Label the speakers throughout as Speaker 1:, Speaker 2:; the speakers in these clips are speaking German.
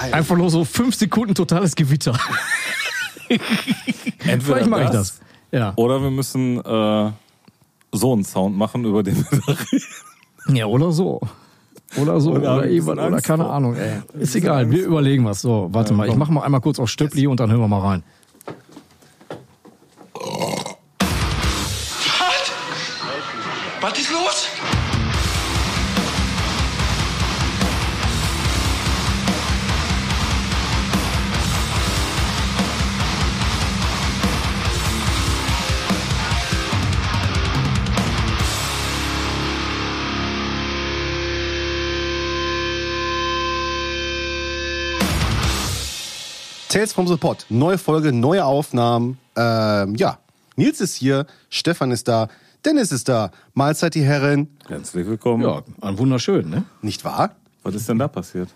Speaker 1: Alter. Einfach nur so fünf Sekunden totales Gewitter.
Speaker 2: Entweder
Speaker 1: Vielleicht mache ich das. Ja.
Speaker 2: Oder wir müssen äh, so einen Sound machen, über den wir da reden.
Speaker 1: ja, oder so. Oder so,
Speaker 2: Oder
Speaker 1: oder,
Speaker 2: ein bisschen
Speaker 1: jemand, oder
Speaker 2: Angst
Speaker 1: keine
Speaker 2: vor-
Speaker 1: Ahnung, ey. Ist egal, wir überlegen was. So, warte mal, ich mache mal einmal kurz auf Stöpli und dann hören wir mal rein.
Speaker 3: Was? Was ist los?
Speaker 4: Tales from the Pod. Neue Folge, neue Aufnahmen. Ähm, ja, Nils ist hier, Stefan ist da, Dennis ist da. Mahlzeit, die Herren.
Speaker 2: Herzlich willkommen.
Speaker 1: Ja, ein wunderschön, ne?
Speaker 4: Nicht wahr?
Speaker 2: Was ist denn da passiert?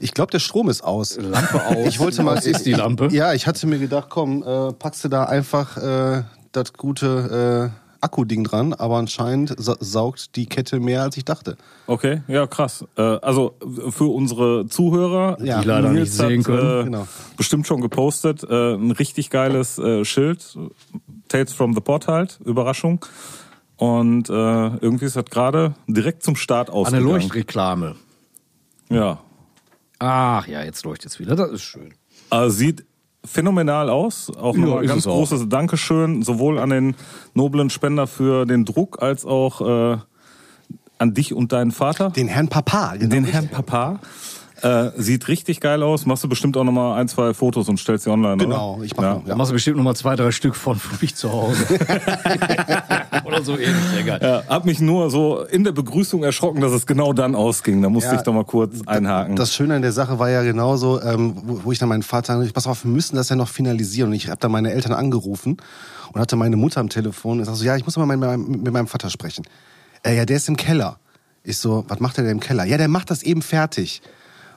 Speaker 4: Ich glaube, der Strom ist aus.
Speaker 1: Lampe aus.
Speaker 4: Ich wollte mal.
Speaker 1: Aus ist die
Speaker 4: ich-
Speaker 1: Lampe.
Speaker 4: Ja, ich hatte mir gedacht, komm, äh, packst du da einfach äh, das gute äh, Akku-Ding dran, aber anscheinend sa saugt die Kette mehr, als ich dachte.
Speaker 2: Okay, ja, krass. Äh, also für unsere Zuhörer,
Speaker 4: Ja. Die
Speaker 1: leider
Speaker 2: Nils
Speaker 1: nicht sehen
Speaker 2: hat,
Speaker 1: können.
Speaker 2: Äh,
Speaker 4: Genau.
Speaker 2: Bestimmt schon gepostet. Äh, ein richtig geiles äh, Schild. Tales from the Port halt. Überraschung. Und äh, irgendwie ist das gerade direkt zum Start
Speaker 1: Eine
Speaker 2: ausgegangen.
Speaker 1: Leuchtreklame.
Speaker 2: Ja.
Speaker 1: Ach ja, jetzt leuchtet es wieder, das ist schön.
Speaker 2: Also sieht phänomenal aus. Auch
Speaker 1: Ja,
Speaker 2: nochmal
Speaker 1: ist
Speaker 2: ganz
Speaker 1: es auch.
Speaker 2: großes Dankeschön sowohl an den noblen Spender für den Druck als auch äh, an dich und deinen Vater.
Speaker 4: Den Herrn Papa. genau.
Speaker 2: den Herrn Papa. Äh, sieht richtig geil aus. Machst du bestimmt auch nochmal ein, zwei Fotos und stellst sie online.
Speaker 4: Genau,
Speaker 2: oder?
Speaker 4: ich mach noch,
Speaker 1: Da
Speaker 4: ja.
Speaker 1: machst du bestimmt noch mal zwei, drei Stück von für mich zu Hause. Oder so ähnlich, egal.
Speaker 2: Ja, hab mich nur so in der Begrüßung erschrocken, dass es genau dann ausging. Da musste
Speaker 4: Ja,
Speaker 2: ich doch mal kurz
Speaker 1: Mhm.
Speaker 2: einhaken.
Speaker 4: Das Schöne an der Sache war ja genauso, ähm, wo, wo ich dann meinen Vater anrief, pass auf, wir müssen das ja noch finalisieren. Und ich habe dann meine Eltern angerufen und hatte meine Mutter am Telefon und sagte so, ja, ich muss mal mit, meinem- mit meinem Vater sprechen. Äh, ja, der ist im Keller. Ich so, was macht der denn im Keller? Ja, der macht das eben fertig.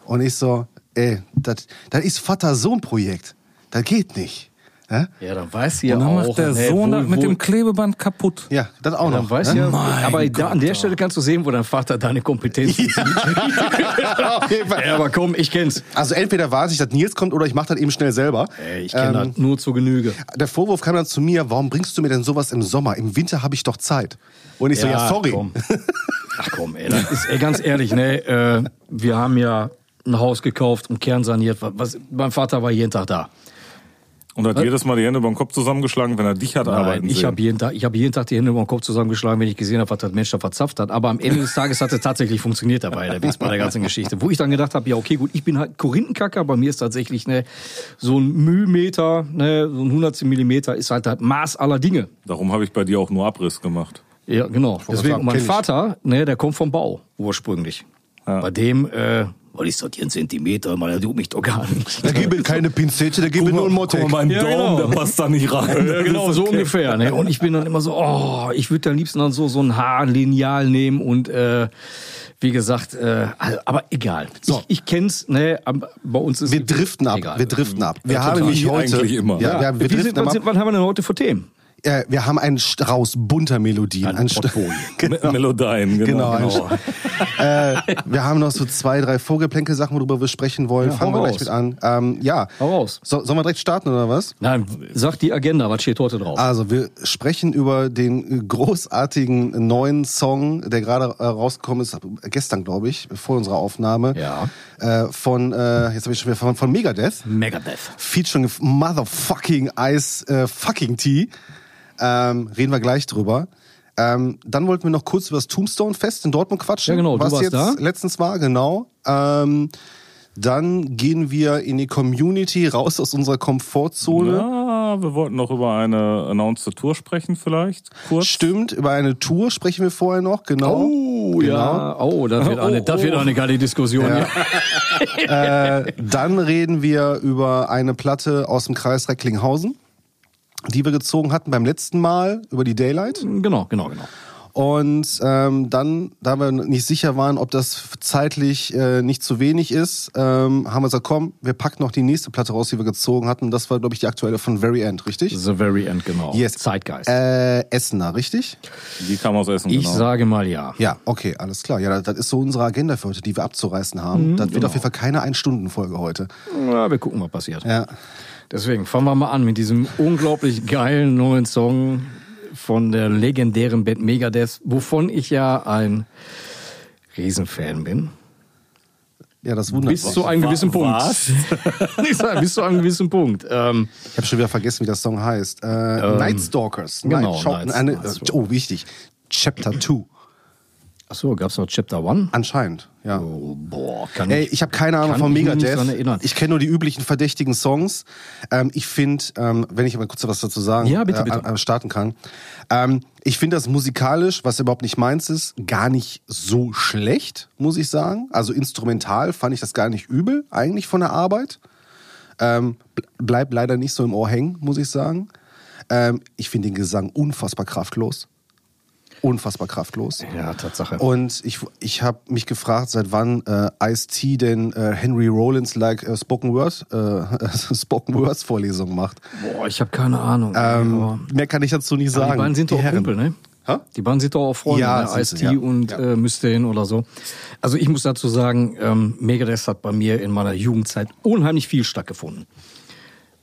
Speaker 4: Und ich so, ey, das das ist Vater-Sohn-Projekt. Das geht nicht. Ja,
Speaker 1: Ja, dann weiß sie ja
Speaker 2: und dann
Speaker 1: auch.
Speaker 2: macht der
Speaker 1: hey,
Speaker 2: Sohn
Speaker 1: wo-
Speaker 2: das mit
Speaker 1: wo-
Speaker 2: dem Klebeband kaputt.
Speaker 4: ja das auch
Speaker 1: Dann
Speaker 4: noch.
Speaker 1: weiß
Speaker 4: ne?
Speaker 1: ja, aber da,
Speaker 2: Gott,
Speaker 1: an der Stelle kannst du sehen, wo dein Vater deine Kompetenz sieht.
Speaker 4: Auf jeden Fall.
Speaker 1: Ja, aber komm, ich kenn's.
Speaker 4: Also entweder warte ich, dass Nils kommt oder ich mache das eben schnell selber. Ähm,
Speaker 1: Ey, ich kenne das nur zur Genüge.
Speaker 4: der Vorwurf kam dann zu mir, warum bringst du mir denn sowas im Sommer? Im Winter habe ich doch Zeit. Und ich so, ja, sorry.
Speaker 1: Komm. Ach komm, ey, das ist, ey ganz ehrlich, ne, äh, wir haben ja ein Haus gekauft und kernsaniert. Was, was, mein Vater war jeden Tag da.
Speaker 2: Und hat jedes Mal die Hände über den Kopf zusammengeschlagen, wenn er dich hat arbeiten
Speaker 1: Äh? Nein, ich
Speaker 2: sehen.
Speaker 1: habe jeden, Tag- ich hab jeden Tag die Hände über den Kopf zusammengeschlagen, wenn ich gesehen habe, was das Mensch da verzapft hat. Aber am Ende des Tages hat es tatsächlich funktioniert dabei, der Witz bei der ganzen Geschichte. Wo ich dann gedacht habe, ja okay, gut, ich bin halt Korinthenkacker, bei mir ist tatsächlich ne, so ein Mühmeter, ne, so ein hundertstel Millimeter ist halt das Maß aller Dinge.
Speaker 2: Darum habe ich bei dir auch nur Abriss gemacht.
Speaker 1: Ja, genau. Deswegen,
Speaker 4: sagen,
Speaker 1: mein
Speaker 4: kenn ich.
Speaker 1: Vater, ne, der kommt vom Bau ursprünglich. Bei dem, äh, was ist das hier, ein Zentimeter? Man, der tut mich doch gar nicht.
Speaker 4: Da gebe ich keine Pinzette, da gebe ich nur einen Motte.
Speaker 2: Guck mal, mein
Speaker 1: Ja,
Speaker 2: Daumen,
Speaker 1: genau.
Speaker 2: der passt da nicht rein.
Speaker 1: Ja, genau, so ungefähr. Ne? Und ich bin dann immer so, oh, ich würde am liebsten dann so, so ein Haarlineal nehmen und äh, wie gesagt, äh, also, aber egal.
Speaker 4: So.
Speaker 1: Ich, ich kenn's, ne, am- bei uns ist
Speaker 4: Wir driften ab,
Speaker 1: Egal.
Speaker 4: wir driften ab. Wir
Speaker 2: Ja,
Speaker 4: haben
Speaker 2: total.
Speaker 4: nämlich
Speaker 2: Wie
Speaker 4: heute,
Speaker 2: eigentlich immer.
Speaker 4: Ja,
Speaker 1: ja,
Speaker 4: wir- wir
Speaker 1: wie sind,
Speaker 4: driften
Speaker 1: wann,
Speaker 4: ab.
Speaker 1: sind, wann haben wir denn heute für Themen?
Speaker 4: Äh, wir haben einen Strauß bunter Melodien.
Speaker 1: Ein
Speaker 4: Ein Stra-
Speaker 1: Portfolio.
Speaker 2: Me- Melodyne, genau.
Speaker 4: Genau. äh, wir haben noch so zwei, drei Vorgeplänke-Sachen, worüber wir sprechen wollen.
Speaker 1: Ja,
Speaker 4: Fangen
Speaker 1: hau
Speaker 4: wir
Speaker 1: raus.
Speaker 4: gleich mit an. Ähm, ja.
Speaker 1: Hau raus.
Speaker 4: So, sollen wir direkt starten oder was?
Speaker 1: Nein, sag die Agenda, was steht heute drauf?
Speaker 4: Also, wir sprechen über den großartigen neuen Song, der gerade äh, rausgekommen ist, gestern, glaube ich, vor unserer Aufnahme.
Speaker 1: Ja.
Speaker 4: Äh, von, äh, jetzt habe ich schon wieder von, von Megadeth.
Speaker 1: Megadeth.
Speaker 4: Featuring Motherfucking Ice äh, Fucking Tea. Ähm, reden wir gleich drüber. Ähm, dann wollten wir noch kurz über das Tombstone Fest in Dortmund quatschen.
Speaker 1: Ja, genau, du
Speaker 4: was
Speaker 1: warst
Speaker 4: jetzt
Speaker 1: da.
Speaker 4: letztens war, genau. Ähm, dann gehen wir in die Community, raus aus unserer Komfortzone.
Speaker 2: Ja, wir wollten noch über eine announced Tour sprechen vielleicht, kurz.
Speaker 4: Stimmt, über eine Tour sprechen wir vorher noch, genau.
Speaker 1: Oh, ja. Oh, das wird, eine, das wird
Speaker 2: Oh, oh.
Speaker 1: eine geile Diskussion. Ja.
Speaker 4: Äh, dann reden wir über eine Platte aus dem Kreis Recklinghausen, die wir gezogen hatten beim letzten Mal, über die Daylight.
Speaker 1: Genau, genau, genau.
Speaker 4: Und ähm, dann, da wir nicht sicher waren, ob das zeitlich äh, nicht zu wenig ist, ähm, haben wir gesagt, komm, wir packen noch die nächste Platte raus, die wir gezogen hatten. Das war, glaube ich, die aktuelle von Very End, richtig?
Speaker 1: The Very End, genau.
Speaker 4: Yes.
Speaker 1: Zeitgeist.
Speaker 4: Äh, Essener, richtig?
Speaker 2: Die kam aus Essen,
Speaker 1: ich
Speaker 2: genau.
Speaker 1: sage mal ja.
Speaker 4: Ja, okay, alles klar. Ja, das- das ist so unsere Agenda für heute, die wir abzureißen haben. das wird auf jeden Fall keine Ein-Stunden-Folge heute.
Speaker 1: Na, wir gucken, was passiert.
Speaker 4: Ja.
Speaker 1: Deswegen fangen wir mal an mit diesem unglaublich geilen neuen Song von der legendären Band Megadeth, wovon ich ja ein Riesenfan bin.
Speaker 4: Ja, das wundert
Speaker 1: Bis
Speaker 4: mich.
Speaker 1: zu einem gewissen Punkt.
Speaker 2: was?
Speaker 1: Ich sag, bis zu einem gewissen Punkt. Ähm,
Speaker 4: Ich habe schon wieder vergessen, wie der Song heißt. Äh, Night Stalkers.
Speaker 1: genau,
Speaker 4: Night, Schau-
Speaker 1: Night-
Speaker 4: eine,
Speaker 1: Night Stalkers.
Speaker 4: oh, wichtig. Chapter 2.
Speaker 1: achso, gab's noch Chapter One?
Speaker 4: Anscheinend, ja.
Speaker 1: Oh, boah, kann
Speaker 4: Ey, ich habe keine Ahnung
Speaker 1: Kann
Speaker 4: von
Speaker 1: ich mich nicht
Speaker 4: Megadeth.
Speaker 1: dran erinnern.
Speaker 4: Ich kenne nur die üblichen verdächtigen Songs. Ähm, ich finde, ähm, wenn ich mal kurz was dazu sagen
Speaker 1: Ja, bitte,
Speaker 4: äh,
Speaker 1: bitte.
Speaker 4: äh, starten kann. Ähm, ich finde das musikalisch, was überhaupt nicht meins ist, gar nicht so schlecht, muss ich sagen. Also instrumental fand ich das gar nicht übel, eigentlich von der Arbeit. Ähm, bl- bleibt leider nicht so im Ohr hängen, muss ich sagen. Ähm, ich finde den Gesang unfassbar kraftlos. Unfassbar kraftlos.
Speaker 1: ja, Tatsache.
Speaker 4: Und ich, ich habe mich gefragt, seit wann äh, Ice-T denn äh, Henry Rollins like äh, Spoken Word äh, Spoken Words Vorlesung macht. Ähm,
Speaker 1: Boah, ich habe keine Ahnung. Aber-
Speaker 4: Mehr kann ich dazu nicht
Speaker 1: Aber
Speaker 4: sagen.
Speaker 1: Die beiden sind doch auch Kumpel, ne?
Speaker 4: Hä?
Speaker 1: Die beiden sind doch auch Freunde,
Speaker 4: Ja,
Speaker 1: ne?
Speaker 4: sind
Speaker 1: Ice-T
Speaker 4: sie, ja.
Speaker 1: und
Speaker 4: Ja.
Speaker 1: äh, Mustaine oder so. Also ich muss dazu sagen, ähm, Megadeth hat bei mir in meiner Jugendzeit unheimlich viel stattgefunden.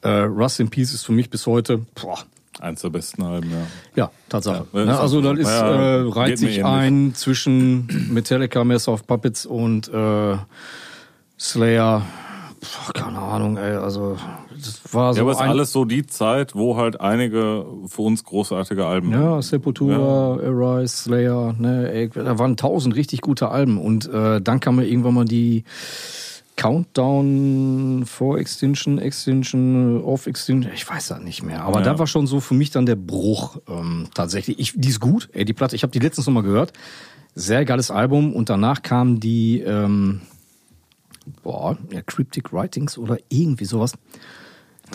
Speaker 1: Äh, Rust in Peace ist für mich bis heute, boah,
Speaker 2: Eins der besten Alben, ja.
Speaker 1: ja, Tatsache.
Speaker 2: Ja,
Speaker 1: ne?
Speaker 2: ist
Speaker 1: Also
Speaker 2: auch so.
Speaker 1: das ist,
Speaker 2: Ja,
Speaker 1: äh, reiht
Speaker 2: geht mir
Speaker 1: sich
Speaker 2: ähnlich.
Speaker 1: ein zwischen Metallica, Master of Puppets und äh, Slayer. Boah, keine Ahnung, ey, also das war so
Speaker 2: Ja, aber es ist
Speaker 1: ein-
Speaker 2: alles so die Zeit, wo halt einige für uns großartige Alben.
Speaker 1: Ja, Sepultura, Arise, Slayer, ne, ey, da waren tausend richtig gute Alben und äh, dann kam mir irgendwann mal die Countdown for Extinction, Extinction, Off Extinction, ich weiß das nicht mehr, aber
Speaker 2: Ja.
Speaker 1: da war schon so für mich dann der Bruch ähm, tatsächlich. Ich, die ist gut, ey, die Platte, ich habe die letztens nochmal gehört, sehr geiles Album und danach kam die ähm, boah, ja, Cryptic Writings oder irgendwie sowas.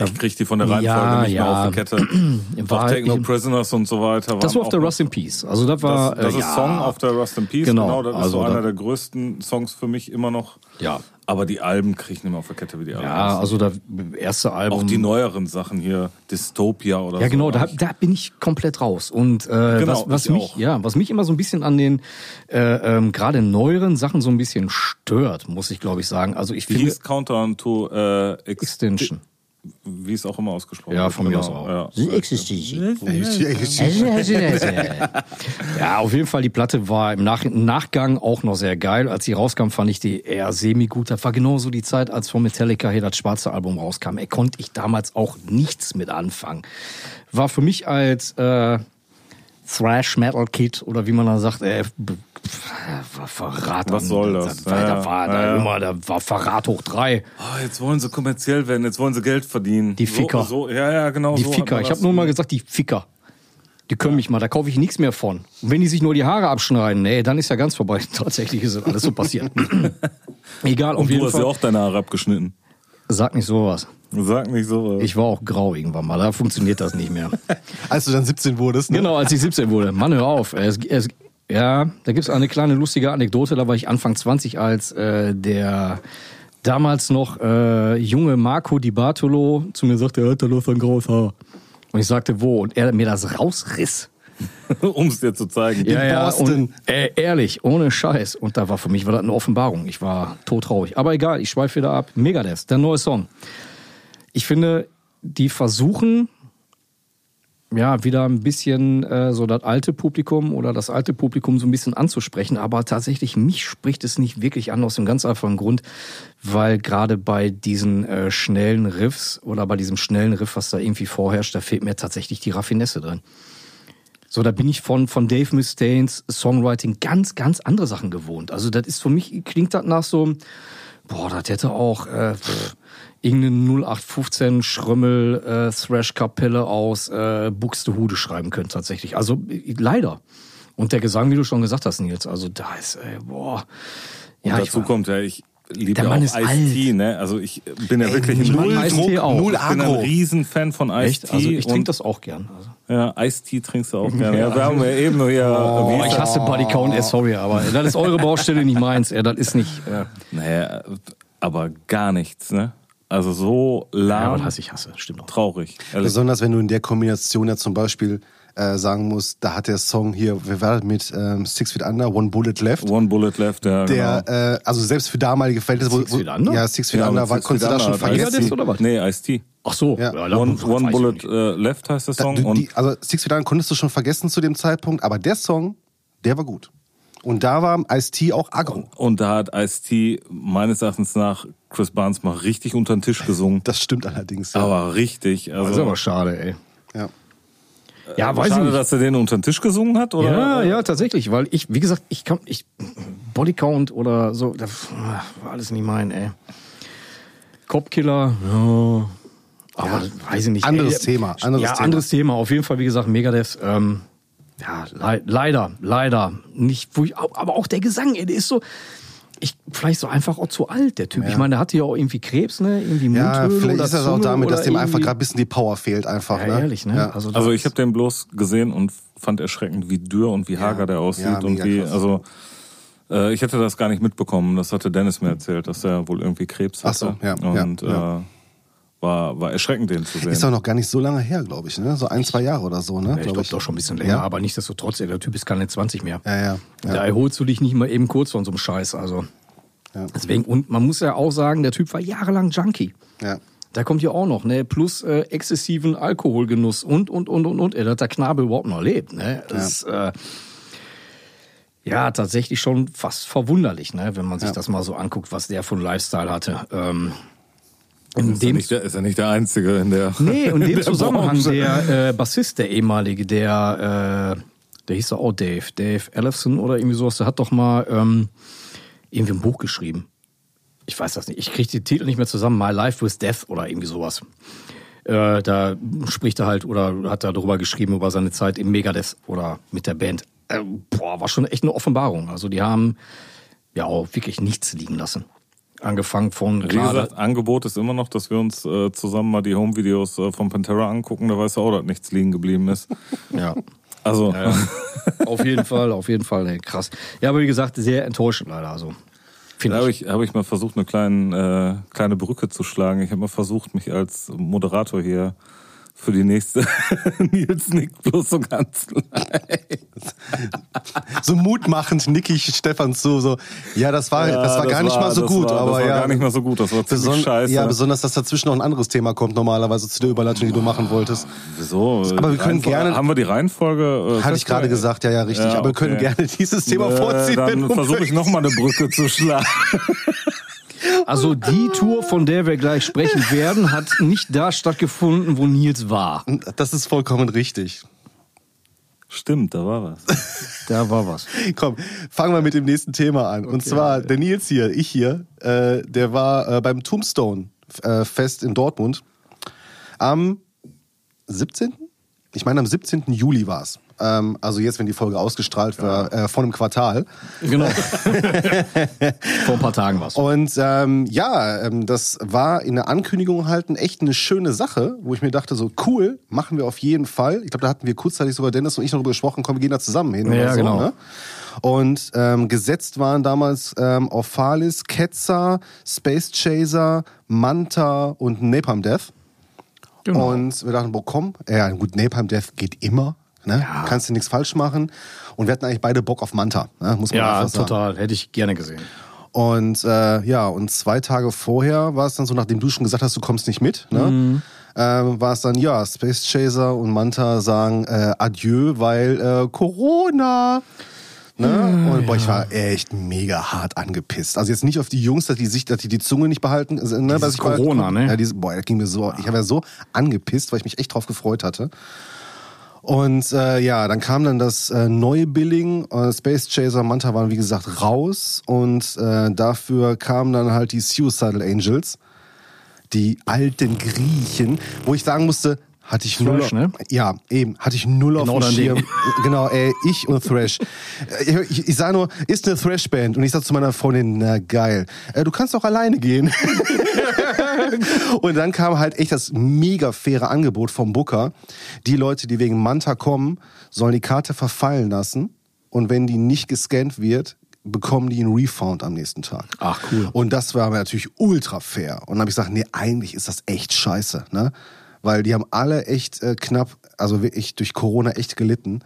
Speaker 2: Ich krieg die von der Reihenfolge
Speaker 1: Ja,
Speaker 2: nicht mehr
Speaker 1: ja.
Speaker 2: auf die Kette.
Speaker 1: War
Speaker 2: auch
Speaker 1: halt
Speaker 2: Techno
Speaker 1: nicht-
Speaker 2: Prisoners und so weiter.
Speaker 1: Das
Speaker 2: waren
Speaker 1: war auf der
Speaker 2: auch-
Speaker 1: Rust in Peace. Also das war
Speaker 2: Das, das
Speaker 1: äh,
Speaker 2: ist
Speaker 1: ja.
Speaker 2: Song auf der Rust in Peace.
Speaker 1: Genau,
Speaker 2: Genau, das ist
Speaker 1: also
Speaker 2: so einer
Speaker 1: da-
Speaker 2: der größten Songs für mich immer noch.
Speaker 1: Ja.
Speaker 2: Aber die Alben kriege ich nicht mehr auf der Kette wie die Alben.
Speaker 1: Ja, also das erste Album.
Speaker 2: auch die neueren Sachen hier, Dystopia oder
Speaker 1: ja,
Speaker 2: so.
Speaker 1: genau, da,
Speaker 2: hab ich-
Speaker 1: da bin ich komplett raus. Und äh,
Speaker 2: Genau,
Speaker 1: was, was,
Speaker 2: ich
Speaker 1: mich,
Speaker 2: auch.
Speaker 1: ja, was mich immer so ein bisschen an den äh, ähm, gerade neueren Sachen so ein bisschen stört, muss ich glaube ich sagen. Also ich
Speaker 2: Die
Speaker 1: finde
Speaker 2: hieß Countdown to äh, Ex-
Speaker 1: Extinction.
Speaker 2: Wie es auch immer ausgesprochen
Speaker 1: Ja,
Speaker 2: wird,
Speaker 1: von mir aus auch.
Speaker 2: genau, Ja.
Speaker 1: Ja, auf jeden Fall, die Platte war im Nach Nachgang auch noch sehr geil. Als sie rauskam, fand ich die eher semi-gut. Das war genauso die Zeit, als von Metallica hier das schwarze Album rauskam. Er konnte ich damals auch nichts mit anfangen. War für mich als äh, Thrash-Metal-Kid oder wie man da sagt, äh, b- pf, Verrat.
Speaker 2: Was
Speaker 1: an-
Speaker 2: soll das?
Speaker 1: Da, da,
Speaker 2: Ja,
Speaker 1: da, war, da,
Speaker 2: ja, ja.
Speaker 1: immer, da war Verrat hoch drei.
Speaker 2: Oh, jetzt wollen sie kommerziell werden, jetzt wollen sie Geld verdienen.
Speaker 1: Die Ficker.
Speaker 2: So, so, ja, ja, genau.
Speaker 1: Die
Speaker 2: so hat
Speaker 1: Ficker.
Speaker 2: man
Speaker 1: Ich
Speaker 2: das-
Speaker 1: habe nur mal gesagt, die Ficker. Die können mich mal, da kaufe ich nichts mehr von. Und wenn die sich nur die Haare abschneiden, ey, dann ist ja ganz vorbei. Tatsächlich ist das alles so passiert. Egal, auf
Speaker 2: Und du
Speaker 1: jeden
Speaker 2: hast ja
Speaker 1: Fall.
Speaker 2: auch deine Haare abgeschnitten.
Speaker 1: Sag nicht sowas.
Speaker 2: Sag nicht so.
Speaker 1: Ich war auch grau irgendwann mal, da funktioniert das nicht mehr.
Speaker 4: Als du dann 17 wurdest, ne?
Speaker 1: Genau, als ich 17 wurde. Mann, hör auf. Es, es, ja, da gibt's eine kleine lustige Anekdote. Da war ich Anfang 20, als äh, der damals noch äh, junge Marco Di Bartolo zu mir sagte, er hat da noch ein graues Haar. Und ich sagte, wo? Und er mir das rausriss.
Speaker 2: um es dir zu zeigen.
Speaker 1: ja, ja,
Speaker 4: Borsten.
Speaker 1: und, äh, ehrlich, ohne Scheiß. Und da war für mich war das eine Offenbarung. Ich war todtraurig. Aber egal, ich schweife wieder ab. Megadeth, der neue Song. Ich finde, die versuchen ja wieder ein bisschen äh, so das alte Publikum oder das alte Publikum so ein bisschen anzusprechen. Aber tatsächlich, mich spricht es nicht wirklich an aus dem ganz einfachen Grund, weil gerade bei diesen äh, schnellen Riffs oder bei diesem schnellen Riff, was da irgendwie vorherrscht, da fehlt mir tatsächlich die Raffinesse drin. So, da bin ich von, von Dave Mustaines Songwriting ganz, ganz andere Sachen gewohnt. Also, das ist für mich, klingt das nach so, einem, boah, das hätte auch äh, pff, irgendeine 0815 Schrömmel äh, Thrash-Kapelle aus äh, Buxtehude schreiben können, tatsächlich. Also, äh, leider. Und der Gesang, wie du schon gesagt hast, Nils, also da ist, äh, boah.
Speaker 2: Und
Speaker 1: Ja, ich
Speaker 2: dazu
Speaker 1: war-
Speaker 2: kommt ja, ich, liebe
Speaker 1: Der
Speaker 2: ja
Speaker 1: Mann
Speaker 2: auch
Speaker 1: ist
Speaker 2: Ice-T, ne? Also ich bin ja wirklich
Speaker 1: ich
Speaker 2: ein
Speaker 1: mag
Speaker 2: null
Speaker 1: Ice-T
Speaker 2: Druck,
Speaker 1: auch.
Speaker 2: null
Speaker 4: Ich
Speaker 2: Ich
Speaker 4: bin
Speaker 2: bin ein
Speaker 4: Agro.
Speaker 2: Riesenfan von Ice-T.
Speaker 1: Echt? Also ich trinke
Speaker 2: und-
Speaker 1: das auch gern. Also.
Speaker 2: Ja, Ice-T trinkst du auch gerne. Ja, wir haben ja eben nur hier... wie
Speaker 1: Boah,
Speaker 2: ist
Speaker 1: ich
Speaker 2: das?
Speaker 1: hasse Body Count, ey, sorry, aber das ist eure Baustelle, nicht meins. Ey, das ist nicht. Ja,
Speaker 2: Naja, aber gar nichts, ne? Also so
Speaker 1: aber
Speaker 2: lahm,
Speaker 1: das heißt, ich hasse, stimmt auch.
Speaker 2: traurig. Also Ehrlich.
Speaker 4: Besonders wenn du in der Kombination ja zum Beispiel äh, sagen musst, da hat der Song hier, wer war das mit ähm, Six Feet Under, One Bullet Left.
Speaker 2: One Bullet Left, ja,
Speaker 4: der, äh, also selbst für damalige Verhältnisse, wo,
Speaker 1: Six
Speaker 4: wo,
Speaker 1: Feet Under?
Speaker 4: ja, Six Feet
Speaker 2: genau.
Speaker 4: Under, war, konntest du das schon vergessen.
Speaker 1: Ice-T. oder was?
Speaker 2: Nee, Ice-T.
Speaker 1: Ach so,
Speaker 4: Ja.
Speaker 1: da-
Speaker 2: One,
Speaker 1: weiß
Speaker 2: One
Speaker 1: ich
Speaker 2: Bullet
Speaker 1: nicht.
Speaker 2: äh, Left heißt der
Speaker 4: Da,
Speaker 2: Song.
Speaker 4: du-
Speaker 2: und
Speaker 4: die, also Six Feet Under konntest du schon vergessen zu dem Zeitpunkt, aber der Song, der war gut. Und da war Ice-T auch aggro.
Speaker 2: Und da hat Ice-T meines Erachtens nach Chris Barnes mal richtig unter den Tisch gesungen.
Speaker 4: Das stimmt allerdings. Ja.
Speaker 2: aber richtig. Also,
Speaker 1: Das ist aber schade, ey.
Speaker 4: ja.
Speaker 1: Ja, weiß ich
Speaker 2: Äh, schade,
Speaker 1: nicht.
Speaker 2: dass er den unter den Tisch gesungen hat, oder?
Speaker 1: Ja, ja, tatsächlich, weil ich, wie gesagt, ich kann, ich, Bodycount oder so, das war alles nicht mein, ey. Copkiller, ja. Aber weiß ich nicht.
Speaker 4: anderes
Speaker 1: ey.
Speaker 4: Thema, anderes
Speaker 1: ja,
Speaker 4: Thema.
Speaker 1: anderes Thema. Auf jeden Fall, wie gesagt, Megadeth, ähm, ja, lei- leider, leider. Nicht, wo ich, aber auch der Gesang, ey, der ist so, ich, vielleicht so einfach auch zu alt, der Typ. Ich meine, der hatte ja auch irgendwie Krebs, ne? Irgendwie
Speaker 4: Ja,
Speaker 1: Mundhöhle
Speaker 4: vielleicht
Speaker 1: oder
Speaker 4: ist das auch
Speaker 1: Zunge
Speaker 4: damit, dass
Speaker 1: oder
Speaker 4: dem einfach
Speaker 1: irgendwie-
Speaker 4: gerade ein bisschen die Power fehlt einfach.
Speaker 1: Ja,
Speaker 4: ne?
Speaker 1: ehrlich, ne?
Speaker 4: Ja.
Speaker 2: Also
Speaker 1: das-
Speaker 2: ich habe den bloß gesehen und fand erschreckend, wie dürr und wie hager der aussieht
Speaker 4: ja,
Speaker 2: und
Speaker 4: mega
Speaker 2: wie,
Speaker 4: krass.
Speaker 2: also äh, ich hätte das gar nicht mitbekommen. Das hatte Dennis mir erzählt, dass er wohl irgendwie Krebs
Speaker 4: Ach so,
Speaker 2: hatte.
Speaker 4: ja, ja,
Speaker 2: und
Speaker 4: ja.
Speaker 2: Äh, war, war erschreckend, den zu sehen.
Speaker 4: Ist doch noch gar nicht so lange her, glaube ich, ne? So ein, zwei Jahre oder so, ne?
Speaker 1: Ja, ich
Speaker 4: Glaub
Speaker 1: glaube doch schon ein bisschen länger,
Speaker 4: Ja?
Speaker 1: aber nichtsdestotrotz, ey, der Typ ist keine 20 mehr.
Speaker 4: Ja, ja, ja.
Speaker 1: Da erholst du dich nicht mal eben kurz von so einem Scheiß. Also. Deswegen, und man muss ja auch sagen, der Typ war jahrelang Junkie.
Speaker 4: Ja.
Speaker 1: Da kommt ja auch noch, ne? Plus äh, exzessiven Alkoholgenuss und, und, und, und, und. Ey, dass der Knabe überhaupt noch lebt, ne? Das ja. Ist, äh, ja, tatsächlich schon fast verwunderlich, ne? Wenn man sich das mal so anguckt, was der von Lifestyle hatte. Ähm, in
Speaker 2: ist, er
Speaker 1: dem
Speaker 2: nicht der, ist er nicht der Einzige in der
Speaker 1: Nee, und in
Speaker 2: in
Speaker 1: dem
Speaker 2: der
Speaker 1: Zusammenhang
Speaker 2: Branche.
Speaker 1: der äh, Bassist, der ehemalige, der, äh, der hieß doch auch Dave, Dave Ellefson oder irgendwie sowas, der hat doch mal ähm, irgendwie ein Buch geschrieben. Ich weiß das nicht. Ich kriege den Titel nicht mehr zusammen. My Life with Death oder irgendwie sowas. Äh, da spricht er halt oder hat er darüber geschrieben, über seine Zeit im Megadeth oder mit der Band. Äh, boah, war schon echt eine Offenbarung. Also die haben ja auch wirklich nichts liegen lassen. Angefangen von,
Speaker 2: Wie
Speaker 1: klar,
Speaker 2: gesagt, Angebot ist immer noch, dass wir uns äh, zusammen mal die Home-Videos äh, von Pantera angucken. Da weißt du auch, dass nichts liegen geblieben ist.
Speaker 1: ja.
Speaker 2: Also,
Speaker 1: Auf jeden Fall, auf jeden Fall, ey, krass. Ja, aber wie gesagt, sehr enttäuschend leider. Also,
Speaker 2: da
Speaker 1: finde
Speaker 2: habe
Speaker 1: ich.
Speaker 2: ich, hab ich mal versucht, eine kleine, äh, kleine Brücke zu schlagen. Ich habe mal versucht, mich als Moderator hier für die nächste Nils nickt bloß so ganz leicht.
Speaker 4: So mutmachend nickig Stefan zu, so, ja, Ah, das war,
Speaker 2: Ja,
Speaker 4: das war gar nicht mal so
Speaker 2: das
Speaker 4: gut,
Speaker 2: war,
Speaker 4: aber
Speaker 2: das war
Speaker 4: ja.
Speaker 2: gar nicht mal so gut. Das war ziemlich
Speaker 4: Beson-
Speaker 2: scheiße.
Speaker 4: Ja, besonders, dass dazwischen noch ein anderes Thema kommt, normalerweise zu der Überleitung, die du machen wolltest.
Speaker 2: Wieso?
Speaker 4: Aber wir können
Speaker 2: Reihenfolge-
Speaker 4: gerne-
Speaker 2: Haben wir die Reihenfolge? äh,
Speaker 4: Hatte ich gerade
Speaker 2: festgelegt?
Speaker 4: gesagt, ja, ja, richtig.
Speaker 2: Ja,
Speaker 4: aber wir können
Speaker 2: okay. Ne,
Speaker 4: gerne dieses Thema vorziehen. wenn
Speaker 2: Dann
Speaker 4: du
Speaker 2: versuche ich
Speaker 4: möchtest.
Speaker 2: nochmal eine Brücke zu schlagen.
Speaker 1: Also, die Tour, von der wir gleich sprechen werden, hat nicht da stattgefunden, wo Nils war.
Speaker 4: Das ist vollkommen richtig.
Speaker 2: Stimmt, da war was.
Speaker 1: Da war was.
Speaker 4: Komm, fangen wir mit dem nächsten Thema an. Und zwar der Nils hier, ich hier, äh, der war äh, beim Tombstone äh, Fest in Dortmund am 17. Ich meine, am 17. Juli war es. Ähm, also jetzt, wenn die Folge ausgestrahlt war, äh, vor einem Quartal.
Speaker 1: Genau. Vor ein paar Tagen war
Speaker 4: Und ähm, ja, ähm, das war in der Ankündigung halt ein- echt eine schöne Sache, wo ich mir dachte, so cool, machen wir auf jeden Fall. Ich glaube, da hatten wir kurzzeitig sogar Dennis und ich darüber gesprochen, komm, wir gehen da zusammen hin.
Speaker 1: Ja,
Speaker 4: oder so,
Speaker 1: genau.
Speaker 4: Ne? Und ähm, gesetzt waren damals ähm, Orphalis, Ketzer, Space Chaser, Manta und Napalm Death.
Speaker 1: Genau.
Speaker 4: Und wir dachten, boah, komm, ja, gut, Napalm Death geht immer. Ne? Kannst du nichts falsch machen. Und wir hatten eigentlich beide Bock auf Manta, ne? muss man
Speaker 1: Ja,
Speaker 4: einfach sagen.
Speaker 1: total. Hätte ich gerne gesehen.
Speaker 4: Und äh, ja, und zwei Tage vorher war es dann so, nachdem du schon gesagt hast, du kommst nicht mit, ne?
Speaker 1: Mhm.
Speaker 4: Ähm, war es dann, ja, Space Chaser und Manta sagen äh, Adieu, weil äh, Corona. Ne?
Speaker 1: Ah,
Speaker 4: Und boah, ich war echt mega hart angepisst. Also jetzt nicht auf die Jungs, dass die sich, dass die die Zunge nicht behalten. also, Ne,
Speaker 1: Dieses
Speaker 4: was ich bald-
Speaker 1: Corona, ne?
Speaker 4: Ja, dieses, boah, das ging mir so, ich habe ja so angepisst, weil ich mich echt drauf gefreut hatte. Und äh, ja, dann kam dann das äh, neue Billing. Äh, Space Chaser und Manta waren, wie gesagt, raus. Und äh, dafür kamen dann halt die Suicidal Angels, die alten Griechen, wo ich sagen musste, Hatte ich
Speaker 1: Thrash,
Speaker 4: null,
Speaker 1: ne?
Speaker 4: Ja, eben. Hatte ich null
Speaker 1: Genau
Speaker 4: auf
Speaker 1: dein
Speaker 4: dem
Speaker 1: Ding.
Speaker 4: Schirm. genau, ey, ich und Thrash. Äh, Ich, ich sah nur, ist eine Thrash-Band. Und ich sag zu meiner Freundin, na geil, äh, du kannst auch alleine gehen. und dann kam halt echt das mega faire Angebot vom Booker. Die Leute, die wegen Manta kommen, sollen die Karte verfallen lassen. Und wenn die nicht gescannt wird, bekommen die einen Refund am nächsten Tag.
Speaker 1: Ach, cool.
Speaker 4: Und das war mir natürlich ultra fair. Und dann habe ich gesagt, nee, eigentlich ist das echt scheiße, ne? Weil die haben alle echt äh, knapp, also wirklich durch Corona echt gelitten.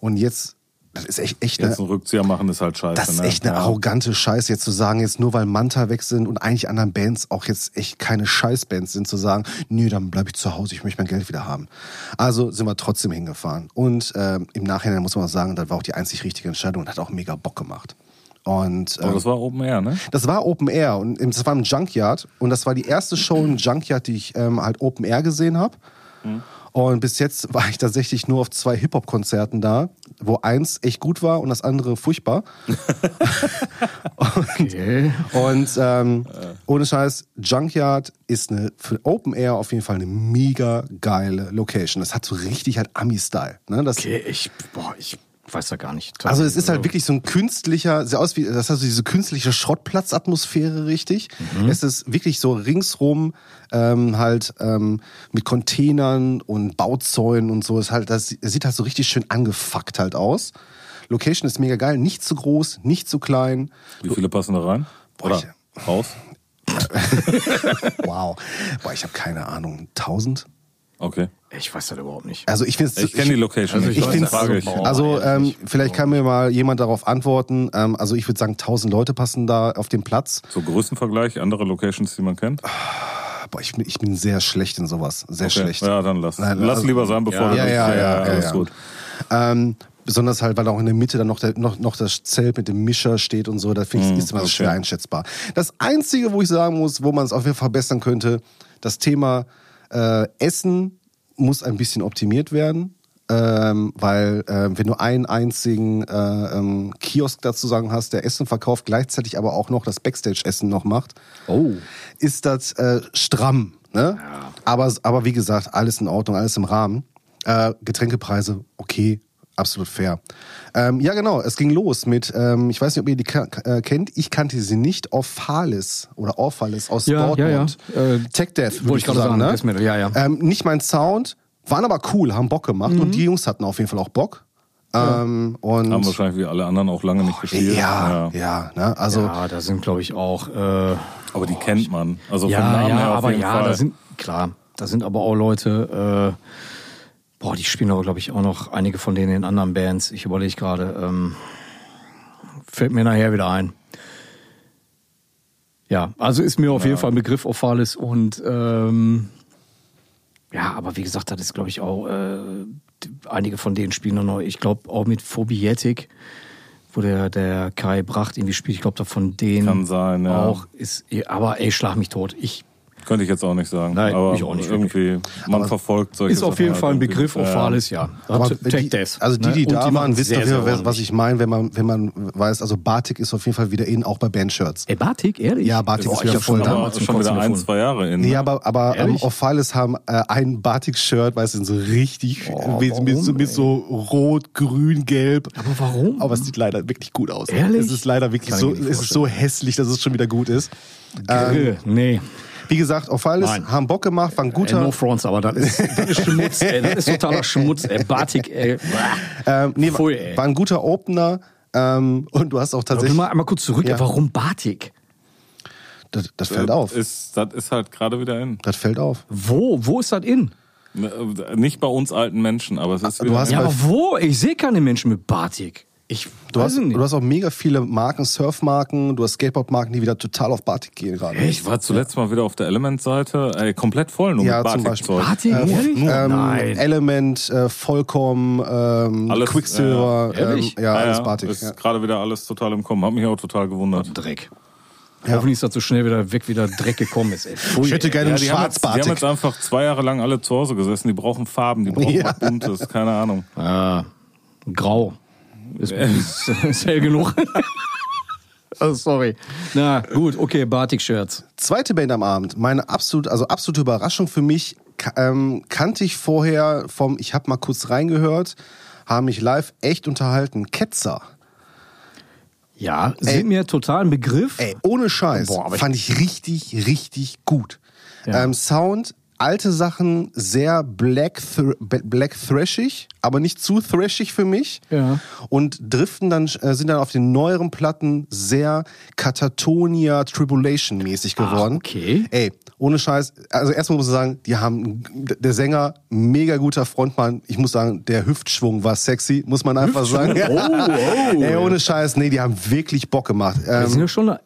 Speaker 4: Und jetzt, das ist echt, echt eine,
Speaker 2: Jetzt einen Rückzieher machen ist halt scheiße.
Speaker 4: das ist
Speaker 2: ne?
Speaker 4: echt eine
Speaker 2: ja.
Speaker 4: arrogante Scheiße, jetzt zu sagen, jetzt nur weil Manta weg sind und eigentlich anderen Bands auch jetzt echt keine Scheißbands sind, zu sagen, nee, dann bleibe ich zu Hause, ich möchte mein Geld wieder haben. Also sind wir trotzdem hingefahren. Und ähm, im Nachhinein muss man auch sagen, das war auch die einzig richtige Entscheidung und hat auch mega Bock gemacht. Und, ähm,
Speaker 2: Aber das war Open Air, ne?
Speaker 4: das war Open Air und im- das war im Junkyard und das war die erste Show im Junkyard, die ich ähm, halt Open Air gesehen habe.
Speaker 2: Mhm.
Speaker 4: Und bis jetzt war ich tatsächlich nur auf zwei Hip-Hop-Konzerten da, wo eins echt gut war und das andere furchtbar.
Speaker 1: Okay.
Speaker 4: Und ähm, ohne Scheiß, Junkyard ist eine, für Open Air auf jeden Fall eine mega geile Location. Das hat so richtig halt Ami-Style. Ne? Das,
Speaker 1: okay, ich, boah, ich weiß da gar nicht.
Speaker 4: Also es ist halt wirklich so ein künstlicher, sieht aus wie, das hat so diese künstliche Schrottplatzatmosphäre richtig. Es ist wirklich so ringsrum ähm, halt ähm, mit Containern und Bauzäunen und so. Es, ist halt, das sieht halt so richtig schön angefuckt halt aus. Location ist mega geil, nicht zu groß, nicht zu klein.
Speaker 2: Wie viele passen da rein?
Speaker 4: Boah,
Speaker 2: Oder raus?
Speaker 4: Wow, boah, ich habe keine Ahnung, 1000?
Speaker 2: Okay.
Speaker 1: Ich weiß das überhaupt nicht.
Speaker 4: Also ich finde
Speaker 2: Ich kenne die Location.
Speaker 1: Also
Speaker 2: nicht.
Speaker 1: ich
Speaker 4: weiß
Speaker 2: find's-
Speaker 4: das
Speaker 2: frage ich.
Speaker 1: auch.
Speaker 4: Also
Speaker 1: Oh,
Speaker 4: ähm,
Speaker 1: ehrlich.
Speaker 4: vielleicht kann mir mal jemand darauf antworten. Ähm, also ich würde sagen, 1000 Leute passen da auf den Platz.
Speaker 2: So Größenvergleich, andere Locations, die man kennt.
Speaker 4: Boah, ich bin, ich bin sehr schlecht in sowas. Sehr
Speaker 2: Okay.
Speaker 4: schlecht.
Speaker 2: Ja, dann lass.
Speaker 4: Nein,
Speaker 2: lass
Speaker 4: also-
Speaker 2: lieber sein, bevor
Speaker 4: Ja,
Speaker 2: du
Speaker 4: ja, ja, ja,
Speaker 2: alles
Speaker 4: ja.
Speaker 2: gut.
Speaker 4: Ähm, besonders halt, weil auch in der Mitte dann noch, der, noch, noch das Zelt mit dem Mischer steht und so. Da finde ich, ist immer so
Speaker 2: okay.
Speaker 4: schwer einschätzbar. Das Einzige, wo ich sagen muss, wo man es auf jeden Fall verbessern könnte, das Thema äh, Essen muss ein bisschen optimiert werden. Ähm, weil ähm, wenn du einen einzigen äh, ähm, Kiosk dazu sagen hast, der Essen verkauft, gleichzeitig aber auch noch das Backstage-Essen noch macht,
Speaker 1: Oh.
Speaker 4: ist das äh, stramm. Ne? Aber, aber wie gesagt, alles in Ordnung, alles im Rahmen. Äh, Getränkepreise, okay, absolut fair. Ähm, ja, genau, es ging los mit, ähm, ich weiß nicht, ob ihr die ka- äh, kennt, ich kannte sie nicht, Orphalis oder Orphalis aus
Speaker 1: Ja, ja,
Speaker 4: Dortmund.
Speaker 1: ja. Äh,
Speaker 4: Tech Death,
Speaker 1: wollte
Speaker 4: würde
Speaker 1: ich
Speaker 4: ich
Speaker 1: gerade
Speaker 4: sagen.
Speaker 1: sagen,
Speaker 4: ne?
Speaker 1: Death Metal, ja, ja.
Speaker 4: Ähm, nicht mein Sound, waren aber cool, haben Bock gemacht
Speaker 1: Mhm.
Speaker 4: und die Jungs hatten auf jeden Fall auch Bock. Ähm, und Oh,
Speaker 2: Haben wahrscheinlich wie alle anderen auch lange nicht gespielt.
Speaker 4: ja, ja, ne? also
Speaker 1: ja, da sind, glaube ich, auch. Äh,
Speaker 2: Aber die kennt man. Also vom
Speaker 1: ja,
Speaker 2: Namen
Speaker 1: ja,
Speaker 2: her auf
Speaker 1: aber
Speaker 2: jeden
Speaker 1: ja,
Speaker 2: Fall.
Speaker 1: da sind, klar, da sind aber auch Leute, äh, boah, die spielen aber, glaube ich, auch noch einige von denen in anderen Bands. Ich überlege gerade, ähm, fällt mir nachher wieder ein. Ja, also ist mir auf jeden Fall ein Begriff Ophalis und ähm, ja, aber wie gesagt, das ist, glaube ich, auch äh, einige von denen spielen noch neu. Ich glaube auch mit Phobietic, wo der, der Kai Bracht irgendwie spielt. Ich glaube, da von denen
Speaker 2: Kann sein, ja.
Speaker 1: auch ist. Aber ey, schlag mich tot. Ich
Speaker 2: Könnte ich jetzt auch nicht sagen.
Speaker 1: Nein,
Speaker 2: aber
Speaker 1: ich auch nicht
Speaker 2: irgendwie, man verfolgt solche
Speaker 1: ist auf jeden
Speaker 2: Sachen
Speaker 1: Fall ein
Speaker 2: halt
Speaker 1: Begriff,
Speaker 2: irgendwie.
Speaker 1: Ophalis, ja.
Speaker 4: Aber
Speaker 1: Und Tech
Speaker 4: die,
Speaker 1: Death,
Speaker 4: also die,
Speaker 1: ne?
Speaker 4: die
Speaker 1: Und
Speaker 4: da
Speaker 1: machen
Speaker 4: waren, wissen
Speaker 1: sehr,
Speaker 4: auf jeden
Speaker 1: sehr
Speaker 4: Fall, was ich meine, wenn man, wenn man weiß, also Batik ist auf jeden Fall wieder in, auch bei Bandshirts.
Speaker 1: Ey, Batik, ehrlich?
Speaker 4: Ja, Batik
Speaker 1: Boah,
Speaker 4: ist
Speaker 1: ich
Speaker 4: wieder
Speaker 1: hab schon
Speaker 4: voll da.
Speaker 2: Aber
Speaker 1: damals
Speaker 2: schon wieder ein,
Speaker 1: ein,
Speaker 2: zwei Jahre in.
Speaker 4: Nee, aber, aber ähm,
Speaker 1: Ehrlich?
Speaker 4: Ophalis haben äh, ein Batik-Shirt, weißt du, so richtig mit, mit, so,
Speaker 1: Oh, warum,
Speaker 4: mit so rot, grün, gelb.
Speaker 1: Aber warum?
Speaker 4: Aber es sieht leider wirklich gut aus.
Speaker 1: Ehrlich?
Speaker 4: Es ist leider wirklich
Speaker 1: Kann ich
Speaker 4: so,
Speaker 1: mir nicht
Speaker 4: es ist so hässlich, dass es schon wieder gut ist. Ähm,
Speaker 1: nee.
Speaker 4: wie gesagt, Ophalis
Speaker 1: Nein. Äh,
Speaker 4: haben Bock gemacht, waren
Speaker 1: Ey, no
Speaker 4: guter.
Speaker 1: fronts, aber das ist, das ist Schmutz, ey. Das ist totaler Schmutz, ey. Batik, ey.
Speaker 4: Ähm, nee,
Speaker 1: Pfui, ey.
Speaker 4: war ein guter Opener. Ähm, und du hast auch
Speaker 1: Aber
Speaker 4: tatsächlich.
Speaker 1: mal einmal kurz zurück,
Speaker 4: Ja.
Speaker 1: ey, warum Batik?
Speaker 4: Das, das fällt auf.
Speaker 2: Ist, das ist halt gerade wieder in.
Speaker 4: Das fällt auf.
Speaker 1: Wo? Wo ist das in?
Speaker 2: Ne, Nicht bei uns alten Menschen, aber es ist
Speaker 4: Du
Speaker 2: wieder
Speaker 4: hast-
Speaker 2: in.
Speaker 1: Ja,
Speaker 4: bei-
Speaker 1: aber wo? Ich sehe keine Menschen mit Batik. Ich
Speaker 4: Du
Speaker 1: weiß
Speaker 4: hast,
Speaker 1: es nicht.
Speaker 4: du hast auch mega viele Marken, Surfmarken, du hast Skateboardmarken, die wieder total auf Batik gehen gerade.
Speaker 2: Ich war zuletzt mal wieder auf der Element-Seite, ey, komplett voll nur
Speaker 4: Ja,
Speaker 2: mit
Speaker 4: zum
Speaker 2: Batik-Zeug.
Speaker 1: Batik, ehrlich?
Speaker 4: Ähm,
Speaker 1: Nein.
Speaker 4: Element, äh, Vollkommen, ähm,
Speaker 2: Alles,
Speaker 4: Quicksilver,
Speaker 1: ja.
Speaker 4: ähm,
Speaker 1: Ehrlich?
Speaker 4: ja,
Speaker 2: Ja,
Speaker 4: alles
Speaker 2: ja,
Speaker 4: Batik.
Speaker 2: Ist
Speaker 4: Ja.
Speaker 2: gerade wieder alles total im Kommen. Hat mich auch total gewundert.
Speaker 1: Dreck. Hoffentlich ist das so schnell wieder weg, wie der Dreck gekommen ist. Ey. Pfui,
Speaker 4: Ich hätte
Speaker 1: ey.
Speaker 4: gerne einen
Speaker 2: die, haben jetzt, die haben jetzt
Speaker 4: Schwarzbatik.
Speaker 2: einfach zwei Jahre lang alle zu Hause gesessen. Die brauchen Farben, die brauchen
Speaker 4: Ja.
Speaker 2: was Buntes, keine Ahnung.
Speaker 1: Ah, grau. Ist, ist, ist hell genug. oh, sorry. Na gut, okay, Batik-Shirts.
Speaker 4: Zweite Band am Abend, meine absolut, also absolute Überraschung für mich, ka- ähm, kannte ich vorher vom, ich habe mal kurz reingehört, haben mich live echt unterhalten. Ketzer.
Speaker 1: Ja, sind mir total ein Begriff.
Speaker 4: Ey, ohne Scheiß.
Speaker 1: Boah, aber ich-
Speaker 4: fand ich richtig, richtig gut.
Speaker 1: Ja.
Speaker 4: Ähm, Sound, alte Sachen, sehr black, thr black thrashig, aber nicht zu thrashig für mich.
Speaker 1: Ja.
Speaker 4: Und driften dann, äh, sind dann auf den neueren Platten sehr Katatonia Tribulation mäßig geworden.
Speaker 1: Ah, okay.
Speaker 4: Ey, ohne Scheiß. Also erstmal muss ich sagen, die haben, der Sänger, mega guter Frontmann. Ich muss sagen, der Hüftschwung war sexy, muss man einfach sagen.
Speaker 1: Oh, oh.
Speaker 4: Ey, ohne Scheiß. Nee, die haben wirklich Bock gemacht. Ähm,
Speaker 1: Das sind ja schon ein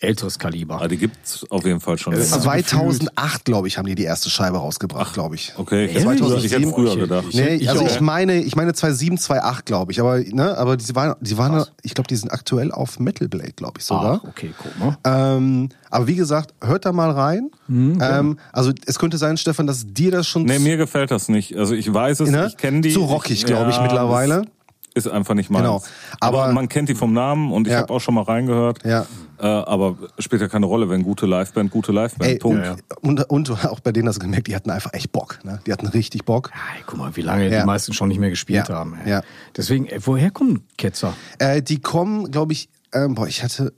Speaker 1: älteres Kaliber.
Speaker 2: Ah, die gibt's auf jeden Fall schon. länger.
Speaker 4: 2008, glaube ich, haben die die erste Scheibe rausgebracht, glaube ich.
Speaker 2: Okay, ich,
Speaker 1: Ehrlich?
Speaker 2: ich hätte früher gedacht.
Speaker 4: Nee,
Speaker 1: ich
Speaker 4: also
Speaker 1: auch.
Speaker 4: ich meine, ich meine 2007, 2008, glaube ich, aber ne, aber die waren die waren ich glaube, die sind aktuell auf Metal Blade, glaube ich sogar.
Speaker 1: Ach, Ah, okay, guck mal.
Speaker 4: Ähm, aber wie gesagt, hört da mal rein. ähm, also es könnte sein, Stefan, dass dir das schon
Speaker 2: Mhm, Nee,
Speaker 4: zu-
Speaker 2: mir gefällt das nicht. Also ich weiß es,
Speaker 4: Ne?
Speaker 2: ich kenne die.
Speaker 4: Zu rockig, glaub ich,
Speaker 2: Ja,
Speaker 4: mittlerweile.
Speaker 2: das Ist einfach nicht meins.
Speaker 4: Genau.
Speaker 2: Aber,
Speaker 4: Aber-
Speaker 2: man kennt die vom Namen und ich
Speaker 4: Ja.
Speaker 2: habe auch schon mal reingehört.
Speaker 4: Ja.
Speaker 2: Äh, aber spielt ja keine Rolle, wenn gute Liveband, gute Liveband.
Speaker 4: Ey,
Speaker 2: Punkt.
Speaker 4: und, und, und auch bei denen hast du gemerkt, die hatten einfach echt Bock. Ne? Die hatten richtig Bock.
Speaker 1: Ey, guck mal, wie lange
Speaker 4: Ja.
Speaker 1: die meisten schon nicht mehr gespielt
Speaker 4: Ja.
Speaker 1: haben. ey.
Speaker 4: Ja.
Speaker 1: Deswegen, ey, woher kommen Ketzer?
Speaker 4: Äh, die kommen, glaube ich, ähm, boah, ich hatte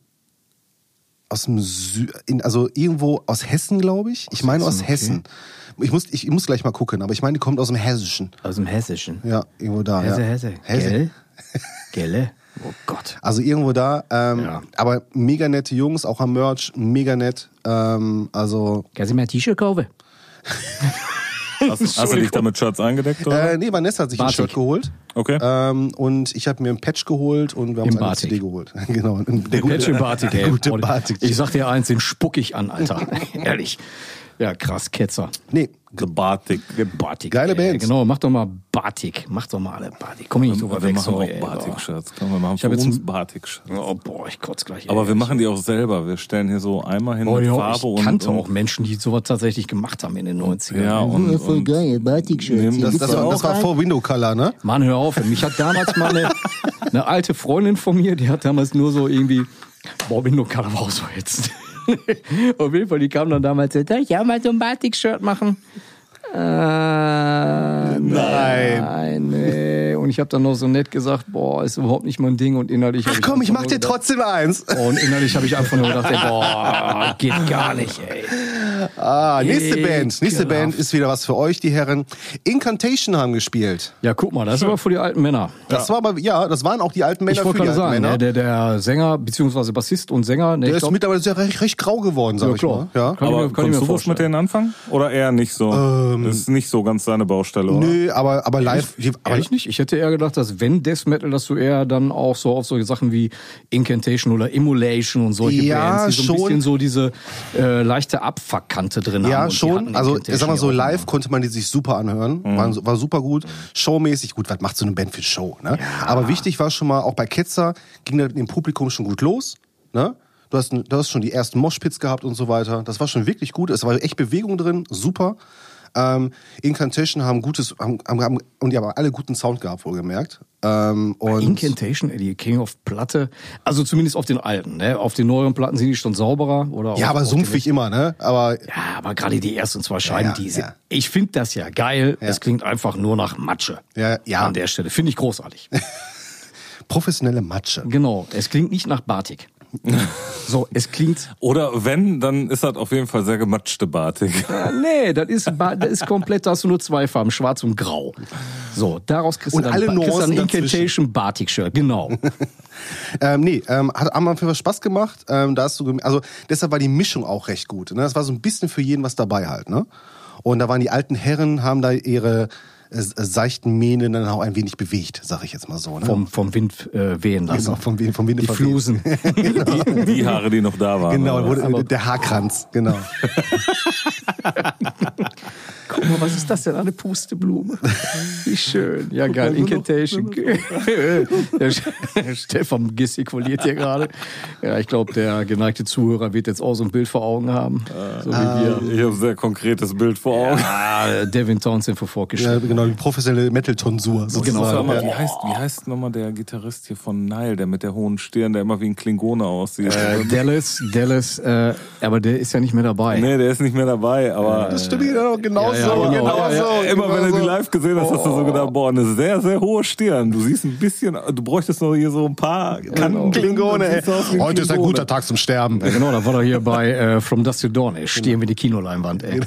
Speaker 4: aus dem Sü in, also irgendwo aus Hessen, glaube ich. Ich meine aus Hessen.
Speaker 1: Hessen,
Speaker 4: Ich muss, ich, muss gleich mal gucken, aber ich meine, die kommt aus dem Hessischen.
Speaker 1: Aus dem Hessischen.
Speaker 4: Ja, irgendwo da.
Speaker 1: Hesse,
Speaker 4: ja.
Speaker 1: Hesse. Gell? Gelle? Oh Gott.
Speaker 4: Also irgendwo da. Ähm,
Speaker 1: Ja.
Speaker 4: Aber mega nette Jungs, auch am Merch, mega nett. Ähm, also,
Speaker 1: Kannst du mir ein T-Shirt kaufen?
Speaker 2: Hast, hast du dich damit Shirts eingedeckt? Oder?
Speaker 4: äh, nee, Vanessa hat sich
Speaker 1: Bartik.
Speaker 4: ein Shirt geholt.
Speaker 2: Okay.
Speaker 4: Ähm, und ich habe mir ein Patch geholt und wir haben
Speaker 1: Im
Speaker 4: uns eine
Speaker 1: Bartik.
Speaker 4: CD geholt. genau. Der
Speaker 1: Patch im Bartik,
Speaker 4: der
Speaker 1: ey.
Speaker 4: gute
Speaker 1: Und
Speaker 4: Bartik.
Speaker 1: Ich sag dir eins, den spuck ich an, Alter. Ehrlich. Ja, krass, Ketzer.
Speaker 4: Nee,
Speaker 2: The Bartik.
Speaker 1: Bartik.
Speaker 4: Geile
Speaker 1: ey.
Speaker 4: Band.
Speaker 1: Genau, mach doch mal Bartik. Mach doch mal alle Bartik. Komm ich nicht drüber
Speaker 2: wir
Speaker 1: weg,
Speaker 2: machen
Speaker 1: sorry,
Speaker 2: auch
Speaker 1: ey,
Speaker 2: Bartik-Shirts. Komm, Wir machen
Speaker 1: hab
Speaker 2: für
Speaker 1: jetzt
Speaker 2: uns
Speaker 1: ein-
Speaker 2: Bartik-Shirts.
Speaker 1: boah. Oh, boah, ich kotz gleich. ey.
Speaker 2: Aber wir machen die auch selber. Wir stellen hier so Eimer hin
Speaker 1: Oh,
Speaker 2: mit
Speaker 1: ja,
Speaker 2: Farbe
Speaker 1: ich
Speaker 2: und.
Speaker 1: kannte
Speaker 2: und,
Speaker 1: auch Menschen, die sowas tatsächlich gemacht haben in den ne? 90ern.
Speaker 2: Ja, und, und nehmen
Speaker 4: das, das, war, das war vor Window Color, ne?
Speaker 1: Mann, hör auf. Mich hat damals mal eine, eine alte Freundin von mir, die hat damals nur so irgendwie, boah, bin nur Karneval so jetzt. Auf jeden Fall, die kam dann damals, und sagte, ich ja mal so ein Batik-Shirt machen. Äh, nein. Nein, nee. Und ich habe dann noch so nett gesagt, boah, ist überhaupt nicht mein Ding und innerlich. hab
Speaker 4: Ach komm, ich
Speaker 1: einfach
Speaker 4: mach
Speaker 1: nur
Speaker 4: dir
Speaker 1: gedacht-
Speaker 4: trotzdem eins.
Speaker 1: Und innerlich habe ich einfach nur gedacht, ey, boah, geht gar nicht, ey.
Speaker 4: Ah, nächste Band. Nächste
Speaker 1: Ekelhaft.
Speaker 4: Band ist wieder was für euch, die Herren. Incantation haben gespielt.
Speaker 1: Ja, guck mal, das ist aber für die alten Männer.
Speaker 4: Das war aber, ja, das waren auch die alten Männer
Speaker 1: Ich
Speaker 4: für
Speaker 1: wollte
Speaker 4: die
Speaker 1: gerade sagen,
Speaker 4: alten Männer.
Speaker 1: ne,
Speaker 4: der
Speaker 1: der, der Sänger bzw. Bassist und Sänger, ne, ich
Speaker 4: ist
Speaker 1: glaub,
Speaker 4: mittlerweile sehr recht, recht grau geworden, sag
Speaker 1: Ja,
Speaker 4: ich mal.
Speaker 1: klar.
Speaker 4: Ja.
Speaker 1: Kann ich mir-
Speaker 2: Aber
Speaker 1: kann ich mir
Speaker 2: kannst du was mit
Speaker 1: vorstellen.
Speaker 2: denen anfangen? Oder eher nicht so?
Speaker 1: Ähm.
Speaker 2: das ist nicht so ganz seine Baustelle, oder?
Speaker 4: Nö, aber, aber live, die, aber,
Speaker 1: Ehrlich nicht? Ich hätte eher gedacht, dass wenn Death Metal, dass du eher dann auch so auf solche Sachen wie Incantation oder Immolation und solche
Speaker 4: Ja,
Speaker 1: Bands, die so ein
Speaker 4: schon.
Speaker 1: bisschen so diese äh, leichte Abfuckkante drin haben.
Speaker 4: ja,
Speaker 1: Und die
Speaker 4: schon.
Speaker 1: hatten
Speaker 4: Also, ich
Speaker 1: Incantation
Speaker 4: sag mal so,
Speaker 1: ja auch
Speaker 4: live
Speaker 1: immer.
Speaker 4: konnte man die sich super anhören. War, war super gut. Showmäßig, gut, was macht so eine Band für Show, ne? Aber wichtig war schon mal, auch bei Ketzer ging das mit dem Publikum schon gut los, ne? Du hast, du hast schon die ersten Moshpits gehabt und so weiter. Das war schon wirklich gut. Es war echt Bewegung drin, super. Ähm, Incantation haben gutes, haben, haben, haben, und die haben alle guten Sound gehabt, wohlgemerkt. Ähm, und
Speaker 1: Incantation, ey, die King of Platte. Also zumindest auf den alten, ne? Auf den neueren Platten sind die schon sauberer. Oder
Speaker 4: ja,
Speaker 1: auf,
Speaker 4: aber
Speaker 1: auf den
Speaker 4: sumpfig immer, ne? Aber
Speaker 1: Ja, aber gerade die ersten zwei Scheiben,
Speaker 4: Ja, ja,
Speaker 1: die sind.
Speaker 4: ja.
Speaker 1: Ich finde das ja geil. Es klingt einfach nur nach Matsche.
Speaker 4: Ja, ja.
Speaker 1: An der Stelle. Finde ich großartig.
Speaker 4: professionelle Matsche.
Speaker 1: genau. Es klingt nicht nach Batik. so, es klingt.
Speaker 2: Oder wenn, dann ist das auf jeden Fall sehr gematschte Bartik.
Speaker 1: Ah, nee, das ist, ba- das ist komplett, da hast du nur zwei Farben, schwarz und grau. So, daraus kriegst
Speaker 4: Und
Speaker 1: du dann,
Speaker 4: alle
Speaker 1: ba- kriegst du dann
Speaker 4: Nuancen
Speaker 1: Incantation Batik-Shirt. Genau.
Speaker 4: Ähm, nee, ähm, hat am Anfang Spaß gemacht. Ähm, da hast du, gem- also deshalb war die Mischung auch recht gut. Ne? Das war so ein bisschen für jeden was dabei halt. Ne? Und da waren die alten Herren, haben da ihre äh, seichten Mähnen dann auch ein wenig bewegt, sag ich jetzt mal so. Ne?
Speaker 1: Vom, vom Wind äh, wehen lassen.
Speaker 4: genau, vom, Wind- vom Winde
Speaker 1: Die
Speaker 4: verweht.
Speaker 1: Flusen.
Speaker 2: Die, die Haare, die noch da waren.
Speaker 4: Genau,
Speaker 2: oder?
Speaker 4: wurde, der Haarkranz, genau.
Speaker 1: Guck mal, was ist das denn? Eine Pusteblume. Wie schön. Ja, geil. Incantation. Der Sch- Stefan gestikuliert hier gerade. Ja, ich glaube, der geneigte Zuhörer wird jetzt auch so ein Bild vor Augen haben. So wie wir.
Speaker 2: Ich habe ein sehr konkretes Bild vor Augen.
Speaker 1: Ah, Devin Townsend für
Speaker 4: ja,
Speaker 1: vorgeschlagen.
Speaker 4: genau, die professionelle
Speaker 1: Genau,
Speaker 4: Metal-Tonsur sozusagen.
Speaker 2: Sag mal,
Speaker 4: ja.
Speaker 2: wie heißt, wie heißt nochmal der Gitarrist hier von Nile, der mit der hohen Stirn, der immer wie ein Klingone aussieht?
Speaker 1: Äh, Dallas, Dallas, äh, aber der ist ja nicht mehr dabei.
Speaker 2: nee, der ist nicht mehr dabei, aber
Speaker 4: Das stimmt genau, genau
Speaker 1: Ja, ja,
Speaker 4: so,
Speaker 1: genau.
Speaker 4: genau
Speaker 1: Ja,
Speaker 4: so,
Speaker 2: Immer
Speaker 4: genau
Speaker 2: wenn du die
Speaker 4: so. Oh.
Speaker 2: live gesehen hast, hast du so gedacht, boah, eine sehr, sehr hohe Stirn. Du siehst ein bisschen, du bräuchtest noch hier so ein paar Kanten.
Speaker 4: Genau. Klingone, ey. Heute ist ein guter Tag zum Sterben.
Speaker 1: Ja, genau, da war doch hier bei äh, From Dust to Dawn, ey. Stehen
Speaker 4: Genau.
Speaker 1: wir die Kinoleinwand, ey.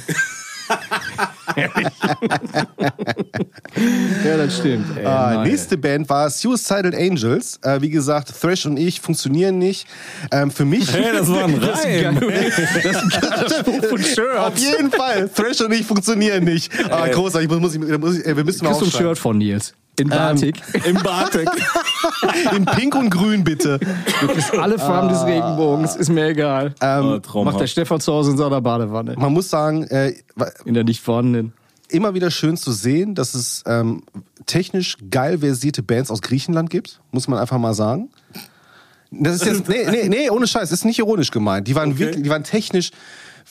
Speaker 1: ja, das stimmt. Ey,
Speaker 4: Ah,
Speaker 1: nein.
Speaker 4: nächste Band war Suicidal Angels. Äh, wie gesagt, Thrash und ich funktionieren nicht. Ähm, für mich.
Speaker 2: Hey, das war ein
Speaker 1: Das ist ein
Speaker 2: Reim.
Speaker 1: geiler- das ist ein geiler Spruch von
Speaker 4: Auf
Speaker 1: Shirt.
Speaker 4: jeden Fall. Thrash und ich funktionieren nicht. Ah, großartig. Muss, muss ich, muss ich, äh, wir müssen mal
Speaker 1: Kriegst du ein
Speaker 4: aufschreiben.
Speaker 1: Shirt von Nils?
Speaker 4: Ähm,
Speaker 1: In Batik.
Speaker 2: Im Bartek.
Speaker 4: In Pink und Grün bitte.
Speaker 1: Alle Farben
Speaker 4: Ah.
Speaker 1: des Regenbogens, ist mir egal.
Speaker 2: Oh,
Speaker 4: Äh, Ähm,
Speaker 1: Macht der
Speaker 2: traumhaft.
Speaker 1: Stefan zu Hause in seiner Badewanne.
Speaker 4: Man muss sagen, äh, wa-
Speaker 1: In der nicht vorhandenen.
Speaker 4: immer wieder schön zu sehen, dass es ähm, technisch geil versierte Bands aus Griechenland gibt, muss man einfach mal sagen. Das ist jetzt, nee, nee, nee, ohne Scheiß, das ist nicht ironisch gemeint. Die waren wirklich, die waren technisch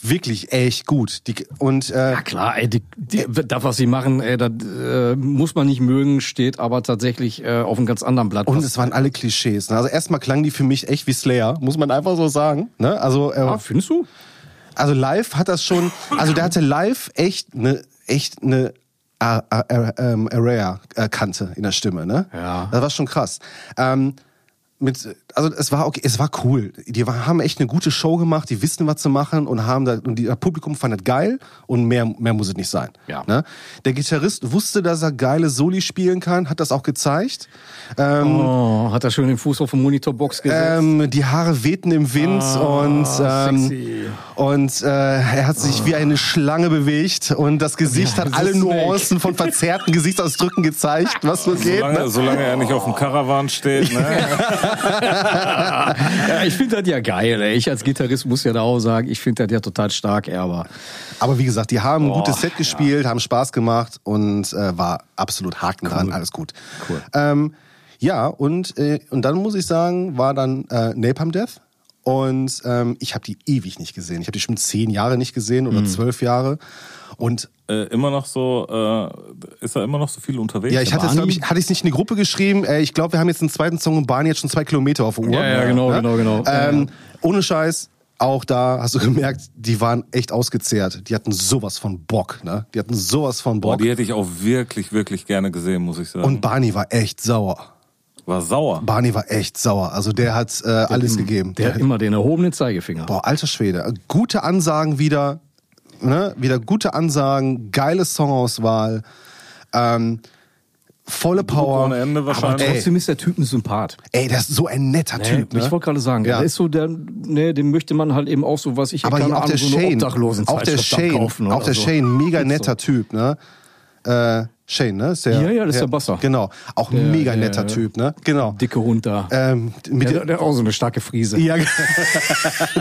Speaker 4: wirklich echt gut. Die, und äh,
Speaker 1: Ja klar, ey, die, die, das, was sie machen, ey, das äh, muss man nicht mögen, steht aber tatsächlich äh, auf einem ganz anderen Blatt.
Speaker 4: Und es waren alle Klischees. Ne? Also erstmal klangen die für mich echt wie Slayer, muss man einfach so sagen. Ne? Also, äh,
Speaker 1: Ah, findest du?
Speaker 4: also live hat das schon, also der hatte live echt eine echt eine A- A- A- ähm, Area-Kante in der Stimme. Ne?
Speaker 1: Ja.
Speaker 4: Das war schon krass. Ähm, mit, also es war okay, es war cool. Die war, haben echt eine gute Show gemacht, die wissen, was zu machen und haben da, und die, das Publikum fand das geil und mehr, mehr muss es nicht sein.
Speaker 1: Ja.
Speaker 4: Ne? Der Gitarrist wusste, dass er geile Soli spielen kann, hat das auch gezeigt. Ähm,
Speaker 1: Oh, hat er schön den Fuß auf den Monitorbox gesetzt.
Speaker 4: ähm, die Haare wehten im Wind und,
Speaker 1: sexy.
Speaker 4: ähm, und äh, er hat sich wie eine Schlange bewegt und das Gesicht hat
Speaker 1: das
Speaker 4: alle
Speaker 1: ist
Speaker 4: Nuancen von verzerrten Gesichtsausdrücken gezeigt, was so geht.
Speaker 2: Solange,
Speaker 4: Ne?
Speaker 2: solange er nicht auf dem Caravan steht, ne?
Speaker 1: Ja, ich finde das ja geil. Ey. Ich als Gitarrist muss ja da auch sagen, ich finde das ja total stark, ey, aber
Speaker 4: Aber wie gesagt, die haben ein
Speaker 1: Boah,
Speaker 4: gutes Set gespielt, haben Spaß gemacht und äh, war absolut haken dran, alles gut.
Speaker 1: Cool.
Speaker 4: Ähm, ja, und, äh, und dann muss ich sagen, war dann äh, Napalm Death. Und ähm, ich habe die ewig nicht gesehen. Ich habe die schon zehn Jahre nicht gesehen
Speaker 1: Mhm.
Speaker 4: oder zwölf Jahre. Und
Speaker 2: äh, immer noch so, äh, ist er immer noch so viel unterwegs?
Speaker 4: Ja, ich hatte es, glaube
Speaker 1: Barney?
Speaker 4: ich, hatte ich es nicht in die Gruppe geschrieben. Äh, Ich glaube, wir haben jetzt einen zweiten Song und Barney jetzt schon zwei Kilometer auf der Uhr.
Speaker 1: Ja, ja, genau,
Speaker 4: Ne?
Speaker 1: genau, genau.
Speaker 4: Ähm, Ohne Scheiß, auch da hast du gemerkt, die waren echt ausgezehrt. Die hatten sowas von Bock, ne? Die hatten sowas von
Speaker 2: Boah,
Speaker 4: Bock.
Speaker 2: die hätte ich auch wirklich, wirklich gerne gesehen, muss ich sagen.
Speaker 4: und Barney war echt sauer.
Speaker 2: War sauer.
Speaker 4: Barney war echt sauer. Also der hat äh, alles gegeben.
Speaker 1: der hat immer den erhobenen Zeigefinger.
Speaker 4: Boah, alter Schwede. Gute Ansagen wieder. Ne? Wieder gute Ansagen, geile Songauswahl. Ähm, volle Power.
Speaker 2: ohne Ende wahrscheinlich.
Speaker 4: Aber, ey,
Speaker 1: Trotzdem ist der Typ ein Sympath.
Speaker 4: Ey, das ist so ein netter
Speaker 1: Ne?
Speaker 4: Typ. Ne?
Speaker 1: Ich wollte gerade sagen,
Speaker 4: Ja.
Speaker 1: der ist so der, ne, dem möchte man halt eben auch so, was ich
Speaker 4: aber
Speaker 1: keine
Speaker 4: hier auch
Speaker 1: Ahnung,
Speaker 4: der
Speaker 1: so eine
Speaker 4: Shane, auch
Speaker 1: Obdachlosenzeitschrift
Speaker 4: der Shane,
Speaker 1: abkaufen oder
Speaker 4: auch der
Speaker 1: so.
Speaker 4: Shane, mega netter Typ, ne? Äh, Shane, ne? Ist der,
Speaker 1: Ja, ja, das ist der Basser.
Speaker 4: Genau, auch mega
Speaker 1: der-
Speaker 4: netter Typ, ne? Genau.
Speaker 1: Dicke Hund da.
Speaker 4: Ähm, mit
Speaker 1: ja, der,
Speaker 4: der,
Speaker 1: der hat auch so eine starke Friese.
Speaker 4: ja,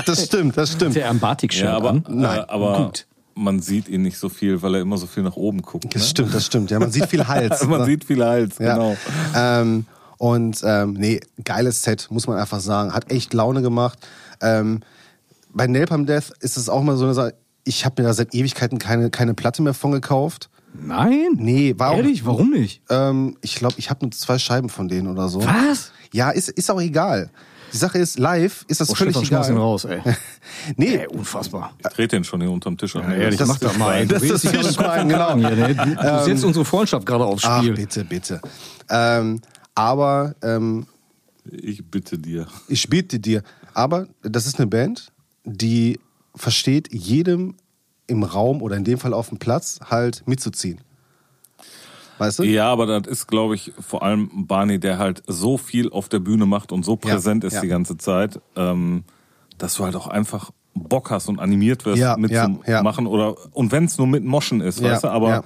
Speaker 4: das stimmt, das stimmt.
Speaker 1: Der am Batik-Shirt
Speaker 2: Ja, aber,
Speaker 1: an.
Speaker 2: äh, aber
Speaker 1: Gut.
Speaker 2: man sieht ihn nicht so viel, weil er immer so viel nach oben guckt. Ne?
Speaker 4: Das stimmt, das stimmt. Ja, man sieht viel Hals.
Speaker 2: Also man
Speaker 4: ne?
Speaker 2: sieht viel Hals,
Speaker 4: Ja.
Speaker 2: genau.
Speaker 4: Ähm, und ähm, nee, geiles Set, muss man einfach sagen. Hat echt Laune gemacht. Ähm, bei Napalm Death ist es auch mal so eine Sache, ich habe mir da seit Ewigkeiten keine, keine Platte mehr von gekauft.
Speaker 1: Nein?
Speaker 4: Nee, warum?
Speaker 1: Ehrlich, warum nicht?
Speaker 4: Ähm, ich glaube, ich habe nur zwei Scheiben von denen oder so.
Speaker 1: Was?
Speaker 4: Ja, ist, ist auch egal. Die Sache ist, live ist das
Speaker 1: Oh,
Speaker 4: völlig
Speaker 1: Stefan, schmeiß ihn
Speaker 4: egal.
Speaker 1: raus, ey.
Speaker 4: nee,
Speaker 1: ey, unfassbar.
Speaker 2: Ich dreht den schon hier unterm Tisch an.
Speaker 1: ehrlich,
Speaker 4: das
Speaker 1: mach
Speaker 4: ist
Speaker 1: doch mal. ey. Du
Speaker 4: das
Speaker 1: redest
Speaker 4: ist
Speaker 1: dich alle
Speaker 4: Fischbein,
Speaker 1: Kopf an
Speaker 4: genau.
Speaker 1: Hier, ne? Du, du setzt unsere Freundschaft gerade aufs
Speaker 4: ach,
Speaker 1: Spiel.
Speaker 4: bitte, bitte. Ähm, aber, ähm,
Speaker 2: Ich bitte dir.
Speaker 4: ich bitte dir, aber das ist eine Band, die versteht jedem im Raum oder in dem Fall auf dem Platz halt mitzuziehen. Weißt du?
Speaker 2: Ja, aber das ist, glaube ich, vor allem Barney, der halt so viel auf der Bühne macht und so präsent ist
Speaker 4: ja.
Speaker 2: die ganze Zeit, ähm, dass du halt auch einfach Bock hast und animiert wirst,
Speaker 4: Ja, ja, ja.
Speaker 2: mitzumachen. Oder, und wenn es nur mit Moschen ist,
Speaker 4: Ja,
Speaker 2: weißt du, aber
Speaker 4: ja.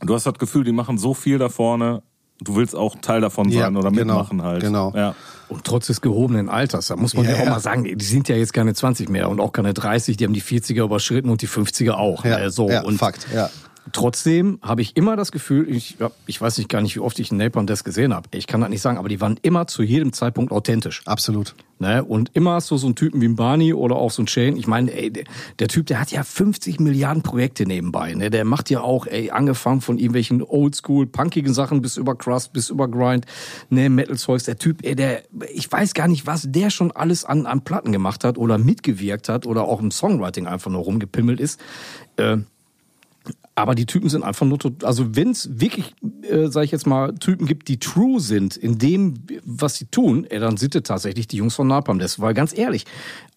Speaker 2: du hast das Gefühl, die machen so viel da vorne, du willst auch Teil davon sein
Speaker 4: Ja,
Speaker 2: oder
Speaker 4: genau,
Speaker 2: mitmachen halt.
Speaker 4: genau.
Speaker 2: Ja.
Speaker 1: Und trotz des gehobenen Alters, da muss man
Speaker 4: Ja,
Speaker 1: ja, auch
Speaker 4: ja.
Speaker 1: mal sagen, die sind ja jetzt keine 20 mehr und auch keine 30, die haben die 40er überschritten und die 50er auch.
Speaker 4: Ja,
Speaker 1: ne? so.
Speaker 4: ja,
Speaker 1: und
Speaker 4: Fakt, ja.
Speaker 1: Trotzdem habe ich immer das Gefühl, ich, ja, ich weiß nicht gar nicht, wie oft ich einen Napalm Death gesehen habe. Ich kann das nicht sagen, aber die waren immer zu jedem Zeitpunkt authentisch.
Speaker 4: Absolut.
Speaker 1: Ne? Und immer hast du so einen Typen wie ein Barney oder auch so ein Shane. Ich meine, ey, der, der Typ, der hat ja 50 Milliarden Projekte nebenbei. Ne? Der macht ja auch, ey, angefangen von irgendwelchen oldschool, punkigen Sachen bis über Crust, bis über Grind, ne, Metal-Zeugs. Der Typ, ey, der, ich weiß gar nicht, was der schon alles an, an Platten gemacht hat oder mitgewirkt hat oder auch im Songwriting einfach nur rumgepimmelt ist. Äh, Aber die Typen sind einfach nur, tot- also wenn es wirklich, äh, sage ich jetzt mal, Typen gibt, die true sind in dem, was sie tun, ey, dann sind es tatsächlich die Jungs von Napalm Death. Weil ganz ehrlich,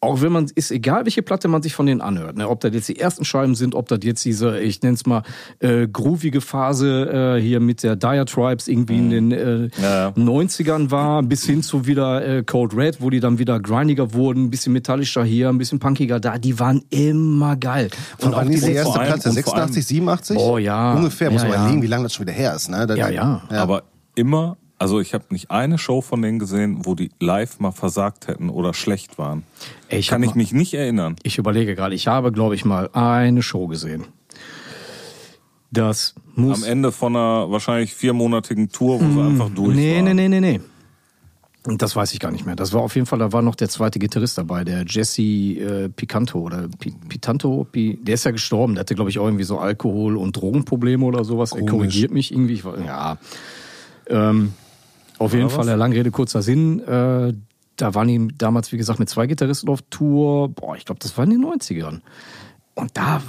Speaker 1: auch wenn man, ist egal, welche Platte man sich von denen anhört, ne, ob das jetzt die ersten Scheiben sind, ob das jetzt diese, ich nenne es mal, äh, groovige Phase äh, hier mit der Dire Tribes irgendwie in den äh,
Speaker 2: Mhm. Ja, ja.
Speaker 1: 90ern war, bis hin zu wieder äh, Cold Red, wo die dann wieder grindiger wurden, ein bisschen metallischer hier, ein bisschen punkiger da, die waren immer geil.
Speaker 4: Und wann ist die erste
Speaker 2: vor allem-
Speaker 4: Platte?
Speaker 2: und vor
Speaker 4: 86, 87?
Speaker 1: Oh, ja.
Speaker 4: Ungefähr, muss
Speaker 1: Ja,
Speaker 4: man
Speaker 1: ja.
Speaker 4: überlegen, wie lange das schon wieder her ist. Ne? Da-
Speaker 1: Ja,
Speaker 4: da-
Speaker 1: ja.
Speaker 2: Aber immer, also ich habe nicht eine Show von denen gesehen, wo die live mal versagt hätten oder schlecht waren.
Speaker 1: Ey, ich
Speaker 2: Kann
Speaker 1: hab
Speaker 2: ich
Speaker 1: mal-
Speaker 2: mich nicht erinnern.
Speaker 1: Ich überlege gerade, ich habe, glaube ich, mal eine Show gesehen. Das muss.
Speaker 2: Am Ende von einer wahrscheinlich viermonatigen Tour, wo sie einfach durch
Speaker 1: Hm. nee,
Speaker 2: waren.
Speaker 1: nee, nee, nee, nee. Und das weiß ich gar nicht mehr. Das war auf jeden Fall, da war noch der zweite Gitarrist dabei, der Jesse äh, Picanto oder Pi Pitanto. Pi der ist ja gestorben. Der hatte, glaube ich, auch irgendwie so Alkohol- und Drogenprobleme oder sowas. Er korrigiert mich irgendwie. Ich, war- ja. Ähm, auf jeden Fall, der lange Rede, kurzer Sinn. Äh, da waren die damals, wie gesagt, mit zwei Gitarristen auf Tour. Boah, ich glaube, das war in den 90ern. Und da,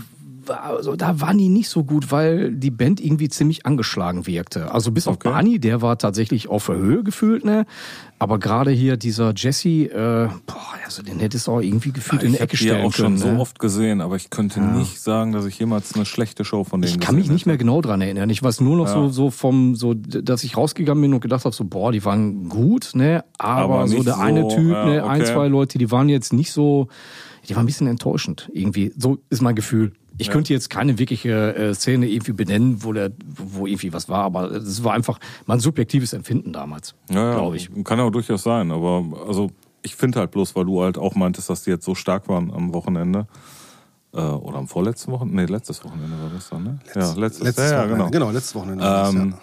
Speaker 1: war- also, da waren die nicht so gut, weil die Band irgendwie ziemlich angeschlagen wirkte. Also bis auf Barney, der war tatsächlich auf der Höhe gefühlt, ne? Aber gerade hier dieser Jesse, äh, boah, also den hättest du auch irgendwie gefühlt in
Speaker 2: Ah, Ich
Speaker 1: der
Speaker 2: habe
Speaker 1: Ecke
Speaker 2: die ja
Speaker 1: stellen
Speaker 2: auch schon
Speaker 1: können. ne?
Speaker 2: so oft gesehen, aber ich könnte nicht sagen, dass ich jemals eine schlechte Show von denen
Speaker 1: Ich kann mich
Speaker 2: gesehen ne?
Speaker 1: nicht mehr genau dran erinnern. Ich weiß nur noch so, so vom, so, dass ich rausgegangen bin und gedacht habe, so, boah, die waren gut, ne? Aber,
Speaker 2: Aber
Speaker 1: so
Speaker 2: nicht
Speaker 1: der eine
Speaker 2: so,
Speaker 1: Typ,
Speaker 2: ja,
Speaker 1: ne, ein,
Speaker 2: okay.
Speaker 1: zwei Leute, die waren jetzt nicht so, die waren ein bisschen enttäuschend irgendwie. So ist mein Gefühl. Ich könnte jetzt keine wirkliche äh, Szene irgendwie benennen, wo der, wo irgendwie was war, aber es war einfach mein subjektives Empfinden damals,
Speaker 2: Ja, ja,
Speaker 1: glaube ich.
Speaker 2: Kann ja durchaus sein, aber also ich finde halt bloß, weil du halt auch meintest, dass die jetzt so stark waren am Wochenende. Äh, oder am vorletzten Wochenende? Nee, letztes Wochenende war das dann, ne? ja, letztes,
Speaker 4: Letztes
Speaker 2: ja, ja,
Speaker 4: Wochenende.
Speaker 2: genau.
Speaker 4: Genau, letztes Wochenende. war das,
Speaker 2: Ähm,
Speaker 4: ja.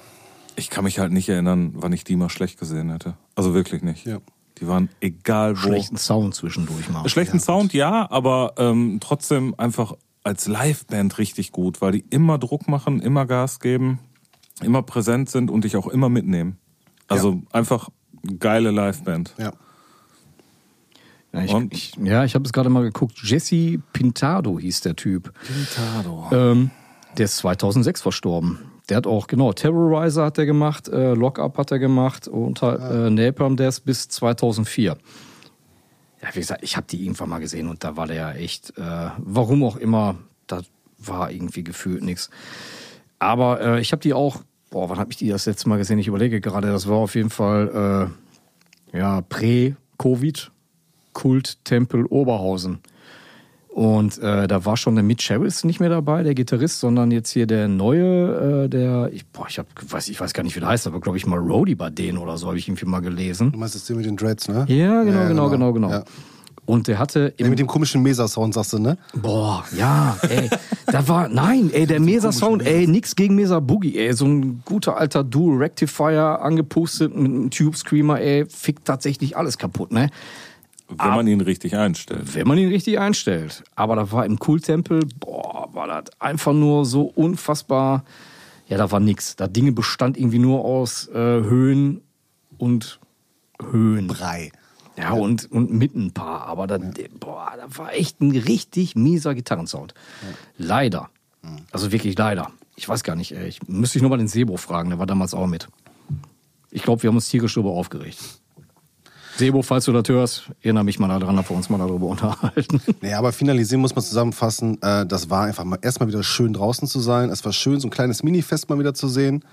Speaker 2: ich kann mich halt nicht erinnern, wann ich die mal schlecht gesehen hätte. Also wirklich nicht.
Speaker 4: Ja.
Speaker 2: Die waren egal wo.
Speaker 1: Schlechten Sound zwischendurch mal.
Speaker 2: Schlechten Sound, ja, aber ähm, trotzdem einfach als Liveband richtig gut, weil die immer Druck machen, immer Gas geben, immer präsent sind und dich auch immer mitnehmen. Also einfach geile Liveband.
Speaker 4: Ja.
Speaker 1: Ja, ich,
Speaker 2: Und-
Speaker 1: ich, ja, ich habe es gerade mal geguckt. Jesse Pintado hieß der Typ.
Speaker 2: Pintado.
Speaker 1: Ähm, der ist 2006 verstorben. Der hat auch, genau, Terrorizer hat er gemacht, äh, Lockup hat er gemacht und halt, äh, Napalm Death bis 2004. Ja, wie gesagt, ich habe die irgendwann mal gesehen und da war der ja echt, äh, warum auch immer, da war irgendwie gefühlt nichts. Aber äh, ich habe die auch, boah, wann habe ich die das letzte Mal gesehen? Ich überlege gerade, das war auf jeden Fall, äh, ja, Prä-Covid, Kult-Tempel Oberhausen. Und äh, da war schon der Mitch Harris nicht mehr dabei, der Gitarrist, sondern jetzt hier der neue, äh, der, ich, boah, ich, hab, weiß, ich weiß gar nicht, wie der heißt, aber glaube ich mal Roadie bei denen oder so, habe ich irgendwie mal gelesen.
Speaker 4: Du meinst das Ding mit den Dreads, ne?
Speaker 1: Ja, genau, genau, genau, genau.
Speaker 4: Ja.
Speaker 1: Und der hatte
Speaker 4: Der
Speaker 1: im,
Speaker 4: Mit dem komischen Mesa-Sound, sagst du, ne?
Speaker 1: Boah, ja, ey. Da war, nein, ey, der Mesa-Sound, ey, nix gegen Mesa Boogie, ey. So ein guter alter Dual Rectifier angepustet mit einem Tube Screamer, ey, fickt tatsächlich alles kaputt, ne?
Speaker 2: Wenn man ihn richtig einstellt.
Speaker 1: Wenn man ihn richtig einstellt. Aber da war im Cool-Tempel, boah, war das einfach nur so unfassbar. Ja, da war nix. Da Dinge bestand irgendwie nur aus äh, Höhen und Höhen.
Speaker 4: Brei.
Speaker 1: Ja, und, und mitten ein paar. Aber da, boah, da war echt ein richtig mieser Gitarrensound. Leider. Also wirklich leider. Ich weiß gar nicht, ey. Ich müsste ich nur mal den Sebo fragen, der war damals auch mit. Ich glaube, wir haben uns tierisch darüber aufgeregt. Sebo, falls du das hörst, erinnere mich mal daran, dass wir uns mal darüber unterhalten.
Speaker 4: Naja, aber finalisieren muss man zusammenfassen. Äh, das war einfach mal erstmal wieder schön draußen zu sein. Es war schön, so ein kleines Minifest mal wieder zu sehen.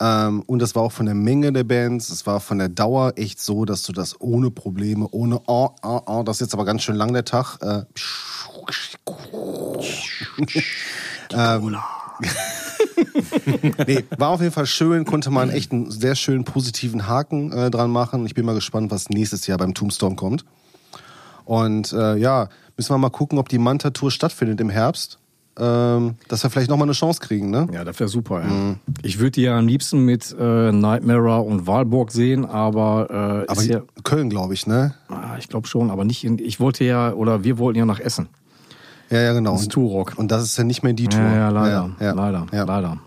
Speaker 4: Ähm, und das war auch von der Menge der Bands. Es war von der Dauer echt so, dass du das ohne Probleme, ohne oh, oh, oh, das ist jetzt aber ganz schön lang der Tag. Äh, Ähm, nee, war auf jeden Fall schön, konnte man echt einen sehr schönen positiven Haken äh, dran machen. Ich bin mal gespannt, was nächstes Jahr beim Tombstorm kommt. Und äh, ja, müssen wir mal gucken, ob die Manta-Tour stattfindet im Herbst. Ähm, dass wir vielleicht nochmal eine Chance kriegen, ne?
Speaker 1: Ja, das wäre super. Ja. Mhm. Ich würde die ja am liebsten mit äh, Nightmare und Walburg sehen, aber, äh,
Speaker 4: Aber
Speaker 1: ist ja,
Speaker 4: Köln, glaube ich, ne?
Speaker 1: ah, ich glaube schon, aber nicht in, ich wollte ja, oder wir wollten ja nach Essen.
Speaker 4: Ja, ja, genau.
Speaker 1: Das ist Turok.
Speaker 4: Und das ist ja nicht mehr die Tour.
Speaker 1: Ja, ja, leider,
Speaker 4: Ja, ja,
Speaker 1: leider,
Speaker 4: ja,
Speaker 1: leider.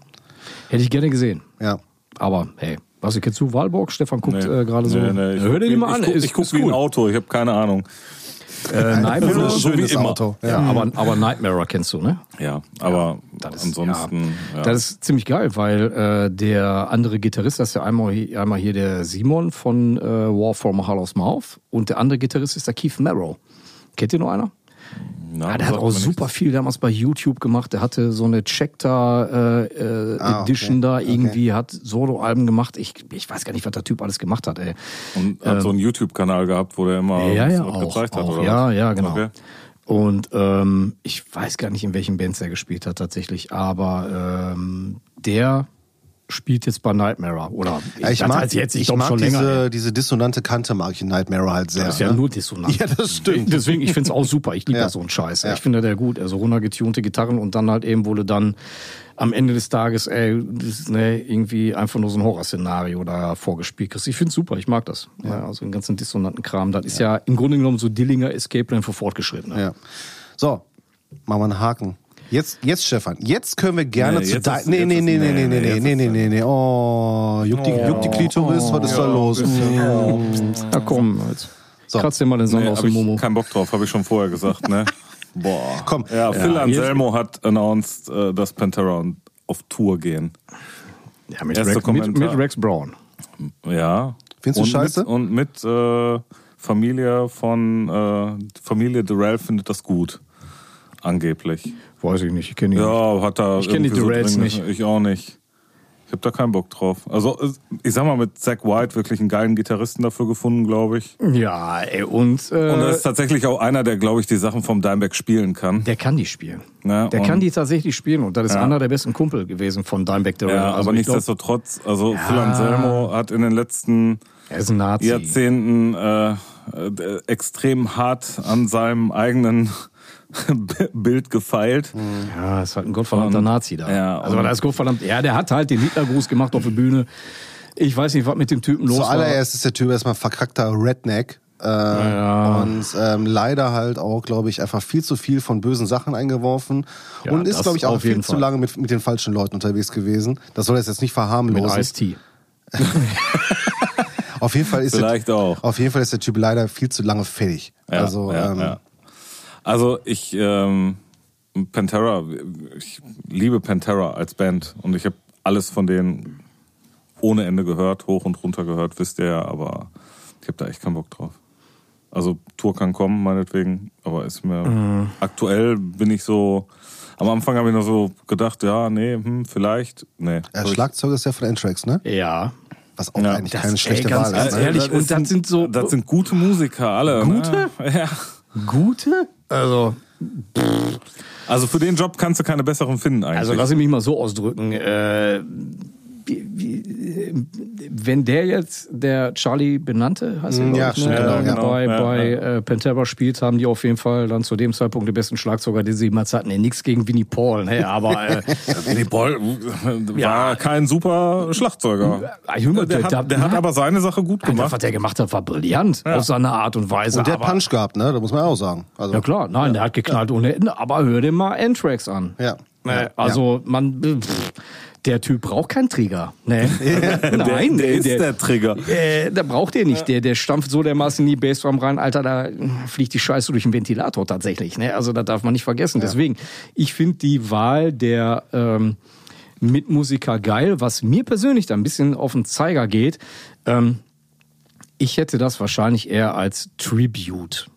Speaker 1: Hätte ich gerne gesehen.
Speaker 4: Ja.
Speaker 1: Aber hey, was ich kennst du Walborg? Stefan guckt
Speaker 2: Nee.
Speaker 1: äh, gerade so.
Speaker 2: Nee, nee, ich
Speaker 1: Hör dir
Speaker 2: guck
Speaker 1: die
Speaker 2: ihn-
Speaker 1: mal an.
Speaker 2: Ich gucke
Speaker 1: ist-
Speaker 2: guck
Speaker 1: ist
Speaker 2: wie ein
Speaker 1: cool.
Speaker 2: Auto, ich habe keine Ahnung.
Speaker 1: Äh, Nightmare,
Speaker 2: nur so wie immer.
Speaker 4: Auto.
Speaker 1: ja, aber, aber Nightmare kennst du, ne?
Speaker 2: Ja, aber ansonsten.
Speaker 1: Ja,
Speaker 2: Ja.
Speaker 1: Das ist ziemlich geil, weil äh, der andere Gitarrist, das ist ja einmal, hi- einmal hier der Simon von äh, War for Mahalo's Mouth und der andere Gitarrist ist der Keith Marrow. Kennt ihr noch einer?
Speaker 2: Na,
Speaker 1: Ah, der hat
Speaker 2: sagt
Speaker 1: auch
Speaker 2: mir
Speaker 1: super viel damals bei YouTube gemacht. Der hatte so eine Checkter äh, äh,
Speaker 4: Ah, okay.
Speaker 1: Edition da
Speaker 4: Okay.
Speaker 1: irgendwie, hat Solo-Alben gemacht. Ich, ich weiß gar nicht, was der Typ alles gemacht hat, ey.
Speaker 2: nichts. Und hat so einen YouTube-Kanal gehabt, wo der immer
Speaker 1: Ähm, Ja, ja,
Speaker 2: was
Speaker 1: auch,
Speaker 2: gezeigt Äh, hat,
Speaker 1: auch.
Speaker 2: oder
Speaker 1: ja,
Speaker 2: was?
Speaker 1: ja, genau.
Speaker 2: Okay.
Speaker 1: Und ähm, ich weiß gar nicht, in welchen Bands er gespielt hat tatsächlich, aber ähm, der spielt jetzt bei Nightmare oder
Speaker 4: Ja, ich
Speaker 1: das
Speaker 4: mag,
Speaker 1: heißt jetzt, ich,
Speaker 4: ich
Speaker 1: glaub
Speaker 4: mag
Speaker 1: schon
Speaker 4: diese,
Speaker 1: länger. ey.
Speaker 4: diese dissonante Kante mag ich in Nightmare halt sehr.
Speaker 1: Das ist ja
Speaker 4: ne?
Speaker 1: nur dissonant.
Speaker 4: Ja, das stimmt.
Speaker 1: Deswegen, ich finde es auch super. Ich liebe
Speaker 4: Ja.
Speaker 1: ja. so einen Scheiß.
Speaker 4: Ja.
Speaker 1: Ich finde der gut. Also runtergetunte Gitarren und dann halt eben wurde dann am Ende des Tages ey, das, ist, ne, irgendwie einfach nur so ein Horrorszenario da vorgespielt kriegst. Ich finde es super. Ich mag das. Ja. also den ganzen dissonanten Kram. Das ist ja, im Grunde genommen so Dillinger Escape Plan für Fortgeschrittene.
Speaker 4: Ja. So, machen wir einen Haken. Jetzt, jetzt, Stefan, jetzt können wir gerne
Speaker 2: Nee,
Speaker 4: zu
Speaker 2: jetzt
Speaker 4: deinem.
Speaker 2: ist-
Speaker 4: Nee,
Speaker 2: jetzt
Speaker 4: nee,
Speaker 2: ist-
Speaker 4: nee, nee,
Speaker 2: nee,
Speaker 4: nee, nee,
Speaker 2: nee,
Speaker 4: nee,
Speaker 2: jetzt
Speaker 4: nee,
Speaker 2: ist-
Speaker 4: nee, nee, nee. Oh, juckt die, juckt die Klitoris, was ist da los? Mm.
Speaker 1: Na komm, jetzt. Kratz dir mal den Sonnen
Speaker 2: Nee,
Speaker 1: aus
Speaker 2: hab
Speaker 1: dem
Speaker 2: ich
Speaker 1: Momo.
Speaker 2: keinen Bock drauf, habe ich schon vorher gesagt, ne? Boah.
Speaker 4: Komm.
Speaker 2: Ja, Phil
Speaker 1: Ja,
Speaker 2: Anselmo hat announced, äh, dass Pantera on- auf Tour gehen.
Speaker 1: Ja, mit, Rex,
Speaker 2: Erster
Speaker 1: mit,
Speaker 2: Kommentar.
Speaker 1: mit Rex Brown.
Speaker 2: Ja.
Speaker 4: Findest du
Speaker 2: und
Speaker 4: scheiße?
Speaker 2: Mit, und mit äh, Familie von äh, Familie Durrell findet das gut. Angeblich.
Speaker 1: Weiß ich nicht, ich kenne ihn nicht.
Speaker 2: Ja, hat er.
Speaker 1: Hm. Ich kenn die
Speaker 2: irgendwie so
Speaker 1: Durrells
Speaker 2: drin-
Speaker 1: nicht.
Speaker 2: Ich auch nicht. Ich habe da keinen Bock drauf. Also, ich sag mal, mit Zack White wirklich einen geilen Gitarristen dafür gefunden, glaube ich.
Speaker 1: Ja, ey, und, äh,
Speaker 2: Und er ist tatsächlich auch einer, der, glaube ich, die Sachen vom Dimebag spielen kann.
Speaker 1: der kann die spielen.
Speaker 2: Na,
Speaker 1: der
Speaker 2: und-
Speaker 1: kann die tatsächlich spielen und das ist
Speaker 2: Ja.
Speaker 1: einer der besten Kumpel gewesen von Dimebag Darrell.
Speaker 2: Ja, aber
Speaker 1: ich glaub,
Speaker 2: nichtsdestotrotz, also Phil Anselmo hat in den letzten
Speaker 1: er ist ein Nazi.
Speaker 2: Jahrzehnten äh, äh, extrem hart an seinem eigenen B- Bild gefeilt.
Speaker 1: Ja, ist halt ein gottverdammter
Speaker 2: Und-
Speaker 1: Nazi da.
Speaker 2: ja,
Speaker 1: also
Speaker 2: und-
Speaker 1: das ist gottverdammt. Ja, der hat halt den Hitlergruß gemacht auf der Bühne. Ich weiß nicht, was mit dem Typen los war.
Speaker 4: Zuallererst ist der Typ erstmal verkackter Redneck. Äh, Und ähm, leider halt auch, glaube ich, einfach viel zu viel von bösen Sachen eingeworfen.
Speaker 1: Ja,
Speaker 4: und ist,
Speaker 1: das
Speaker 4: glaube ich, auch
Speaker 1: auf
Speaker 4: viel
Speaker 1: jeden
Speaker 4: zu
Speaker 1: Fall.
Speaker 4: lange mit, mit den falschen Leuten unterwegs gewesen. Das soll er jetzt nicht
Speaker 1: Mit
Speaker 4: verharmlosen.
Speaker 1: Ice-T.
Speaker 4: Auf jeden Fall ist
Speaker 2: Vielleicht
Speaker 4: der,
Speaker 2: auch.
Speaker 4: Auf jeden Fall ist der Typ leider viel zu lange fertig.
Speaker 2: Ja,
Speaker 4: also
Speaker 2: ja,
Speaker 4: ähm,
Speaker 2: ja. also ich ähm, Pantera, ich liebe Pantera als Band und ich habe alles von denen ohne Ende gehört, hoch und runter gehört, wisst ihr ja, aber ich habe da echt keinen Bock drauf. Also Tour kann kommen, meinetwegen, aber ist mir aktuell bin ich so. Am Anfang habe ich noch so gedacht, ja, nee, hm, vielleicht, nee. Also,
Speaker 4: äh, Schlagzeuger ist ja von Anthrax, ne?
Speaker 1: Ja.
Speaker 4: Was auch
Speaker 2: Ja,
Speaker 4: eigentlich
Speaker 1: das-
Speaker 4: keine
Speaker 1: ey,
Speaker 4: schlechte
Speaker 1: ganz
Speaker 4: Wahl ist. ne?
Speaker 1: Also ehrlich, und
Speaker 2: ist
Speaker 1: das
Speaker 2: ein-
Speaker 1: sind so-
Speaker 2: das äh, sind gute Musiker alle.
Speaker 1: Gute?
Speaker 2: Ne? Ja.
Speaker 1: Gute? Also,
Speaker 2: Also für den Job kannst du keine besseren finden eigentlich.
Speaker 1: Also lass ich mich mal so ausdrücken. Äh, wie, wie, wenn der jetzt, der Charlie Benannte, heißt er,
Speaker 4: Mm,
Speaker 1: glaub
Speaker 4: ja,
Speaker 1: ich, ne?
Speaker 4: stimmt, genau,
Speaker 1: äh, bei,
Speaker 4: ja.
Speaker 2: Ja,
Speaker 1: bei Äh, Pantera spielt, haben die auf jeden Fall dann zu dem Zeitpunkt den besten Schlagzeuger, den sie jemals hatten. Nee, nichts gegen Winnie Paul, ne? aber äh,
Speaker 2: Willy Boll Also war
Speaker 1: Ja.
Speaker 2: kein super Schlagzeuger.
Speaker 1: Ich hör mal,
Speaker 2: der,
Speaker 1: der-
Speaker 2: hat, der
Speaker 1: der-
Speaker 2: hat aber seine Sache gut
Speaker 1: das,
Speaker 2: gemacht.
Speaker 1: was der gemacht hat, war brillant auf seine Art und Weise.
Speaker 4: Und der hat
Speaker 1: aber,
Speaker 4: Punch gehabt, ne? Da muss man auch sagen. Also,
Speaker 1: ja klar, nein, der hat geknallt ohne Ende, aber hör dir mal Anthrax an.
Speaker 4: Ja.
Speaker 1: Ne?
Speaker 4: Ja.
Speaker 1: Also man, pff, der Typ braucht keinen Trigger. Ne? nein,
Speaker 2: der ist der Trigger.
Speaker 1: Äh, da braucht ihr nicht. Der, der stampft so dermaßen in die Bassdrum rein, Alter, da fliegt die Scheiße durch den Ventilator tatsächlich. Ne? Also da darf man nicht vergessen. Deswegen, ich finde die Wahl der ähm, Mitmusiker geil, was mir persönlich da ein bisschen auf den Zeiger geht. Ähm, ich hätte das wahrscheinlich eher als Tribute.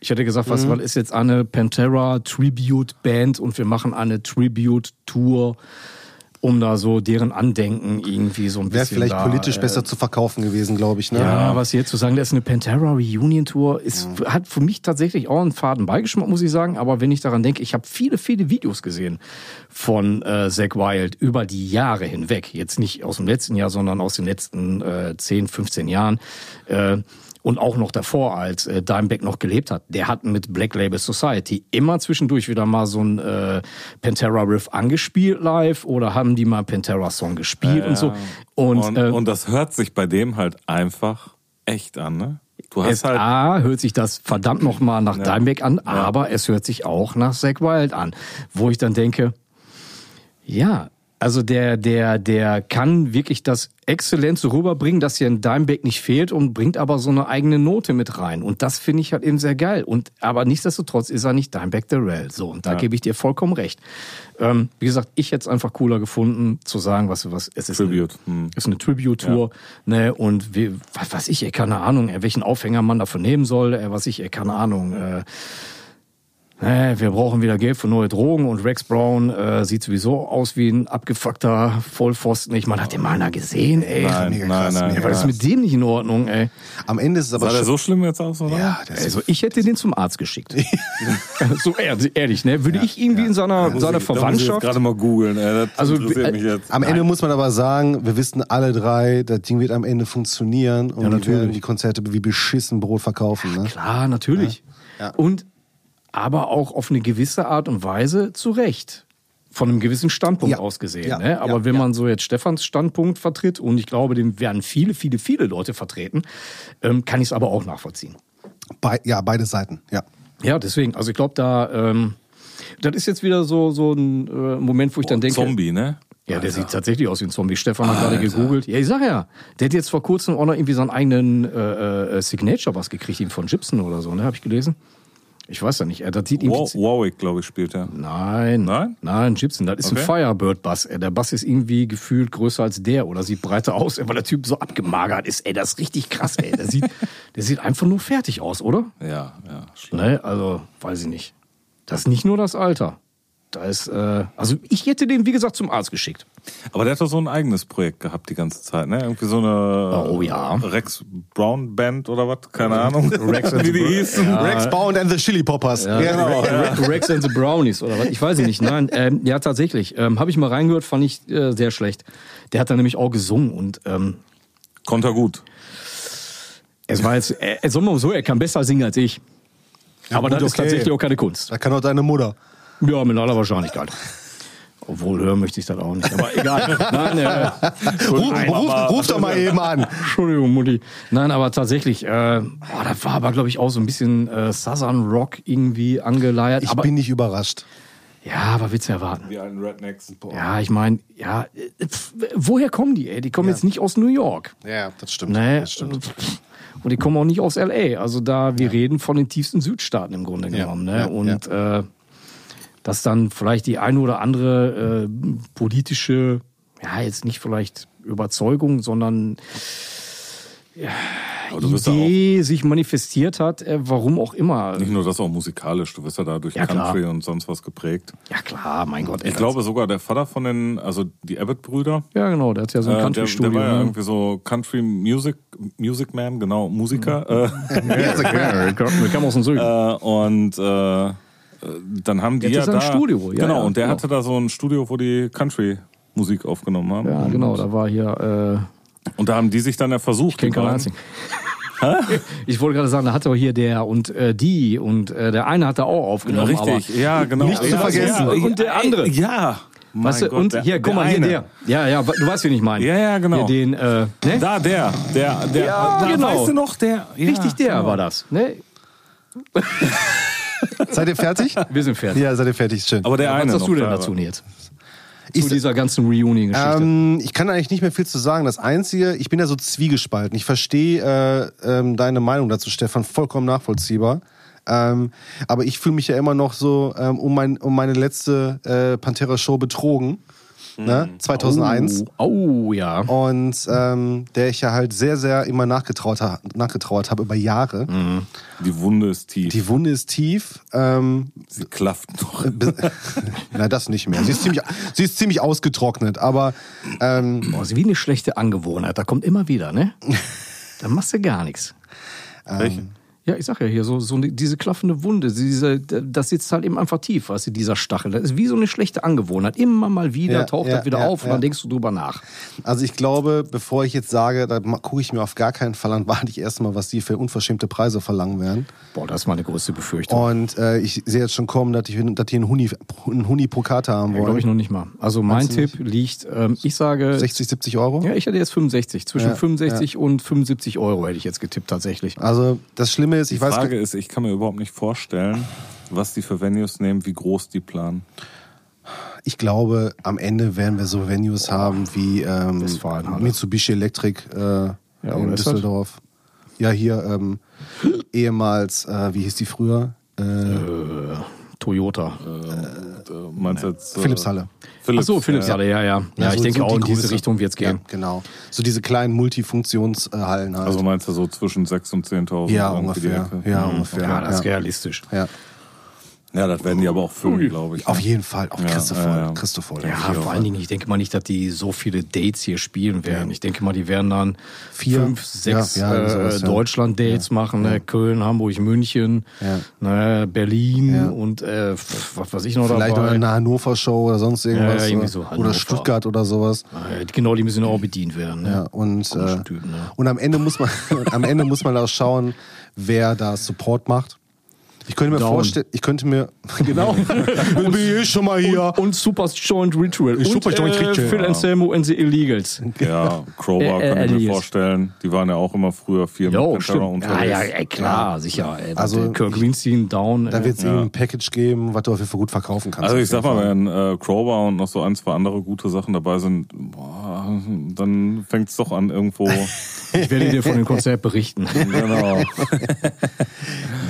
Speaker 1: Ich hätte gesagt,
Speaker 4: Mhm.
Speaker 1: was weil ist jetzt eine Pantera Tribute Band und wir machen eine Tribute Tour, um da so deren Andenken irgendwie so ein bisschen
Speaker 4: Wäre vielleicht
Speaker 1: da,
Speaker 4: politisch
Speaker 1: äh,
Speaker 4: besser zu verkaufen gewesen, glaube ich. Ne?
Speaker 1: ja, was hier zu sagen, das ist eine Pantera Reunion Tour, ist, hat für mich tatsächlich auch einen faden Beigeschmack, muss ich sagen. Aber wenn ich daran denke, ich habe viele, viele Videos gesehen von äh, Zack Wild über die Jahre hinweg. Jetzt nicht aus dem letzten Jahr, sondern aus den letzten äh, 10, 15 Jahren. Äh, und auch noch davor, als äh, Dimebag noch gelebt hat, der hat mit Black Label Society immer zwischendurch wieder mal so ein äh, Pantera-Riff angespielt live oder haben die mal einen Pantera-Song gespielt und so. Und,
Speaker 2: Und,
Speaker 1: äh,
Speaker 2: und das hört sich bei dem halt einfach echt an. Ne? Du hast
Speaker 1: Es
Speaker 2: halt
Speaker 1: A hört sich das verdammt nochmal nach ja. Dimebag an, aber es hört sich auch nach Zack Wild an, wo ich dann denke, ja, Also der, der, der kann wirklich das exzellent so rüberbringen, dass hier in Dimebag nicht fehlt und bringt aber so eine eigene Note mit rein. Und das finde ich halt eben sehr geil. Und aber nichtsdestotrotz ist er nicht Dimebag Darrell. So, und da gebe ich dir vollkommen recht. Ähm, wie gesagt, ich hätte es einfach cooler gefunden, zu sagen, was, was es ist.
Speaker 2: Tribute,
Speaker 1: Eine,
Speaker 2: hm.
Speaker 1: Ist eine Tribute-Tour. Ne? Und wie, was weiß ich, ey, keine Ahnung, ey, welchen Aufhänger man dafür nehmen soll, ey, was ich, ey, keine Ahnung. Äh, Nee, wir brauchen wieder Geld für neue Drogen und Rex Brown äh, sieht sowieso aus wie ein abgefuckter Vollpfosten. Ich meine, hat den mal einer gesehen, ey.
Speaker 2: Nein,
Speaker 4: mega
Speaker 2: nein,
Speaker 4: krass,
Speaker 2: nein.
Speaker 4: mega
Speaker 1: Was ist
Speaker 2: nein.
Speaker 1: mit dem nicht in Ordnung, ey?
Speaker 4: Am Ende ist es aber
Speaker 2: Sah der
Speaker 4: schon-
Speaker 2: so schlimm jetzt aus, oder?
Speaker 4: Ja, der ist
Speaker 1: Also ich hätte den zum Arzt geschickt. so ehrlich, ehrlich, ne? Würde ich irgendwie in seiner, seiner
Speaker 2: Da muss ich- da muss ich jetzt
Speaker 1: Verwandtschaft.
Speaker 2: gerade mal googeln. ey, Das
Speaker 1: Also, äh,
Speaker 2: interessiert mich jetzt.
Speaker 4: Am Ende muss man aber sagen, wir wissen alle drei, das Ding wird am Ende funktionieren und
Speaker 1: natürlich.
Speaker 4: Die, werden die Konzerte wie beschissen Brot verkaufen. Ne?
Speaker 1: Klar, natürlich.
Speaker 4: Ja. Ja.
Speaker 1: Und aber auch auf eine gewisse Art und Weise zu Recht. Von einem gewissen Standpunkt
Speaker 4: Ja.
Speaker 1: aus gesehen.
Speaker 4: Ja.
Speaker 1: Ne? Aber
Speaker 4: Ja.
Speaker 1: wenn
Speaker 4: Ja.
Speaker 1: man so jetzt Stefans Standpunkt vertritt, und ich glaube, den werden viele, viele, viele Leute vertreten, ähm, kann ich es aber auch nachvollziehen.
Speaker 4: Bei, ja, beide Seiten. Ja.
Speaker 1: Ja, deswegen. Also ich glaube, da. Ähm, das ist jetzt wieder so, so ein äh, Moment, wo ich dann denke.
Speaker 2: Zombie, ne?
Speaker 1: Ja, der sieht tatsächlich aus wie ein Zombie. Stefan hat gerade gegoogelt. Ja, ich sag ja, der hat jetzt vor kurzem auch noch irgendwie seinen eigenen äh, äh, Signature was gekriegt, eben von Gibson oder so, ne? Habe ich gelesen? Ich weiß ja nicht. Äh, Das sieht irgendwie.
Speaker 2: War Warwick, glaube ich, spielt er.
Speaker 1: Nein.
Speaker 2: Nein?
Speaker 1: Nein, Gibson, das ist ein
Speaker 2: Okay.
Speaker 1: Firebird-Bass. ey. Der Bass ist irgendwie gefühlt größer als der oder sieht breiter aus, ey, weil der Typ so abgemagert ist. Ey, das ist richtig krass, ey. Der sieht, der sieht einfach nur fertig aus, oder?
Speaker 2: Ja, ja. schlimm.
Speaker 1: Ne? Also, weiß ich nicht. Das ist nicht nur das Alter. Da ist, äh, also ich hätte den, wie gesagt, zum Arzt geschickt.
Speaker 2: Aber der hat doch so ein eigenes Projekt gehabt die ganze Zeit, ne? Irgendwie so eine
Speaker 1: Oh, ja. Mhm.
Speaker 2: Rex Brown Band oder was? Keine Ahnung.
Speaker 1: Rex and
Speaker 2: Wie die
Speaker 1: Bra-
Speaker 2: hießen.
Speaker 4: Rex Bound and the Chili Poppers. Ja,
Speaker 2: Genau, ja.
Speaker 1: Re- Rex and the Brownies oder was? Ich weiß es nicht. Nein, ähm, ja, tatsächlich. Ähm, Habe ich mal reingehört, fand ich äh, sehr schlecht. Der hat da nämlich auch gesungen und ähm,
Speaker 2: Konnte er gut.
Speaker 1: es war jetzt, äh, sagen wir mal so, er kann besser singen als ich. Aber
Speaker 4: gut,
Speaker 1: das ist
Speaker 4: okay.
Speaker 1: tatsächlich auch keine Kunst.
Speaker 4: Da kann auch deine Mutter.
Speaker 1: Ja, mit aller Wahrscheinlichkeit. Obwohl, hören möchte ich das auch nicht. Aber egal. Nein, äh,
Speaker 4: Ruf, ruf, ruf doch mal eben an.
Speaker 1: Entschuldigung, Mutti. Nein, aber tatsächlich, äh, boah, das war aber, glaube ich, auch so ein bisschen äh, Southern Rock irgendwie angeleiert.
Speaker 4: Ich
Speaker 1: aber,
Speaker 4: bin nicht überrascht.
Speaker 1: ja, aber willst du erwarten.
Speaker 2: Die alten Rednecks.
Speaker 1: Ja, ich meine, ja, äh, pf, woher kommen die, ey? Die kommen jetzt nicht aus New York.
Speaker 4: Ja, das stimmt.
Speaker 1: Ne?
Speaker 4: Das stimmt.
Speaker 1: Pf, Und die kommen auch nicht aus LA. Also da, wir reden von den tiefsten Südstaaten im Grunde genommen. Ne?
Speaker 4: ja,
Speaker 1: Und Äh, dass dann vielleicht die eine oder andere äh, politische, ja, jetzt nicht vielleicht Überzeugung, sondern
Speaker 2: Aber du wirst ja auch,
Speaker 1: Idee sich manifestiert hat, äh, warum auch immer.
Speaker 2: nicht nur das, auch musikalisch. Du wirst ja dadurch
Speaker 1: Ja, klar.
Speaker 2: Country und sonst was geprägt.
Speaker 1: Ja klar, mein Gott. ey,
Speaker 2: Ich
Speaker 1: das-
Speaker 2: glaube sogar der Vater von den, also die Abbott-Brüder,
Speaker 1: Ja genau, der hat ja so ein
Speaker 2: äh, der, der
Speaker 1: Country-Studio.
Speaker 2: war ja
Speaker 1: ne?
Speaker 2: irgendwie so Country Music, Music Man, genau, Musiker.
Speaker 1: Mhm. Ja, der kam- der kam aus dem Süden.
Speaker 2: Äh, äh, und äh, äh, dann haben die
Speaker 1: Der
Speaker 2: ja
Speaker 1: hatte
Speaker 2: da,
Speaker 1: sein Studio, ja,
Speaker 2: genau,
Speaker 1: ja,
Speaker 2: und der
Speaker 1: genau.
Speaker 2: hatte da so ein Studio, wo die Country-Musik aufgenommen haben.
Speaker 1: ja genau, da war hier... Äh,
Speaker 2: Und da haben die sich dann ja versucht.
Speaker 1: Klingt
Speaker 2: die beiden.
Speaker 1: keinen einzigen. Ich wollte gerade sagen, da hat doch hier der und äh, die und äh, der eine hat da auch
Speaker 2: Ja,
Speaker 1: aufgenommen.
Speaker 2: richtig,
Speaker 1: Aber,
Speaker 2: ja, genau.
Speaker 4: Nicht zu
Speaker 2: ja,
Speaker 4: vergessen.
Speaker 2: Ja,
Speaker 1: Und der andere.
Speaker 2: Ja. Mein
Speaker 1: weißt du,
Speaker 2: Gott,
Speaker 1: und
Speaker 2: der-
Speaker 1: hier, guck mal, hier
Speaker 2: eine.
Speaker 1: der. Ja, ja, wa- du weißt, wen ich meine.
Speaker 2: Ja, ja,
Speaker 1: Hier
Speaker 2: genau.
Speaker 1: den, äh, ne?
Speaker 2: Da, der, der, der.
Speaker 1: Ja,
Speaker 2: da,
Speaker 1: genau.
Speaker 2: Weißt du noch, der. Ja,
Speaker 1: Richtig der
Speaker 2: genau.
Speaker 1: war das. Ne?
Speaker 4: Seid ihr fertig?
Speaker 1: Wir sind fertig.
Speaker 4: ja, seid ihr fertig. Schön.
Speaker 2: Aber der
Speaker 1: Was
Speaker 2: eine
Speaker 1: sagst
Speaker 2: noch,
Speaker 1: du denn
Speaker 2: da war-
Speaker 1: dazu, Nils?
Speaker 4: Ich-
Speaker 1: Zu dieser ganzen Reunion-Geschichte.
Speaker 4: Ähm, ich kann eigentlich nicht mehr viel zu sagen. Das Einzige, ich bin ja so zwiegespalten. Ich verstehe äh, ähm, deine Meinung dazu, Stefan, vollkommen nachvollziehbar. Ähm, aber ich fühle mich ja immer noch so ähm, um, mein, um meine letzte äh, Pantera-Show betrogen. Ne? 2001.
Speaker 1: Oh, oh, ja.
Speaker 4: Und ähm, der ich ja halt sehr, sehr immer nachgetrauert, ha nachgetrauert habe über Jahre.
Speaker 2: Die Wunde ist tief.
Speaker 4: Die Wunde ist tief. Ähm,
Speaker 2: Sie klafft
Speaker 1: Äh,
Speaker 2: noch.
Speaker 1: ähm,
Speaker 4: bis- na, das nicht mehr. Sie ist ziemlich, sie ist ziemlich ausgetrocknet. Aber ähm,
Speaker 1: Boah, Oh, ist wie eine schlechte Angewohnheit. Da kommt immer wieder, ne? Dann machst du gar nichts.
Speaker 2: Welche?
Speaker 1: Ja, ich sag ja hier, so, so eine- diese klaffende Wunde, diese, das sitzt halt eben einfach tief, weißt du, dieser Stachel. Das ist wie so eine schlechte Angewohnheit. Immer mal wieder
Speaker 4: Ja,
Speaker 1: taucht
Speaker 4: ja,
Speaker 1: das wieder
Speaker 4: ja,
Speaker 1: auf und
Speaker 4: ja.
Speaker 1: dann denkst du drüber nach.
Speaker 4: Also ich glaube, bevor ich jetzt sage, da ma- gucke ich mir auf gar keinen Fall an, warte ich erstmal, was die für unverschämte Preise verlangen werden.
Speaker 1: Boah, das ist meine größte Befürchtung.
Speaker 4: Und äh, ich sehe jetzt schon kommen, dass die, dass die einen Huni, einen Huni pro Karte haben
Speaker 1: Glaube ich
Speaker 4: wollen.
Speaker 1: noch nicht mal. Also mein Tipp liegt, ähm, ich sage,
Speaker 4: 60, 70 Euro?
Speaker 1: ja, ich hätte jetzt 65. Zwischen
Speaker 4: Ja,
Speaker 1: 65 und 75 Euro hätte ich jetzt getippt tatsächlich.
Speaker 4: Also das Schlimme ist, ich
Speaker 2: Die
Speaker 4: weiß
Speaker 2: Frage ist, ich kann mir überhaupt nicht vorstellen, was die für Venues nehmen, wie groß die planen.
Speaker 4: Ich glaube, am Ende werden wir so Venues haben wie ähm,
Speaker 1: Westfalenhalle.
Speaker 4: Mitsubishi Electric äh, in
Speaker 1: wo halt. ist das?
Speaker 4: Düsseldorf. Ja, hier ähm, ehemals, äh, wie hieß die früher? Äh,
Speaker 1: Toyota.
Speaker 2: Äh, Meinst du jetzt? Äh,
Speaker 4: Philips Halle.
Speaker 1: Ach
Speaker 2: Philips,
Speaker 1: so, Philips
Speaker 2: ja.
Speaker 1: Halle, ja, ja. Ja, ich
Speaker 4: so-
Speaker 1: denke
Speaker 4: so
Speaker 1: auch
Speaker 4: die
Speaker 1: in diese
Speaker 4: Größe.
Speaker 1: Richtung wird's gehen.
Speaker 4: Ja, genau. So diese kleinen Multifunktionshallen halt.
Speaker 2: Also meinst du so zwischen 6.000 und 10.000?
Speaker 4: ja,
Speaker 2: irgendwie die
Speaker 4: ungefähr.
Speaker 2: Ecke?
Speaker 4: Ja, ungefähr.
Speaker 1: Ja, das ist
Speaker 4: ja.
Speaker 1: realistisch.
Speaker 4: ja.
Speaker 2: ja, das werden die aber auch füllen, glaube ich.
Speaker 4: Auf
Speaker 2: ne?
Speaker 4: jeden Fall. Auf
Speaker 2: Ja,
Speaker 4: Christo voll.
Speaker 2: ja, ja.
Speaker 4: Christo voll.
Speaker 1: Ja, vor allen Dingen, ich denke mal nicht, dass die so viele Dates hier spielen werden. Ich denke mal, die werden dann
Speaker 4: Vier.
Speaker 1: fünf, sechs
Speaker 4: Ja, ja, irgendwie
Speaker 1: äh,
Speaker 4: sowas, ja.
Speaker 1: Deutschland-Dates machen. Ne? Köln, Hamburg, München,
Speaker 4: Ja.
Speaker 1: ne? Berlin
Speaker 4: Ja.
Speaker 1: und äh, pf, was weiß ich noch
Speaker 4: Vielleicht noch
Speaker 1: dabei.
Speaker 4: eine Hannover-Show oder sonst irgendwas.
Speaker 1: Ja, ja, irgendwie
Speaker 4: oder-
Speaker 1: so Hannover.
Speaker 4: oder Stuttgart oder sowas.
Speaker 1: Äh, Genau, die müssen auch bedient werden. Ne?
Speaker 4: Ja, und, äh,
Speaker 1: Komischen Typen, ne?
Speaker 4: und am Ende muss man am Ende muss man auch schauen, wer da Support macht. Ich könnte mir
Speaker 1: Down.
Speaker 4: vorstellen, ich könnte mir genau, bin
Speaker 1: eh
Speaker 4: ich schon mal
Speaker 1: Und, und Super Joint Ritual. Und,
Speaker 4: Super Joint Ritual.
Speaker 1: Äh, Phil Anselmo and the Illegals.
Speaker 2: Ja, Crowbar
Speaker 1: Äh, äh,
Speaker 2: kann ich mir
Speaker 1: Elias.
Speaker 2: vorstellen. Die waren ja auch immer früher viel
Speaker 1: Jo,
Speaker 2: Pantera
Speaker 1: stimmt. Ja, ja, ey, klar, sicher. Ey, also,
Speaker 4: Also,
Speaker 1: Kirk Greenstein, Down.
Speaker 4: da
Speaker 1: äh,
Speaker 4: wird es irgendein Package geben, was du auf jeden Fall gut verkaufen kannst.
Speaker 2: Also ich
Speaker 4: Auf
Speaker 2: sag
Speaker 4: jeden
Speaker 2: mal,
Speaker 4: Fall.
Speaker 2: wenn äh, Crowbar und noch so ein, zwei andere gute Sachen dabei sind, boah, dann fängt es doch an irgendwo.
Speaker 1: ich werde dir von dem Konzert berichten.
Speaker 2: genau.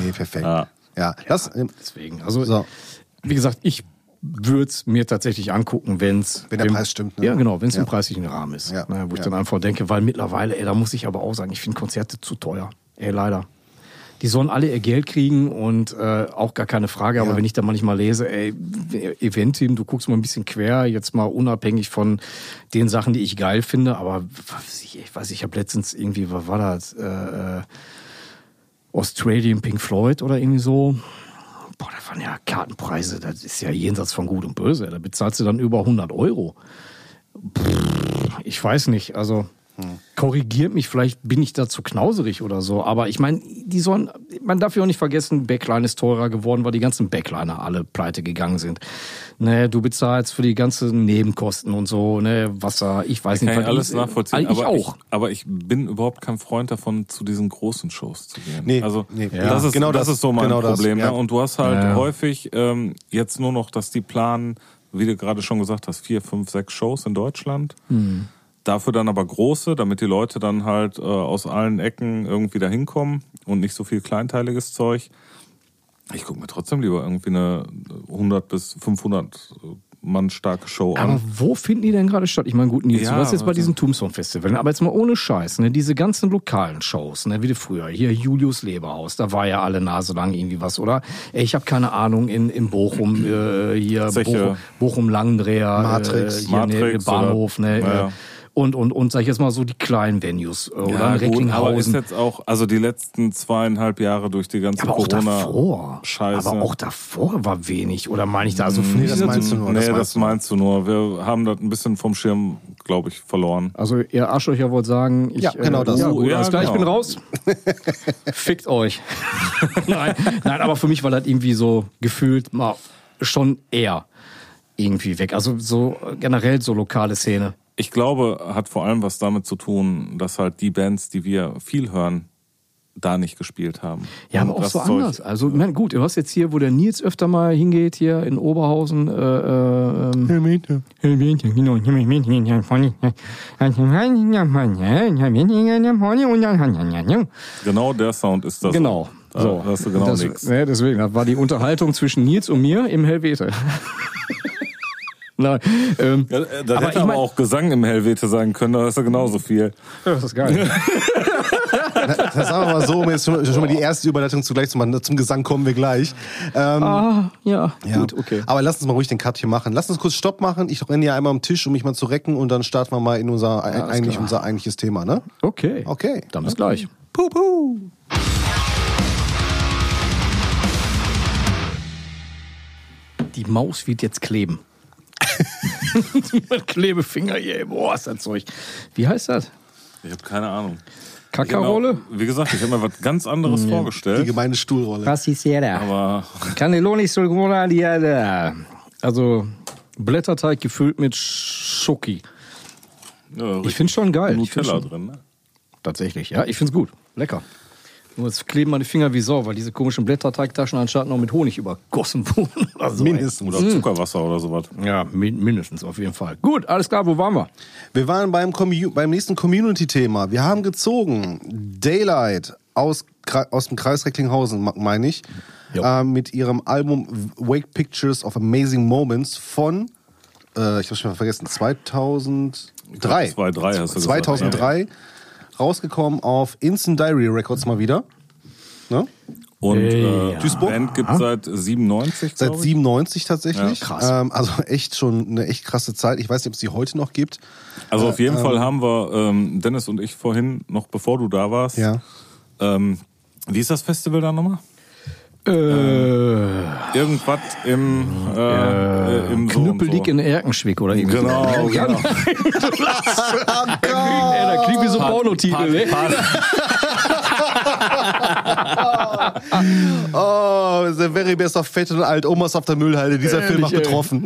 Speaker 4: Nee, perfekt.
Speaker 2: Ja.
Speaker 4: Ja, das ähm,
Speaker 1: Deswegen, also
Speaker 4: So.
Speaker 1: wie gesagt, ich würde es mir tatsächlich angucken, wenn's,
Speaker 4: Wenn der
Speaker 1: im-
Speaker 4: Preis stimmt, ne?
Speaker 1: Ja, genau, wenn es
Speaker 4: Ja.
Speaker 1: im preislichen Rahmen ist.
Speaker 4: Ja.
Speaker 1: Ne, wo ich
Speaker 4: Ja.
Speaker 1: dann einfach denke, weil mittlerweile, ey, da muss ich aber auch sagen, ich finde Konzerte zu teuer. Ey, leider. Die sollen alle ihr Geld kriegen und äh, auch gar keine Frage, aber
Speaker 4: Ja.
Speaker 1: wenn ich da manchmal lese, ey, Eventteam, du guckst mal ein bisschen quer, jetzt mal unabhängig von den Sachen, die ich geil finde, aber was ich, ich weiß, ich habe letztens irgendwie, was war das? Äh, äh, Australian Pink Floyd oder irgendwie so. Boah, da waren ja Kartenpreise, das ist ja jenseits von Gut und Böse. Da bezahlst du dann über 100 Euro. Pff, ich weiß nicht, also
Speaker 2: Hm.
Speaker 1: korrigiert mich, vielleicht bin ich da zu knauserig oder so. Aber ich meine, die sollen, man darf ja auch nicht vergessen, Backline ist teurer geworden, weil die ganzen Backliner alle pleite gegangen sind. Ne, du bezahlst für die ganzen Nebenkosten und so, ne, Wasser, ich weiß nicht.
Speaker 2: Kann ich
Speaker 1: was
Speaker 2: alles
Speaker 1: ist.
Speaker 2: nachvollziehen.
Speaker 1: eh, Ich
Speaker 2: aber
Speaker 1: auch.
Speaker 2: Ich, aber ich bin überhaupt kein Freund davon, zu diesen großen Shows zu gehen.
Speaker 4: Nee,
Speaker 2: also
Speaker 4: nee.
Speaker 2: das
Speaker 4: Ja.
Speaker 2: ist
Speaker 4: Genau
Speaker 2: das,
Speaker 4: das,
Speaker 2: ist so mein
Speaker 4: genau das,
Speaker 2: Problem.
Speaker 4: ja.
Speaker 2: Ne? Und du hast halt
Speaker 1: Ja, ja.
Speaker 2: häufig ähm, jetzt nur noch, dass die planen, wie du gerade schon gesagt hast, vier, fünf, sechs Shows in Deutschland.
Speaker 1: Hm.
Speaker 2: Dafür dann aber große, damit die Leute dann halt äh, aus allen Ecken irgendwie da hinkommen und nicht so viel kleinteiliges Zeug. Ich gucke mir trotzdem lieber irgendwie eine 100 bis 500 Mann starke Show an.
Speaker 1: Aber wo finden die denn gerade statt? Ich meine, gut, Nils,
Speaker 2: Ja,
Speaker 1: du warst jetzt bei
Speaker 2: also-
Speaker 1: diesen Tombstone-Festivalen, aber jetzt mal ohne Scheiß, ne? Diese ganzen lokalen Shows, ne? Wie die früher, hier Julius Leberhaus, da war ja alle Nase lang irgendwie was, oder? Ey, ich habe keine Ahnung, in, in Bochum, äh, hier
Speaker 2: Zeche.
Speaker 1: Bochum, Bochum Langendreher,
Speaker 4: Matrix.
Speaker 1: äh, hier
Speaker 2: Matrix
Speaker 1: ne, Bahnhof, ne?
Speaker 2: oder- Ja.
Speaker 1: äh, Und, und, und sag ich jetzt mal so die kleinen Venues äh, oder in
Speaker 2: aber ist
Speaker 1: Recklinghausen.
Speaker 2: jetzt auch, also die letzten zweieinhalb Jahre durch die ganze
Speaker 1: aber auch davor.
Speaker 2: Corona-Scheiße.
Speaker 1: Aber auch davor war wenig, oder meine ich da?
Speaker 2: Mhm.
Speaker 1: Also, für mich
Speaker 4: das
Speaker 1: ist
Speaker 4: meinst du nur,
Speaker 2: Nee,
Speaker 4: das
Speaker 2: das,
Speaker 4: meinst du.
Speaker 2: meinst du nur. Wir haben das ein bisschen vom Schirm, glaube ich, verloren.
Speaker 1: Also ihr Arschlöcher wollt sagen, ich,
Speaker 4: Ja, genau das.
Speaker 1: Ja,
Speaker 2: Oh, ja,
Speaker 1: alles klar, ich
Speaker 2: genau.
Speaker 1: bin raus. Fickt euch. nein, nein, aber für mich war das irgendwie so gefühlt mal schon eher irgendwie weg. Also so generell so lokale Szene.
Speaker 2: Ich glaube, hat vor allem was damit zu tun, dass halt die Bands, die wir viel hören, da nicht gespielt haben.
Speaker 1: Ja,
Speaker 2: Und
Speaker 1: aber auch
Speaker 2: das
Speaker 1: so
Speaker 2: Zeug-
Speaker 1: anders. Also, ich meine, gut, du hast jetzt hier, wo der Nils öfter mal hingeht, hier in Oberhausen, äh, äh, ähm,
Speaker 2: Genau der Sound ist das.
Speaker 1: Genau.
Speaker 2: Da hast du genau
Speaker 1: das,
Speaker 2: nichts.
Speaker 1: ne, deswegen, das war die Unterhaltung zwischen Nils und mir im Helvete. Nein, ähm,
Speaker 2: Ja, äh, da
Speaker 1: Aber
Speaker 2: hätte
Speaker 1: ich
Speaker 2: aber
Speaker 1: mein-
Speaker 2: auch Gesang im Helvete sein können, da ist ja genauso viel.
Speaker 1: das ist geil.
Speaker 4: das sagen wir mal so, um jetzt schon, schon mal die erste Überleitung zugleich zu machen. Zum Gesang kommen wir gleich. Ähm,
Speaker 1: ah, ja,
Speaker 4: Ja.
Speaker 1: gut, okay.
Speaker 4: Aber lass uns mal ruhig den Cut hier machen. Lass uns kurz Stopp machen. Ich renne hier einmal am Tisch, um mich mal zu recken und dann starten wir mal in unser, eigentlich,
Speaker 1: klar.
Speaker 4: unser eigentliches Thema, ne?
Speaker 1: Okay.
Speaker 4: Okay.
Speaker 1: Dann bis gleich. Die Maus wird jetzt kleben. Mit Klebefinger hier. Boah, ist das Zeug. Wie heißt das?
Speaker 4: Genau.
Speaker 2: Ich habe keine Ahnung. Ich hab mir auch-
Speaker 1: Kakarolle?
Speaker 2: Genau. Wie gesagt, ich habe mir was ganz anderes
Speaker 4: Die
Speaker 2: vorgestellt.
Speaker 4: gemeine Stuhlrolle.
Speaker 1: Was ist hier da?
Speaker 2: Aber
Speaker 1: Cannelloni sul grana di ada. Also Blätterteig gefüllt mit Schoki.
Speaker 2: Ja,
Speaker 1: Ich find's schon geil. Ich
Speaker 2: Nutella
Speaker 1: find's schon-
Speaker 2: Halt, drin. Ne?
Speaker 1: Tatsächlich, ja. Ich find's gut. Lecker. Nur jetzt kleben meine Finger wie Sau, weil diese komischen Blätterteigtaschen anstatt noch mit Honig übergossen wurden. Also,
Speaker 4: Mindestens. Mhm.
Speaker 2: Oder Zuckerwasser oder sowas.
Speaker 1: Ja, min mindestens auf jeden Fall. Gut, alles klar, wo waren wir?
Speaker 4: Wir waren beim, Commu beim nächsten Community-Thema. Wir haben gezogen Daylight aus, Kre- aus dem Kreis Recklinghausen, ma- meine ich,
Speaker 1: Jo.
Speaker 4: äh, mit ihrem Album Wake Pictures of Amazing Moments von, äh, ich habe schon mal vergessen, 2003.
Speaker 2: Ich glaub, 2003 hast du gesagt,
Speaker 4: 2003 rausgekommen auf Instant Diary Records mal wieder. Ne?
Speaker 2: Und
Speaker 1: Ey,
Speaker 2: äh,
Speaker 4: Duisburg?
Speaker 2: Band gibt seit 97,
Speaker 4: Seit
Speaker 2: glaub ich.
Speaker 4: 97 tatsächlich.
Speaker 1: Ja, krass.
Speaker 4: Ähm, also echt schon eine echt krasse Zeit. Ich weiß nicht, ob es die heute noch gibt.
Speaker 2: Also auf
Speaker 4: äh,
Speaker 2: jeden Fall haben wir, ähm, Dennis und ich vorhin, noch bevor du da warst,
Speaker 4: Ja.
Speaker 2: ähm, wie ist das Festival da nochmal? Ähm,
Speaker 1: Äh,
Speaker 2: Irgendwas im, äh, äh, im so und
Speaker 1: Knüppelig
Speaker 2: so.
Speaker 1: in Erkenschwick oder irgendwie.
Speaker 2: Genau, genau.
Speaker 1: Ey, da klingt wie so ein Baunotitel, ne?
Speaker 4: Oh, the very best of Fett und alt Omas auf der Müllhalde. Dieser Film macht
Speaker 1: ey.
Speaker 4: betroffen.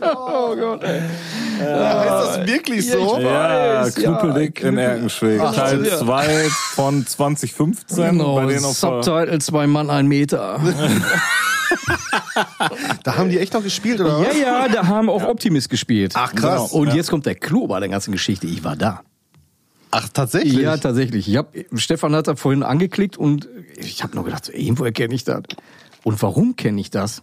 Speaker 1: Oh Gott, ey.
Speaker 4: Ah, ist das wirklich so?
Speaker 2: Ja,
Speaker 1: weiß,
Speaker 2: Knüppelig
Speaker 1: ja,
Speaker 2: in Erkenschwick.
Speaker 4: Ach, Genau,
Speaker 2: Teil
Speaker 1: ja.
Speaker 2: 2 von 2015. bei denen auf der,
Speaker 1: Genau, Subtitle, zwei Mann, ein Meter.
Speaker 4: Da haben die echt noch gespielt, oder?
Speaker 1: ja,
Speaker 4: was?
Speaker 1: ja, da haben auch Optimist gespielt. Genau.
Speaker 4: Ach, krass.
Speaker 1: Und jetzt kommt der Clou bei der ganzen Geschichte. Ich war da.
Speaker 4: Ach, tatsächlich?
Speaker 1: Ja, tatsächlich. Ich hab, Stefan hat da vorhin angeklickt und ich habe nur gedacht, so, ey, woher kenne ich das? Und warum kenne ich das?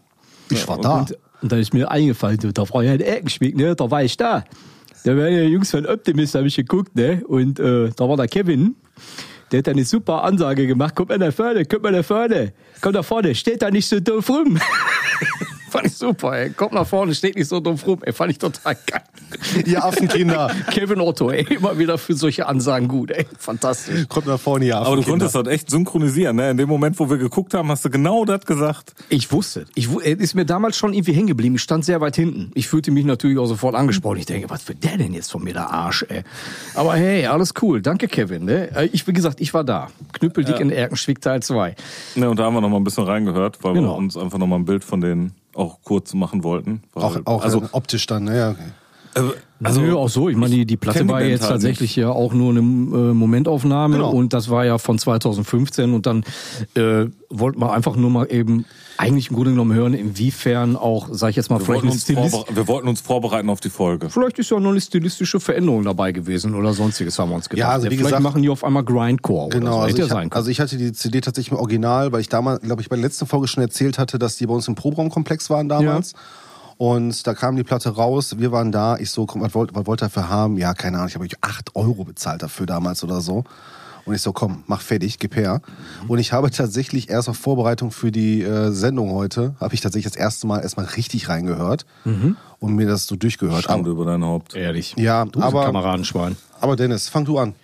Speaker 4: ich
Speaker 1: Oh
Speaker 4: war da.
Speaker 1: Und, und da ist mir eingefallen, du, da war ja ein Eckenschmick, ne? Da war ich da. Da waren ja Jungs von Optimist, habe ich geguckt, ne? Und äh, da war der Kevin. Der hat eine super Ansage gemacht. Kommt mal nach vorne, kommt mal nach vorne. Kommt nach vorne, steht da nicht so doof rum. fand ich super, ey. Kommt nach vorne, steht nicht so doof rum. Ey, fand ich total geil.
Speaker 4: Ihr Affenkinder.
Speaker 1: Kevin Otto, ey, immer wieder für solche Ansagen gut, ey. Fantastisch.
Speaker 4: Kommt nach vorne, ihr
Speaker 2: aber du
Speaker 4: Affenkinder.
Speaker 2: konntest das echt synchronisieren. Ne? In dem Moment, wo wir geguckt haben, hast du genau das gesagt.
Speaker 1: Ich wusste. Ich, wu- es ist mir damals schon irgendwie hängen geblieben. Ich stand sehr weit hinten. Ich fühlte mich natürlich auch sofort angesprochen. Ich denke, was wird der denn jetzt von mir, der Arsch, ey? Aber hey, alles cool. Danke, Kevin. Ne? Äh, Ich, wie gesagt, ich war da. Knüppeldick in Erkenschwick Teil 2.
Speaker 2: Ne, und da haben wir noch mal ein bisschen reingehört, weil wir
Speaker 1: Genau.
Speaker 2: uns einfach noch mal ein Bild von denen auch kurz machen wollten. Weil,
Speaker 4: auch, auch
Speaker 2: also, äh,
Speaker 4: also, optisch dann, naja. Okay.
Speaker 1: Also, Nö, auch so. Ich meine, die, die Platte
Speaker 2: kenn die
Speaker 1: war
Speaker 2: Band
Speaker 1: jetzt
Speaker 2: halt
Speaker 1: tatsächlich ja auch nur eine äh, Momentaufnahme
Speaker 4: Genau.
Speaker 1: und das war ja von 2015 und dann äh, wollten wir einfach nur mal eben eigentlich im Grunde genommen hören, inwiefern auch, sag ich jetzt mal,
Speaker 2: wir,
Speaker 1: vielleicht
Speaker 2: wollten
Speaker 1: eine
Speaker 2: uns
Speaker 1: Stilist
Speaker 2: vorbere- wir wollten uns vorbereiten auf die Folge.
Speaker 1: Vielleicht ist ja noch eine stilistische Veränderung dabei gewesen oder sonstiges haben wir uns gedacht.
Speaker 4: Ja, also wie
Speaker 1: Vielleicht
Speaker 4: gesagt-
Speaker 1: machen die auf einmal Grindcore
Speaker 4: Genau,
Speaker 1: oder so.
Speaker 4: also
Speaker 1: Hätte ja
Speaker 4: ich,
Speaker 1: sein können.
Speaker 4: also ich hatte die CD tatsächlich im Original, weil ich damals, glaube ich, bei der letzten Folge schon erzählt hatte, dass die bei uns im Proberaumkomplex waren damals. Und da kam die Platte raus, wir waren da, ich so, komm, was wollt, was wollt ihr dafür haben? Ja, keine Ahnung, ich habe euch 8 Euro bezahlt dafür damals oder so. Und ich so, komm, mach fertig, gib her.
Speaker 1: Mhm.
Speaker 4: Und ich habe tatsächlich erst auf Vorbereitung für die äh, Sendung heute, habe ich tatsächlich das erste Mal erstmal richtig reingehört
Speaker 1: Mhm.
Speaker 4: und mir das so durchgehört.
Speaker 2: Schande
Speaker 4: Aber,
Speaker 2: über dein Haupt.
Speaker 1: Ehrlich.
Speaker 4: also- Ja,
Speaker 1: du bist
Speaker 4: aber-
Speaker 1: ein Kameradenschwein.
Speaker 4: aber Dennis, fang du an.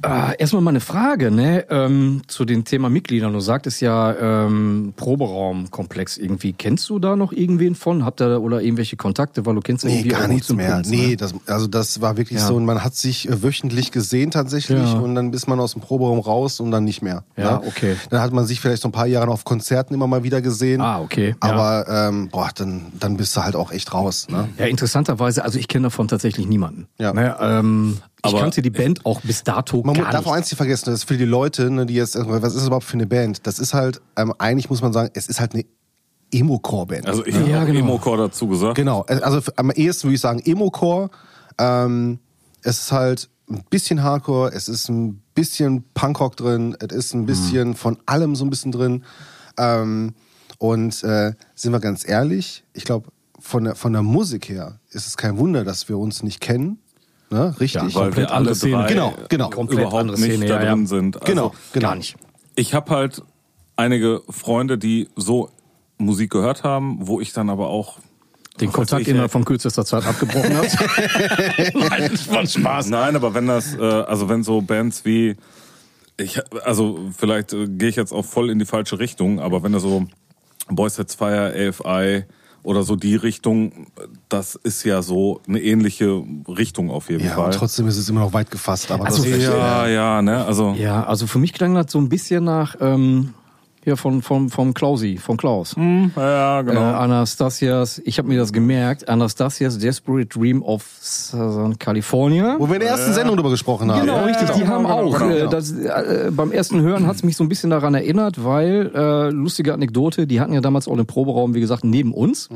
Speaker 1: Ah, erstmal mal eine Frage, ne? Ähm, zu dem Thema Mitgliedern. Du sagtest ja ähm, Proberaumkomplex irgendwie. Kennst du da noch irgendwen von? Habt ihr da oder irgendwelche Kontakte? Weil du kennst
Speaker 4: Nee,
Speaker 1: irgendwie auch
Speaker 4: gar
Speaker 1: nur
Speaker 4: nichts
Speaker 1: zum
Speaker 4: mehr.
Speaker 1: Pumps,
Speaker 4: nee,
Speaker 1: ne?
Speaker 4: das, also das war wirklich
Speaker 1: Ja.
Speaker 4: so, und man hat sich äh, wöchentlich gesehen tatsächlich
Speaker 1: Ja.
Speaker 4: und dann ist man aus dem Proberaum raus und dann nicht mehr.
Speaker 1: Ja,
Speaker 4: ne?
Speaker 1: okay.
Speaker 4: Dann hat man sich vielleicht so ein paar Jahre noch auf Konzerten immer mal wieder gesehen.
Speaker 1: Ah, okay, ja.
Speaker 4: Aber ähm, boah, dann, dann bist du halt auch echt raus. Ne?
Speaker 1: Ja, interessanterweise, also ich kenne davon tatsächlich niemanden.
Speaker 4: Ja.
Speaker 1: Ne, ähm, ich
Speaker 2: Aber
Speaker 1: kannte die Band auch bis dato
Speaker 4: Man mu-
Speaker 1: gar
Speaker 4: darf auch
Speaker 1: nicht.
Speaker 4: eins nicht vergessen, das ist für die Leute, ne, die jetzt, erstmal, was ist das überhaupt für eine Band? Das ist halt, ähm, eigentlich muss man sagen, es ist halt eine Emo-Core-Band.
Speaker 2: Also ich
Speaker 1: Ja,
Speaker 2: habe
Speaker 1: genau.
Speaker 2: Emocore dazu gesagt.
Speaker 4: Genau, also f- am ehesten würde ich sagen Emo-Core. Ähm, es ist halt ein bisschen Hardcore, es ist ein bisschen Punkrock drin, es ist ein
Speaker 1: Hm.
Speaker 4: bisschen von allem so ein bisschen drin. Ähm, und äh, sind wir ganz ehrlich, ich glaube, von der, von der Musik her ist es kein Wunder, dass wir uns nicht kennen. Ne? Richtig.
Speaker 2: weil
Speaker 1: komplett
Speaker 2: wir alle
Speaker 1: andere Szene.
Speaker 2: drei
Speaker 4: Genau, genau.
Speaker 1: Komplett
Speaker 2: überhaupt
Speaker 1: andere
Speaker 2: nicht
Speaker 1: Szene,
Speaker 2: da
Speaker 1: ja, ja.
Speaker 2: drin sind. Also
Speaker 4: genau, genau.
Speaker 1: Gar nicht.
Speaker 2: Ich habe halt einige Freunde, die so Musik gehört haben, wo ich dann aber auch
Speaker 1: Den
Speaker 2: was weiß
Speaker 1: Kontakt
Speaker 2: Also ich, äh,
Speaker 1: innerhalb
Speaker 2: ey.
Speaker 1: von kürzester Zeit abgebrochen hat. Nein, das war ein Spaß.
Speaker 2: Nein, aber wenn das, äh, also wenn so Bands wie, ich, also vielleicht äh, gehe ich jetzt auch voll in die falsche Richtung, aber wenn das so Boys Hats Fire, AFI oder so die Richtung, das ist ja so eine ähnliche Richtung auf jeden
Speaker 4: Ja,
Speaker 2: Fall.
Speaker 4: und trotzdem ist es immer noch weit gefasst. Aber
Speaker 1: Also
Speaker 4: das
Speaker 1: verstehe.
Speaker 2: ja, ja, ne, also
Speaker 1: Ja, also für mich klang das so ein bisschen nach, ähm, Ja, von, von, vom Klausi, von Klaus.
Speaker 2: Ja,
Speaker 1: Äh,
Speaker 2: genau.
Speaker 1: Anastasias, ich habe mir das gemerkt, Anastasias Desperate Dream of Southern California.
Speaker 4: Wo wir in der ersten Sendung drüber gesprochen haben.
Speaker 1: Genau, richtig. Die
Speaker 2: genau,
Speaker 1: haben
Speaker 2: genau,
Speaker 1: auch.
Speaker 2: genau,
Speaker 1: äh,
Speaker 2: genau.
Speaker 1: Das, äh, beim ersten Hören hat es mich so ein bisschen daran erinnert, weil, äh, lustige Anekdote, die hatten ja damals auch den Proberaum, wie gesagt, neben
Speaker 2: Mhm.
Speaker 1: uns.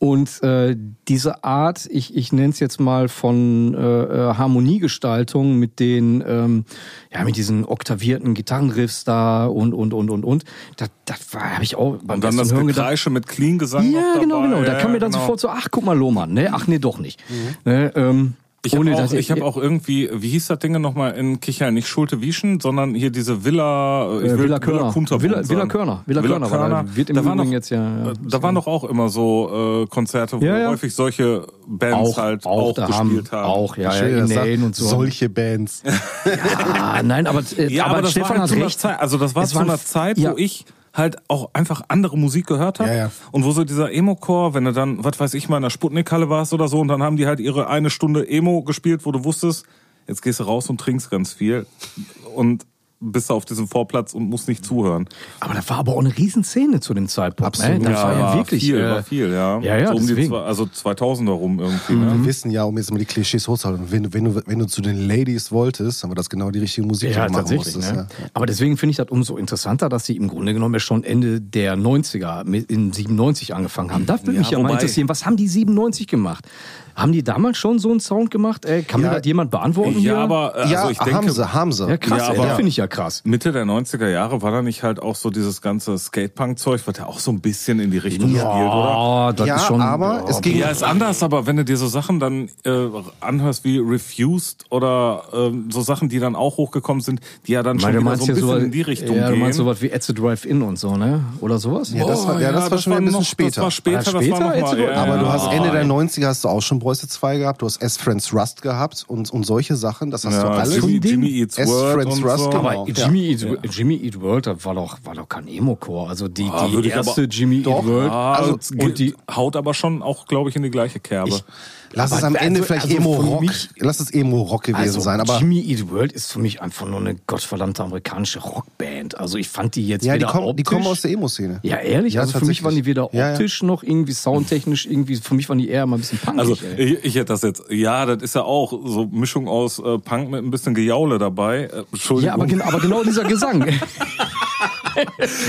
Speaker 1: Und äh, diese Art, ich, ich nenne es jetzt mal von äh, äh, Harmoniegestaltung mit den, ähm, ja, mit diesen oktavierten Gitarrenriffs da und, und, und, und, und, das, das habe ich auch beim
Speaker 2: Und dann
Speaker 1: ersten
Speaker 2: das
Speaker 1: Hören gedacht.
Speaker 2: Gekreische mit Clean-Gesang noch
Speaker 1: Ja,
Speaker 2: dabei.
Speaker 1: genau, genau. Da
Speaker 2: Ja,
Speaker 1: kam mir dann
Speaker 2: genau. Mhm.
Speaker 1: sofort so, ach, guck mal, Lohmann, ne? Ach, nee, doch nicht. Ne, ähm,
Speaker 2: Ich habe
Speaker 1: ohne,
Speaker 2: auch,
Speaker 1: dass
Speaker 2: ich hab auch irgendwie, wie hieß das Ding nochmal in Kichel? Nicht Schulte-Wieschen, sondern hier diese Villa... äh, Ich
Speaker 1: Äh,
Speaker 2: will
Speaker 1: Villa Körner.
Speaker 2: Kunterbund
Speaker 1: Villa-
Speaker 2: sagen.
Speaker 1: Villa Körner. Villa Körner, weil da wird im
Speaker 2: Da waren
Speaker 1: Übrigen
Speaker 2: doch-
Speaker 1: jetzt ja, ja,
Speaker 2: äh, Da waren doch auch immer so äh, Konzerte, wo
Speaker 1: Ja, ja.
Speaker 2: häufig solche Bands halt auch,
Speaker 1: da
Speaker 2: gespielt haben.
Speaker 1: Auch, ja, ja
Speaker 4: Schön,
Speaker 1: in
Speaker 4: dass da
Speaker 1: Lane und so.
Speaker 4: Solche Bands.
Speaker 1: Ah, nein, aber, äh,
Speaker 2: Ja, aber, das
Speaker 1: Stefan
Speaker 2: war halt
Speaker 1: hat
Speaker 2: zu einer
Speaker 1: recht.
Speaker 2: Zeit, also das war
Speaker 1: Es
Speaker 2: zu
Speaker 1: waren-
Speaker 2: einer Zeit,
Speaker 1: ja.
Speaker 2: wo ich halt auch einfach andere Musik gehört habe
Speaker 4: Ja, ja.
Speaker 2: und wo so dieser Emo-Core, wenn du dann, was weiß ich mal, in der Sputnik-Halle warst oder so und dann haben die halt ihre eine Stunde Emo gespielt, wo du wusstest, jetzt gehst du raus und trinkst ganz viel und bist da auf diesem Vorplatz und musst nicht zuhören.
Speaker 1: Aber da war aber auch eine Riesenszene zu dem Zeitpunkt.
Speaker 4: Absolut.
Speaker 1: Ne? Das
Speaker 4: Ja,
Speaker 1: war ja wirklich
Speaker 2: viel,
Speaker 1: äh,
Speaker 2: war viel, ja.
Speaker 1: Ja, ja,
Speaker 2: so um die
Speaker 1: deswegen.
Speaker 2: zwei, also 2000er rum irgendwie.
Speaker 4: Wir
Speaker 1: Mhm.
Speaker 2: Ne?
Speaker 4: wissen ja, um jetzt mal die Klischees hochzuhalten, wenn, du- wenn, du, wenn du zu den Ladies wolltest, haben wir das genau die richtige Musik, die
Speaker 1: Ja,
Speaker 4: du machen
Speaker 1: tatsächlich.
Speaker 4: musstest.
Speaker 1: ne?
Speaker 4: Ja.
Speaker 1: Aber deswegen finde ich das umso interessanter, dass sie im Grunde genommen ja schon Ende der 90er, mit- in 97 angefangen haben. Da würde
Speaker 2: Ja,
Speaker 1: mich ja mal
Speaker 2: wobei-
Speaker 1: interessieren, was haben die 97 gemacht? Haben die damals schon so einen Sound gemacht? Äh, kann
Speaker 4: Ja.
Speaker 1: mir das jemand beantworten? hier?
Speaker 2: Ja, aber äh, also
Speaker 4: ja,
Speaker 2: ich denke,
Speaker 4: haben sie, haben sie.
Speaker 1: Ja, krass,
Speaker 2: Ja,
Speaker 1: ey,
Speaker 2: aber-
Speaker 1: das finde ich ja krass.
Speaker 2: Mitte der 90er Jahre war da nicht halt auch so dieses ganze Skatepunk-Zeug, was ja auch so ein bisschen in die Richtung spielt, oder?
Speaker 1: das
Speaker 4: Ja,
Speaker 1: ist schon,
Speaker 4: aber es ging-
Speaker 2: Ja, ist anders, aber wenn du dir so Sachen dann äh, anhörst wie Refused oder ähm, so Sachen, die dann auch hochgekommen sind, die ja dann
Speaker 1: Weil du
Speaker 2: schon wieder
Speaker 1: meinst
Speaker 2: so ein bisschen
Speaker 1: ja sowas,
Speaker 2: in die Richtung
Speaker 1: ja, du
Speaker 2: gehen.
Speaker 1: meinst sowas wie At the Drive-In und so, ne? Oder sowas?
Speaker 4: Ja, das war, ja, das war schon wieder ein bisschen
Speaker 2: noch,
Speaker 4: später.
Speaker 2: Das war später,
Speaker 1: War
Speaker 2: das
Speaker 1: das
Speaker 2: war
Speaker 1: Ah, später,
Speaker 2: noch mal,
Speaker 1: Elzebub?
Speaker 2: ja, Ah,
Speaker 4: Aber
Speaker 2: ja.
Speaker 4: du hast
Speaker 2: ja.
Speaker 4: Ende der 90er hast du auch schon Bräuße 2 gehabt, du hast S-Friends Rust gehabt und, und solche Sachen, das hast
Speaker 2: Ja,
Speaker 4: du alles.
Speaker 2: Jimmy, Jimmy Eats
Speaker 4: S
Speaker 2: World
Speaker 4: Friends
Speaker 2: und
Speaker 4: Rust,
Speaker 2: so.
Speaker 4: genau.
Speaker 1: aber Jimmy, Eat, Jimmy Eat World, das war doch, war doch kein Emo-Core. Also die,
Speaker 2: Ah,
Speaker 1: die
Speaker 2: würde ich
Speaker 1: erste
Speaker 2: aber-
Speaker 1: Jimmy Eat
Speaker 4: Doch.
Speaker 1: World.
Speaker 2: Ah,
Speaker 4: also-
Speaker 2: also, und die haut aber schon auch, glaube ich, in die gleiche Kerbe.
Speaker 4: Lass es am
Speaker 1: also-
Speaker 4: Ende vielleicht
Speaker 1: also für
Speaker 4: Emo-Rock,
Speaker 1: mich-
Speaker 4: lass es Emo-Rock
Speaker 1: also
Speaker 4: gewesen sein, aber
Speaker 1: Jimmy Eat World ist für mich einfach nur eine gottverdammte amerikanische Rockband. Also ich fand die jetzt
Speaker 4: ja, die,
Speaker 1: weder
Speaker 4: kommen, die
Speaker 1: optisch-
Speaker 4: kommen aus der Emo-Szene.
Speaker 1: ja, ehrlich,
Speaker 4: Ja,
Speaker 1: also für mich
Speaker 4: tatsächlich.
Speaker 1: waren die weder
Speaker 4: Ja, ja.
Speaker 1: optisch noch irgendwie soundtechnisch irgendwie, für mich waren die eher mal ein bisschen punkig.
Speaker 2: also
Speaker 1: ey.
Speaker 2: ich, ich hätte das jetzt, ja, das ist ja auch so Mischung aus äh, Punk mit ein bisschen Gejaule dabei. Äh, Entschuldigung,
Speaker 1: ja, aber, gen aber genau dieser Gesang.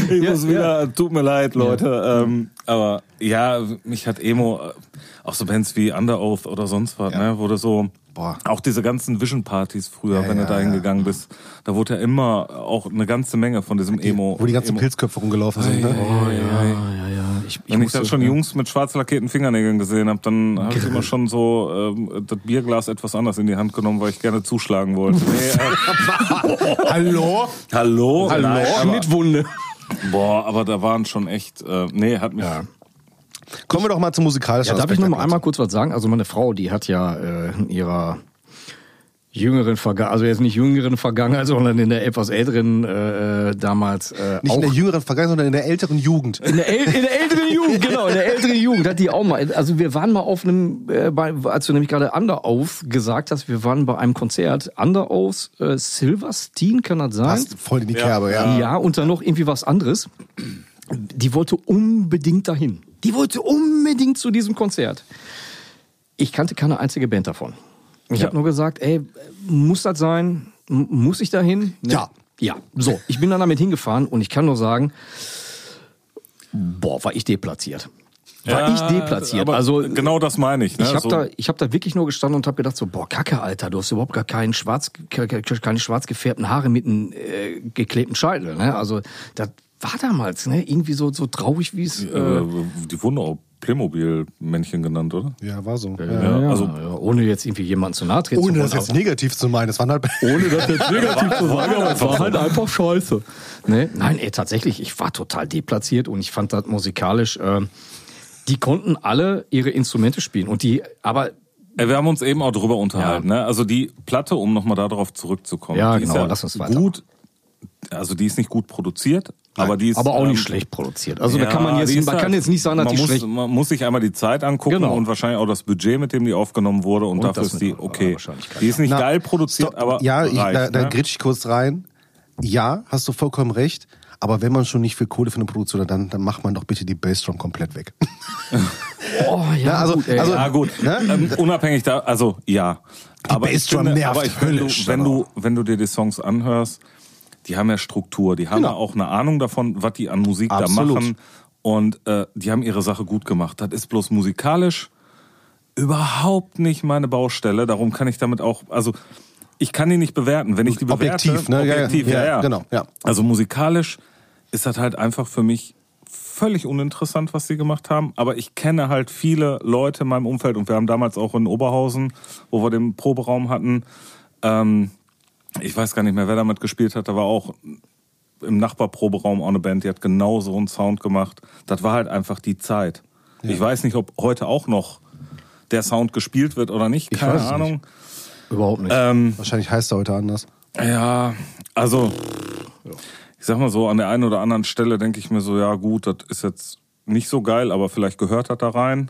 Speaker 2: Ich muss wieder, tut mir leid, Leute. Ähm, aber ja, mich hat Emo, äh, auch so Bands wie Underoath oder sonst was, ne, wurde so.
Speaker 4: Boah.
Speaker 2: Auch diese ganzen Vision-Partys früher,
Speaker 4: Ja,
Speaker 2: wenn
Speaker 4: ja,
Speaker 2: du da hingegangen
Speaker 4: ja.
Speaker 2: bist, da wurde ja immer auch eine ganze Menge von diesem Emo.
Speaker 4: Wo die ganzen
Speaker 2: Emo.
Speaker 4: Pilzköpfe rumgelaufen sind. Ne?
Speaker 1: ja, ja, ja. Ich,
Speaker 2: Wenn ich
Speaker 1: musste-
Speaker 2: dann schon Jungs mit schwarz lackierten Fingernägeln gesehen habe, dann habe ich immer schon so ähm, das Bierglas etwas anders in die Hand genommen, weil ich gerne zuschlagen wollte. Nee, äh,
Speaker 4: Hallo?
Speaker 2: hallo? Nein, aber,
Speaker 1: Schnittwunde.
Speaker 2: boah, aber da waren schon echt, äh, nee, hat mich,
Speaker 4: Kommen wir doch mal zum musikalischen
Speaker 1: Ja, darf ich
Speaker 4: Aspekt
Speaker 1: noch mal
Speaker 4: der
Speaker 1: einmal kurz was sagen? Also meine Frau, die hat ja äh, in ihrer jüngeren Vergangenheit, also jetzt nicht jüngeren Vergangenheit, sondern in der etwas älteren äh, äh, damals äh,
Speaker 4: Nicht
Speaker 1: auch
Speaker 4: in der jüngeren Vergangenheit, sondern in der älteren Jugend.
Speaker 1: in der, äl in der älteren Jugend, genau, in der älteren Jugend hat die auch mal. Also wir waren mal auf einem, äh, bei, als du nämlich gerade Underoath gesagt hast, wir waren bei einem Konzert, Underoath, äh, Silverstein kann das sein?
Speaker 4: Passt voll in die Kerbe, ja.
Speaker 1: Ja, und dann noch irgendwie was anderes. Die wollte unbedingt dahin. Die wollte unbedingt zu diesem Konzert. Ich kannte keine einzige Band davon. Ich
Speaker 2: Ja.
Speaker 1: habe nur gesagt, ey, muss das sein? M muss ich dahin? Ne?
Speaker 4: Ja.
Speaker 1: Ja, so. Ich bin dann damit hingefahren und ich kann nur sagen, boah, war ich deplatziert. War ich deplatziert.
Speaker 2: aber
Speaker 1: also
Speaker 2: genau das meine ich. Ne?
Speaker 1: ich habe
Speaker 2: so,
Speaker 1: da, ich hab da wirklich nur gestanden und habe gedacht so, boah, Kacke, Alter, du hast überhaupt gar keinen schwarz, ke- ke- keine schwarz gefärbten Haare mit einem äh, geklebten Scheitel. Ne? Also das war damals ne? irgendwie so, so traurig, wie es...
Speaker 2: äh,
Speaker 1: Äh,
Speaker 2: die wurden auch Playmobil-Männchen genannt, oder?
Speaker 4: Ja, genau. war so.
Speaker 2: ja, also-
Speaker 1: ja, ohne jetzt irgendwie jemanden zu nahe treten
Speaker 4: Ohne
Speaker 1: zu
Speaker 4: das
Speaker 1: wollen,
Speaker 4: jetzt negativ zu meinen, das waren halt
Speaker 1: ohne das jetzt negativ zu sagen, aber es war halt einfach scheiße. Ne? Nein, ey, tatsächlich, ich war total deplatziert und ich fand das musikalisch, äh, die konnten alle ihre Instrumente spielen und die, aber
Speaker 2: Äh, Wir haben uns eben auch drüber unterhalten. Ne? Also die Platte, um nochmal darauf zurückzukommen,
Speaker 1: Ja,
Speaker 2: die ist
Speaker 1: genau,
Speaker 2: ja
Speaker 1: lass uns weiter.
Speaker 2: gut, also die ist nicht gut produziert, aber die ist...
Speaker 1: aber auch nicht
Speaker 2: ähm,
Speaker 1: schlecht produziert. Also
Speaker 2: ja,
Speaker 1: da kann man
Speaker 2: die
Speaker 1: jetzt,
Speaker 2: ist
Speaker 1: man
Speaker 2: halt-
Speaker 1: kann jetzt nicht sagen, dass
Speaker 2: man
Speaker 1: die
Speaker 2: muss,
Speaker 1: schlecht
Speaker 2: Man muss sich einmal die Zeit angucken
Speaker 1: Genau.
Speaker 2: und wahrscheinlich auch das Budget, mit dem die aufgenommen wurde und,
Speaker 1: Und
Speaker 2: dafür
Speaker 1: das
Speaker 2: ist die
Speaker 1: mit
Speaker 2: okay.
Speaker 1: Wahrscheinlichkeit,
Speaker 2: Die ist nicht
Speaker 4: Na,
Speaker 2: geil produziert,
Speaker 4: stopp.
Speaker 2: aber
Speaker 4: Ja, ich,
Speaker 2: reicht,
Speaker 4: da, da
Speaker 2: ne?
Speaker 4: gritsch ich kurz rein. Ja, hast du vollkommen recht. Aber wenn man schon nicht viel Kohle für eine Produktion hat, dann, dann macht man doch bitte die Bassdrum komplett weg.
Speaker 1: Oh, ja,
Speaker 4: Ja, also-
Speaker 1: gut, ey.
Speaker 4: also-
Speaker 2: Ja, gut.
Speaker 4: Ne?
Speaker 2: Ähm, unabhängig da, also ja. Aber ich
Speaker 4: Bassdrum
Speaker 2: finde,
Speaker 4: nervt
Speaker 2: aber ich finde,
Speaker 4: höllisch,
Speaker 2: wenn du,
Speaker 4: aber.
Speaker 2: wenn du dir die Songs anhörst, die haben ja Struktur, die haben ja auch eine Ahnung davon, was die an Musik
Speaker 4: Genau. Absolut.
Speaker 2: da machen. Und äh, die haben ihre Sache gut gemacht. Das ist bloß musikalisch überhaupt nicht meine Baustelle. Darum kann ich damit auch, also ich kann die nicht bewerten. Wenn ich die bewerte,
Speaker 4: Objektiv, ne? Ja, ja,
Speaker 2: objektiv, ja,
Speaker 4: ja,
Speaker 2: ja,
Speaker 4: genau, ja.
Speaker 2: Also musikalisch ist das halt einfach für mich völlig uninteressant, was sie gemacht haben. Aber ich kenne halt viele Leute in meinem Umfeld und wir haben damals auch in Oberhausen, wo wir den Proberaum hatten, ähm, ich weiß gar nicht mehr, wer damit gespielt hat, da war auch im Nachbarproberaum auch eine Band, die hat genau so einen Sound gemacht. Das war halt einfach die Zeit. Ich weiß nicht, ob heute auch noch der Sound gespielt wird oder nicht, keine
Speaker 4: weiß es
Speaker 2: Ahnung.
Speaker 1: Überhaupt nicht.
Speaker 2: Ähm, Hm.
Speaker 4: Wahrscheinlich heißt er heute anders.
Speaker 2: Ja, also ich sag mal so, an der einen oder anderen Stelle denke ich mir so, ja gut, das ist jetzt nicht so geil, aber vielleicht gehört das da rein.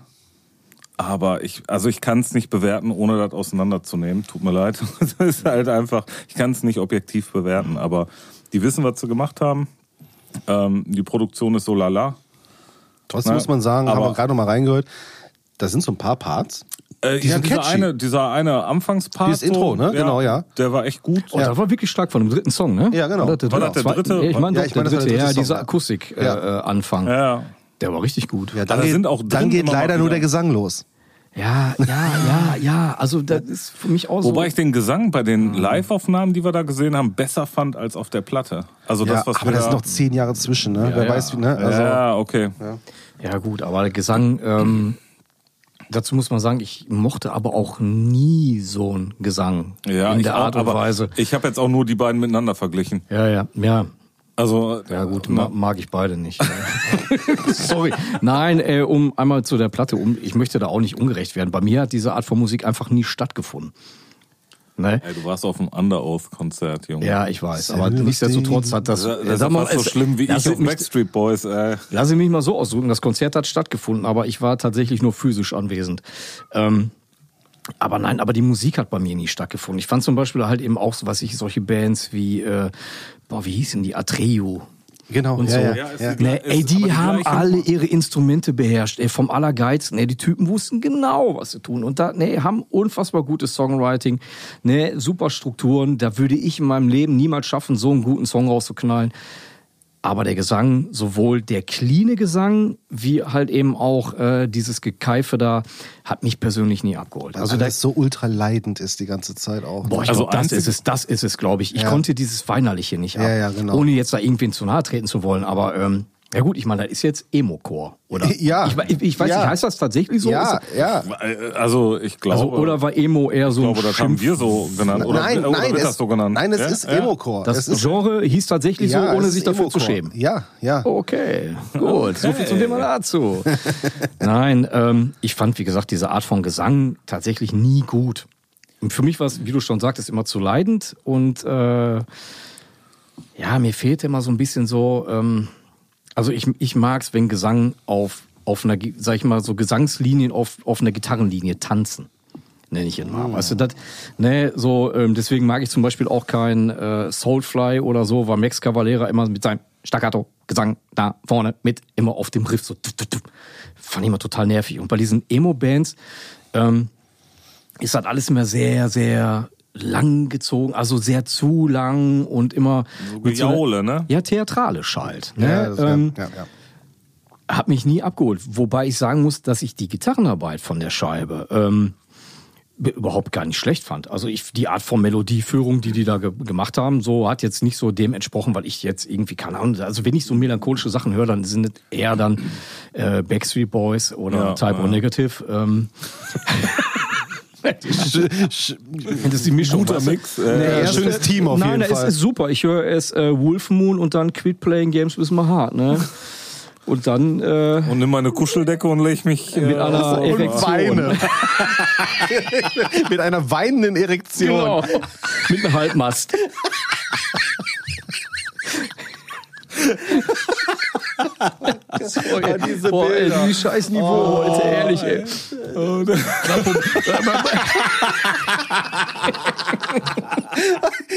Speaker 2: Aber ich, also ich kann es nicht bewerten, ohne das auseinanderzunehmen. Tut mir leid. Das ist halt einfach, ich kann es nicht objektiv bewerten, aber die wissen, was sie gemacht haben. Ähm, die Produktion ist so lala.
Speaker 4: Trotzdem
Speaker 2: Ja,
Speaker 4: muss man sagen, haben
Speaker 2: aber-
Speaker 4: wir gerade noch mal reingehört, da sind so ein paar Parts.
Speaker 2: Äh,
Speaker 4: Die
Speaker 2: ja,
Speaker 4: sind
Speaker 2: dieser
Speaker 4: catchy.
Speaker 2: eine, dieser eine Anfangspart.
Speaker 4: Dieses Intro, ne? Genau, ja.
Speaker 2: Der war echt gut.
Speaker 1: Oh, Das war wirklich stark von dem dritten Song, ne?
Speaker 4: Ja, genau.
Speaker 1: War das der
Speaker 2: War
Speaker 1: dritte?
Speaker 2: das der dritte?
Speaker 1: Ja, ich meine,
Speaker 4: Ja,
Speaker 1: doch,
Speaker 4: ich meine,
Speaker 1: der dritte,
Speaker 4: das war der dritte
Speaker 1: ja,
Speaker 4: Song,
Speaker 1: dieser
Speaker 4: ja. Ja.
Speaker 1: Akustik-Anfang.
Speaker 2: Ja.
Speaker 1: Der war richtig gut.
Speaker 4: Ja,
Speaker 2: da sind auch
Speaker 4: dann
Speaker 2: drin
Speaker 4: geht
Speaker 2: immer mal
Speaker 4: leider nur
Speaker 2: wieder-
Speaker 4: der Gesang los.
Speaker 1: Ja, ja, ja, ja. Also das ist für mich auch so.
Speaker 2: Wobei ich den Gesang bei den Live-Aufnahmen, die wir da gesehen haben, besser fand als auf der Platte. Also
Speaker 4: Ja,
Speaker 2: das, was
Speaker 4: aber
Speaker 2: wir
Speaker 4: das
Speaker 2: da,
Speaker 4: sind noch zehn Jahre zwischen, ne? Wer
Speaker 1: ja.
Speaker 4: weiß, wie, ne? Also,
Speaker 2: ja, okay.
Speaker 1: ja gut, aber der Gesang, ähm, dazu muss man sagen, ich mochte aber auch nie so einen Gesang
Speaker 2: Ja,
Speaker 1: in
Speaker 2: ich
Speaker 1: der
Speaker 2: auch,
Speaker 1: Art und
Speaker 2: aber
Speaker 1: Weise.
Speaker 2: Ich habe jetzt auch nur die beiden miteinander verglichen.
Speaker 1: Ja, ja, ja.
Speaker 2: Also
Speaker 1: Ja gut, ma
Speaker 2: ne?
Speaker 1: mag ich beide nicht. Sorry. Nein, äh, um einmal zu der Platte, um, ich möchte da auch nicht ungerecht werden. Bei mir hat diese Art von Musik einfach nie stattgefunden. Ne?
Speaker 2: Ey, du warst auf dem Under-Oath-Konzert, Junge.
Speaker 1: Ja, ich weiß, aber
Speaker 4: Selber
Speaker 1: nichtsdestotrotz hat das...
Speaker 2: Das, das
Speaker 1: Äh,
Speaker 2: ist fast so
Speaker 1: es-
Speaker 2: schlimm wie
Speaker 1: lass
Speaker 2: ich auf
Speaker 1: mich-
Speaker 2: Backstreet Boys. äh, Ey.
Speaker 1: Lass ich mich mal so ausdrücken, das Konzert hat stattgefunden, aber ich war tatsächlich nur physisch anwesend. Ähm, aber nein, aber die Musik hat bei mir nie stattgefunden. Ich fand zum Beispiel halt eben auch, so, was ich, solche Bands wie, äh, boah, wie hießen die? Atreo.
Speaker 4: Genau,
Speaker 1: Und
Speaker 4: ja,
Speaker 1: so.
Speaker 4: ja,
Speaker 2: Ja, ist
Speaker 4: ja.
Speaker 2: die-
Speaker 1: Ne, ey,
Speaker 2: ist aber
Speaker 1: die
Speaker 2: die
Speaker 1: haben
Speaker 2: gleiche-
Speaker 1: alle ihre Instrumente beherrscht. Ey, vom Allergeiz. Ne, die Typen wussten genau, was sie tun. Und da, ne, haben unfassbar gutes Songwriting. Ne, super Strukturen. Da würde ich in meinem Leben niemals schaffen, so einen guten Song rauszuknallen. Aber der Gesang, sowohl der cleane Gesang, wie halt eben auch äh, dieses Gekeife da, hat mich persönlich nie abgeholt.
Speaker 4: Also,
Speaker 1: Also da,
Speaker 4: das so ultra leidend ist die ganze Zeit auch. ne?
Speaker 1: Boah, ich
Speaker 2: Also
Speaker 1: glaub, das
Speaker 2: einzig-
Speaker 1: ist es, das ist es, glaube ich. Ich
Speaker 4: Ja.
Speaker 1: konnte dieses Weinerliche nicht ab.
Speaker 4: Ja, ja, genau.
Speaker 1: Ohne jetzt da irgendwen zu nahe treten zu wollen, aber ähm, ja gut, ich meine, das ist jetzt Emo-Core, oder?
Speaker 4: Ja.
Speaker 1: Ich, ich, ich weiß
Speaker 4: Ja.
Speaker 1: nicht, heißt das tatsächlich so?
Speaker 4: ja,
Speaker 1: Ist-
Speaker 4: ja.
Speaker 2: Also ich glaube,
Speaker 1: also, oder war Emo eher so
Speaker 2: ich
Speaker 1: ein
Speaker 2: glaube, das haben
Speaker 1: Schimpf?
Speaker 2: wir so genannt. Oder,
Speaker 4: nein,
Speaker 2: oder
Speaker 4: nein,
Speaker 2: wird
Speaker 4: es,
Speaker 2: das so genannt?
Speaker 4: nein, es
Speaker 2: Ja?
Speaker 4: ist
Speaker 2: Ja.
Speaker 4: Emo-Core.
Speaker 1: Das
Speaker 4: es ist,
Speaker 1: Genre hieß tatsächlich
Speaker 4: ja,
Speaker 1: so,
Speaker 4: es
Speaker 1: ohne
Speaker 4: ist
Speaker 1: sich dafür zu
Speaker 4: Emo-Core.
Speaker 1: schämen. Oh.
Speaker 4: Ja, ja.
Speaker 1: Okay, gut. So viel zum Thema dazu. Nein, ähm, ich fand, wie gesagt, diese Art von Gesang tatsächlich nie gut. Und für mich war es, wie du schon sagtest, immer zu leidend. Und äh, ja, mir fehlte immer so ein bisschen so, ähm, also ich, ich mag es, wenn Gesang auf, auf einer, Gi- sag ich mal, so Gesangslinien auf, auf einer Gitarrenlinie tanzen. Nenne ich ihn mal. Ah. Weißt du, das, ne, so, ähm, deswegen mag ich zum Beispiel auch kein äh, Soulfly oder so, weil Max Cavalera immer mit seinem Staccato, Gesang, da vorne, mit, immer auf dem Riff, so, tup, tup, tup. fand ich immer total nervig. Und bei diesen Emo-Bands, ähm, ist halt alles immer sehr, sehr lang gezogen, also sehr zu lang und immer.
Speaker 2: So
Speaker 1: mit einer-
Speaker 2: Gejaule, ne?
Speaker 1: Ja, theatralisch halt. Ne?
Speaker 4: Ja, das- ja,
Speaker 1: ähm,
Speaker 4: ja, ja.
Speaker 1: Hat mich nie abgeholt. Wobei ich sagen muss, dass ich die Gitarrenarbeit von der Scheibe ähm, b- überhaupt gar nicht schlecht fand. Also ich, die Art von Melodieführung, die die da ge gemacht haben, so hat jetzt nicht so dem entsprochen, weil ich jetzt irgendwie keine Ahnung. Also wenn ich so melancholische Sachen höre, dann sind es eher dann äh, Backstreet Boys oder
Speaker 2: Ja,
Speaker 1: Type O
Speaker 2: ja.
Speaker 1: Negative. Ähm, Das ist die Mischung.
Speaker 2: Guter
Speaker 1: weißt du?
Speaker 2: Mix, äh,
Speaker 1: Nee,
Speaker 4: schönes
Speaker 1: erste-
Speaker 4: Team auf
Speaker 1: Nein,
Speaker 4: jeden
Speaker 1: es
Speaker 4: Fall.
Speaker 1: ist super. Ich höre es äh, Wolf Moon und dann Quit Playing Games bis mal hart, ne? Und dann äh,
Speaker 2: Und nimm meine Kuscheldecke und leg mich
Speaker 1: mit
Speaker 2: äh,
Speaker 1: einer
Speaker 2: auf-
Speaker 1: Erektion.
Speaker 4: Weine. Mit einer weinenden Erektion.
Speaker 1: Genau. mit einem Halbmast. Sorry.
Speaker 4: Ah, diese
Speaker 1: Boah, ey,
Speaker 4: Bilder.
Speaker 1: wie scheiß Niveau heute, ehrlich, ey.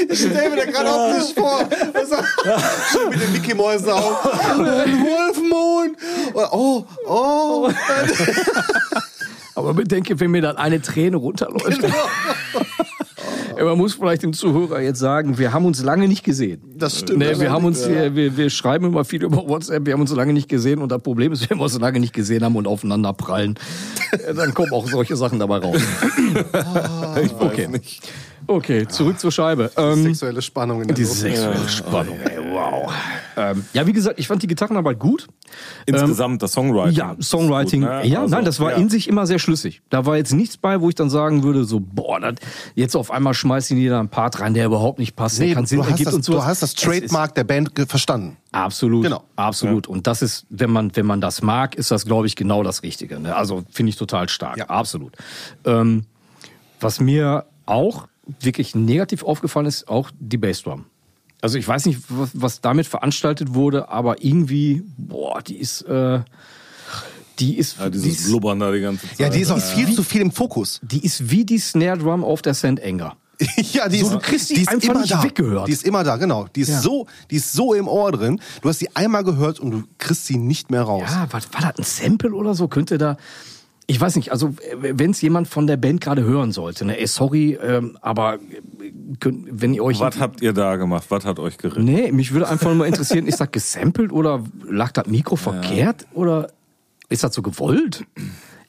Speaker 4: Ich stell mir da gerade optisch vor. Was er- Schon mit den Mickey Mäusen auf. Wolfmond. Oh, oh.
Speaker 1: Aber bedenke, wenn mir dann eine Träne runterläuft.
Speaker 4: Genau.
Speaker 1: Ey, Man muss vielleicht dem Zuhörer jetzt sagen, wir haben uns lange nicht gesehen.
Speaker 4: Das stimmt.
Speaker 1: Nee, wir, haben uns,
Speaker 4: Ja.
Speaker 1: wir, wir, wir schreiben immer viel über WhatsApp, wir haben uns so lange nicht gesehen und das Problem ist, wenn wir uns so lange nicht gesehen haben und aufeinander prallen, dann kommen auch solche Sachen dabei raus.
Speaker 2: Ich weiß okay. nicht.
Speaker 1: Okay, zurück zur Scheibe. Ähm,
Speaker 4: Sexuelle Spannung in der
Speaker 1: diese
Speaker 4: Luft.
Speaker 1: sexuelle Spannung, ey, wow. Ähm, ja, wie gesagt, ich fand die Gitarrenarbeit gut.
Speaker 2: Insgesamt das Songwriting.
Speaker 1: Ja, Songwriting.
Speaker 2: Ist gut, ne?
Speaker 1: Ja,
Speaker 2: Also,
Speaker 1: nein, das war
Speaker 2: ja.
Speaker 1: in sich immer sehr schlüssig. Da war jetzt nichts bei, wo ich dann sagen würde, so, boah, das, jetzt auf einmal schmeißt ihn jeder einen Part rein, der überhaupt nicht passt, der
Speaker 4: Nee,
Speaker 1: keinen Sinn
Speaker 4: du, hast
Speaker 1: ergibt
Speaker 4: das,
Speaker 1: und so.
Speaker 4: du hast das Trademark der Band ge- verstanden.
Speaker 1: Absolut.
Speaker 4: Genau.
Speaker 1: Absolut. Und das ist, wenn man, wenn man das mag, ist das, glaube ich, genau das Richtige. Ne? Also finde ich total stark.
Speaker 4: Ja.
Speaker 1: Absolut. Ähm, was mir auch wirklich negativ aufgefallen ist, auch die Bassdrum. Also ich weiß nicht, was, was damit veranstaltet wurde, aber irgendwie, boah, die ist, äh, die ist,
Speaker 2: Ja,
Speaker 1: die,
Speaker 2: dieses
Speaker 1: ist
Speaker 2: Blubbern da die ganze Zeit.
Speaker 4: Ja, die ist auch
Speaker 2: Ja.
Speaker 4: viel zu viel im Fokus.
Speaker 1: die ist wie die Snare Drum auf der Sand Anger.
Speaker 4: ja, die
Speaker 1: So,
Speaker 4: ist,
Speaker 1: du kriegst die einfach nicht weggehört.
Speaker 4: Die ist immer da, genau. Die ist,
Speaker 1: Ja.
Speaker 4: so, die ist so im Ohr drin. Du hast sie einmal gehört und du kriegst sie nicht mehr raus.
Speaker 1: Ja, war, war das ein Sample oder so? Könnte da. Ich weiß nicht, also wenn es jemand von der Band gerade hören sollte, ne, ey, sorry, ähm, aber äh, könnt, wenn ihr euch.
Speaker 2: Was habt ihr da gemacht? Was hat euch geritten?
Speaker 1: nee, mich würde einfach nur mal interessieren, ist das gesampelt oder lag das Mikro verkehrt oder ist das so gewollt?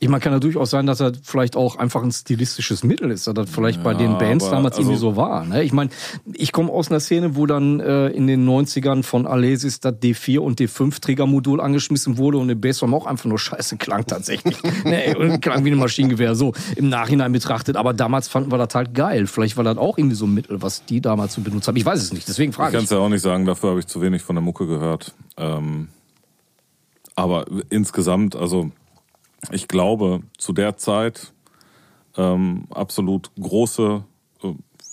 Speaker 1: Ich meine, kann ja durchaus sein, dass das vielleicht auch einfach ein stilistisches Mittel ist, dass das vielleicht bei den Bands
Speaker 2: aber
Speaker 1: damals irgendwie
Speaker 2: also-
Speaker 1: so war. Ne? Ich meine, ich komme aus einer Szene, wo dann äh, in den 90ern von Alesis das D4 und D5-Trägermodul angeschmissen wurde und im Bassdrum auch einfach nur scheiße klang tatsächlich. ne, und klang wie ein Maschinengewehr, so im Nachhinein betrachtet. Aber damals fanden wir das halt geil. Vielleicht war das auch irgendwie so ein Mittel, was die damals so benutzt haben. Ich weiß es nicht, deswegen
Speaker 2: Ich
Speaker 1: frage
Speaker 2: kann
Speaker 1: ich.
Speaker 2: es ja auch nicht sagen, dafür habe ich zu wenig von der Mucke gehört. Ähm, aber insgesamt, also ich glaube, zu der Zeit ähm, absolut große, äh,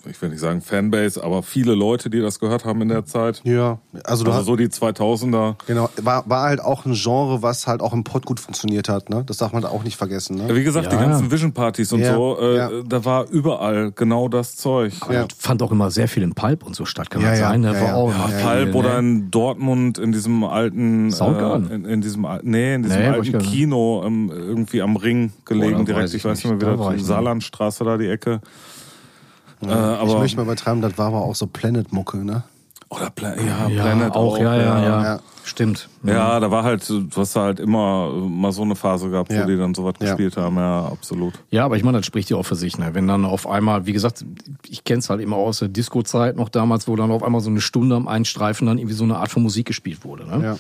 Speaker 2: ich will nicht sagen Fanbase, aber viele Leute, die das gehört haben in der Zeit.
Speaker 4: Ja, also du
Speaker 2: Also
Speaker 4: hast,
Speaker 2: so die 2000er.
Speaker 4: genau, war, war halt auch ein Genre, was halt auch im Pott gut funktioniert hat. Ne? Das darf man auch nicht vergessen. Ne?
Speaker 2: Wie gesagt, die
Speaker 1: Ja.
Speaker 2: ganzen Vision-Partys und
Speaker 4: Ja,
Speaker 2: so, äh,
Speaker 4: ja.
Speaker 2: da war überall genau das Zeug.
Speaker 4: Ja.
Speaker 1: Fand auch immer sehr viel im Palp und so statt, kann
Speaker 4: Ja,
Speaker 1: das
Speaker 4: ja,
Speaker 1: sein. ne?
Speaker 4: ja,
Speaker 1: war
Speaker 4: ja.
Speaker 1: auch
Speaker 4: Ja,
Speaker 1: immer viel,
Speaker 2: Halb
Speaker 1: ne?
Speaker 2: oder in Dortmund in diesem alten
Speaker 1: Soundgarden?
Speaker 2: äh, in, in diesem al- nee in diesem
Speaker 1: Nee, hab ich
Speaker 2: alten
Speaker 1: gar nicht.
Speaker 2: Kino ähm, irgendwie am Ring gelegen
Speaker 1: Boah, da
Speaker 2: direkt
Speaker 1: weiß
Speaker 2: ich,
Speaker 1: ich
Speaker 2: weiß
Speaker 1: nicht.
Speaker 2: nicht mehr
Speaker 1: Da war
Speaker 2: wieder
Speaker 1: ich
Speaker 2: die
Speaker 1: nie.
Speaker 2: Saarlandstraße da die Ecke äh,
Speaker 4: ich
Speaker 2: aber
Speaker 4: möchte mal übertreiben, das war aber auch so Planet-Mucke. Ne?
Speaker 2: oder Pla ja,
Speaker 1: Ja,
Speaker 2: Planet
Speaker 1: auch, ja, ja, ja,
Speaker 4: ja.
Speaker 1: Stimmt.
Speaker 2: Ja, da war halt du hast da halt immer äh, mal so eine Phase gehabt
Speaker 4: Ja.
Speaker 2: wo die dann sowas
Speaker 4: Ja.
Speaker 2: gespielt haben ja absolut
Speaker 1: Ja, aber ich meine, das spricht ja auch für sich. Ne? Wenn dann auf einmal, wie gesagt, ich kenn's halt immer aus der Disco-Zeit noch damals, wo dann auf einmal so eine Stunde am einen Streifen dann irgendwie so eine Art von Musik gespielt wurde. Ne?
Speaker 4: Ja.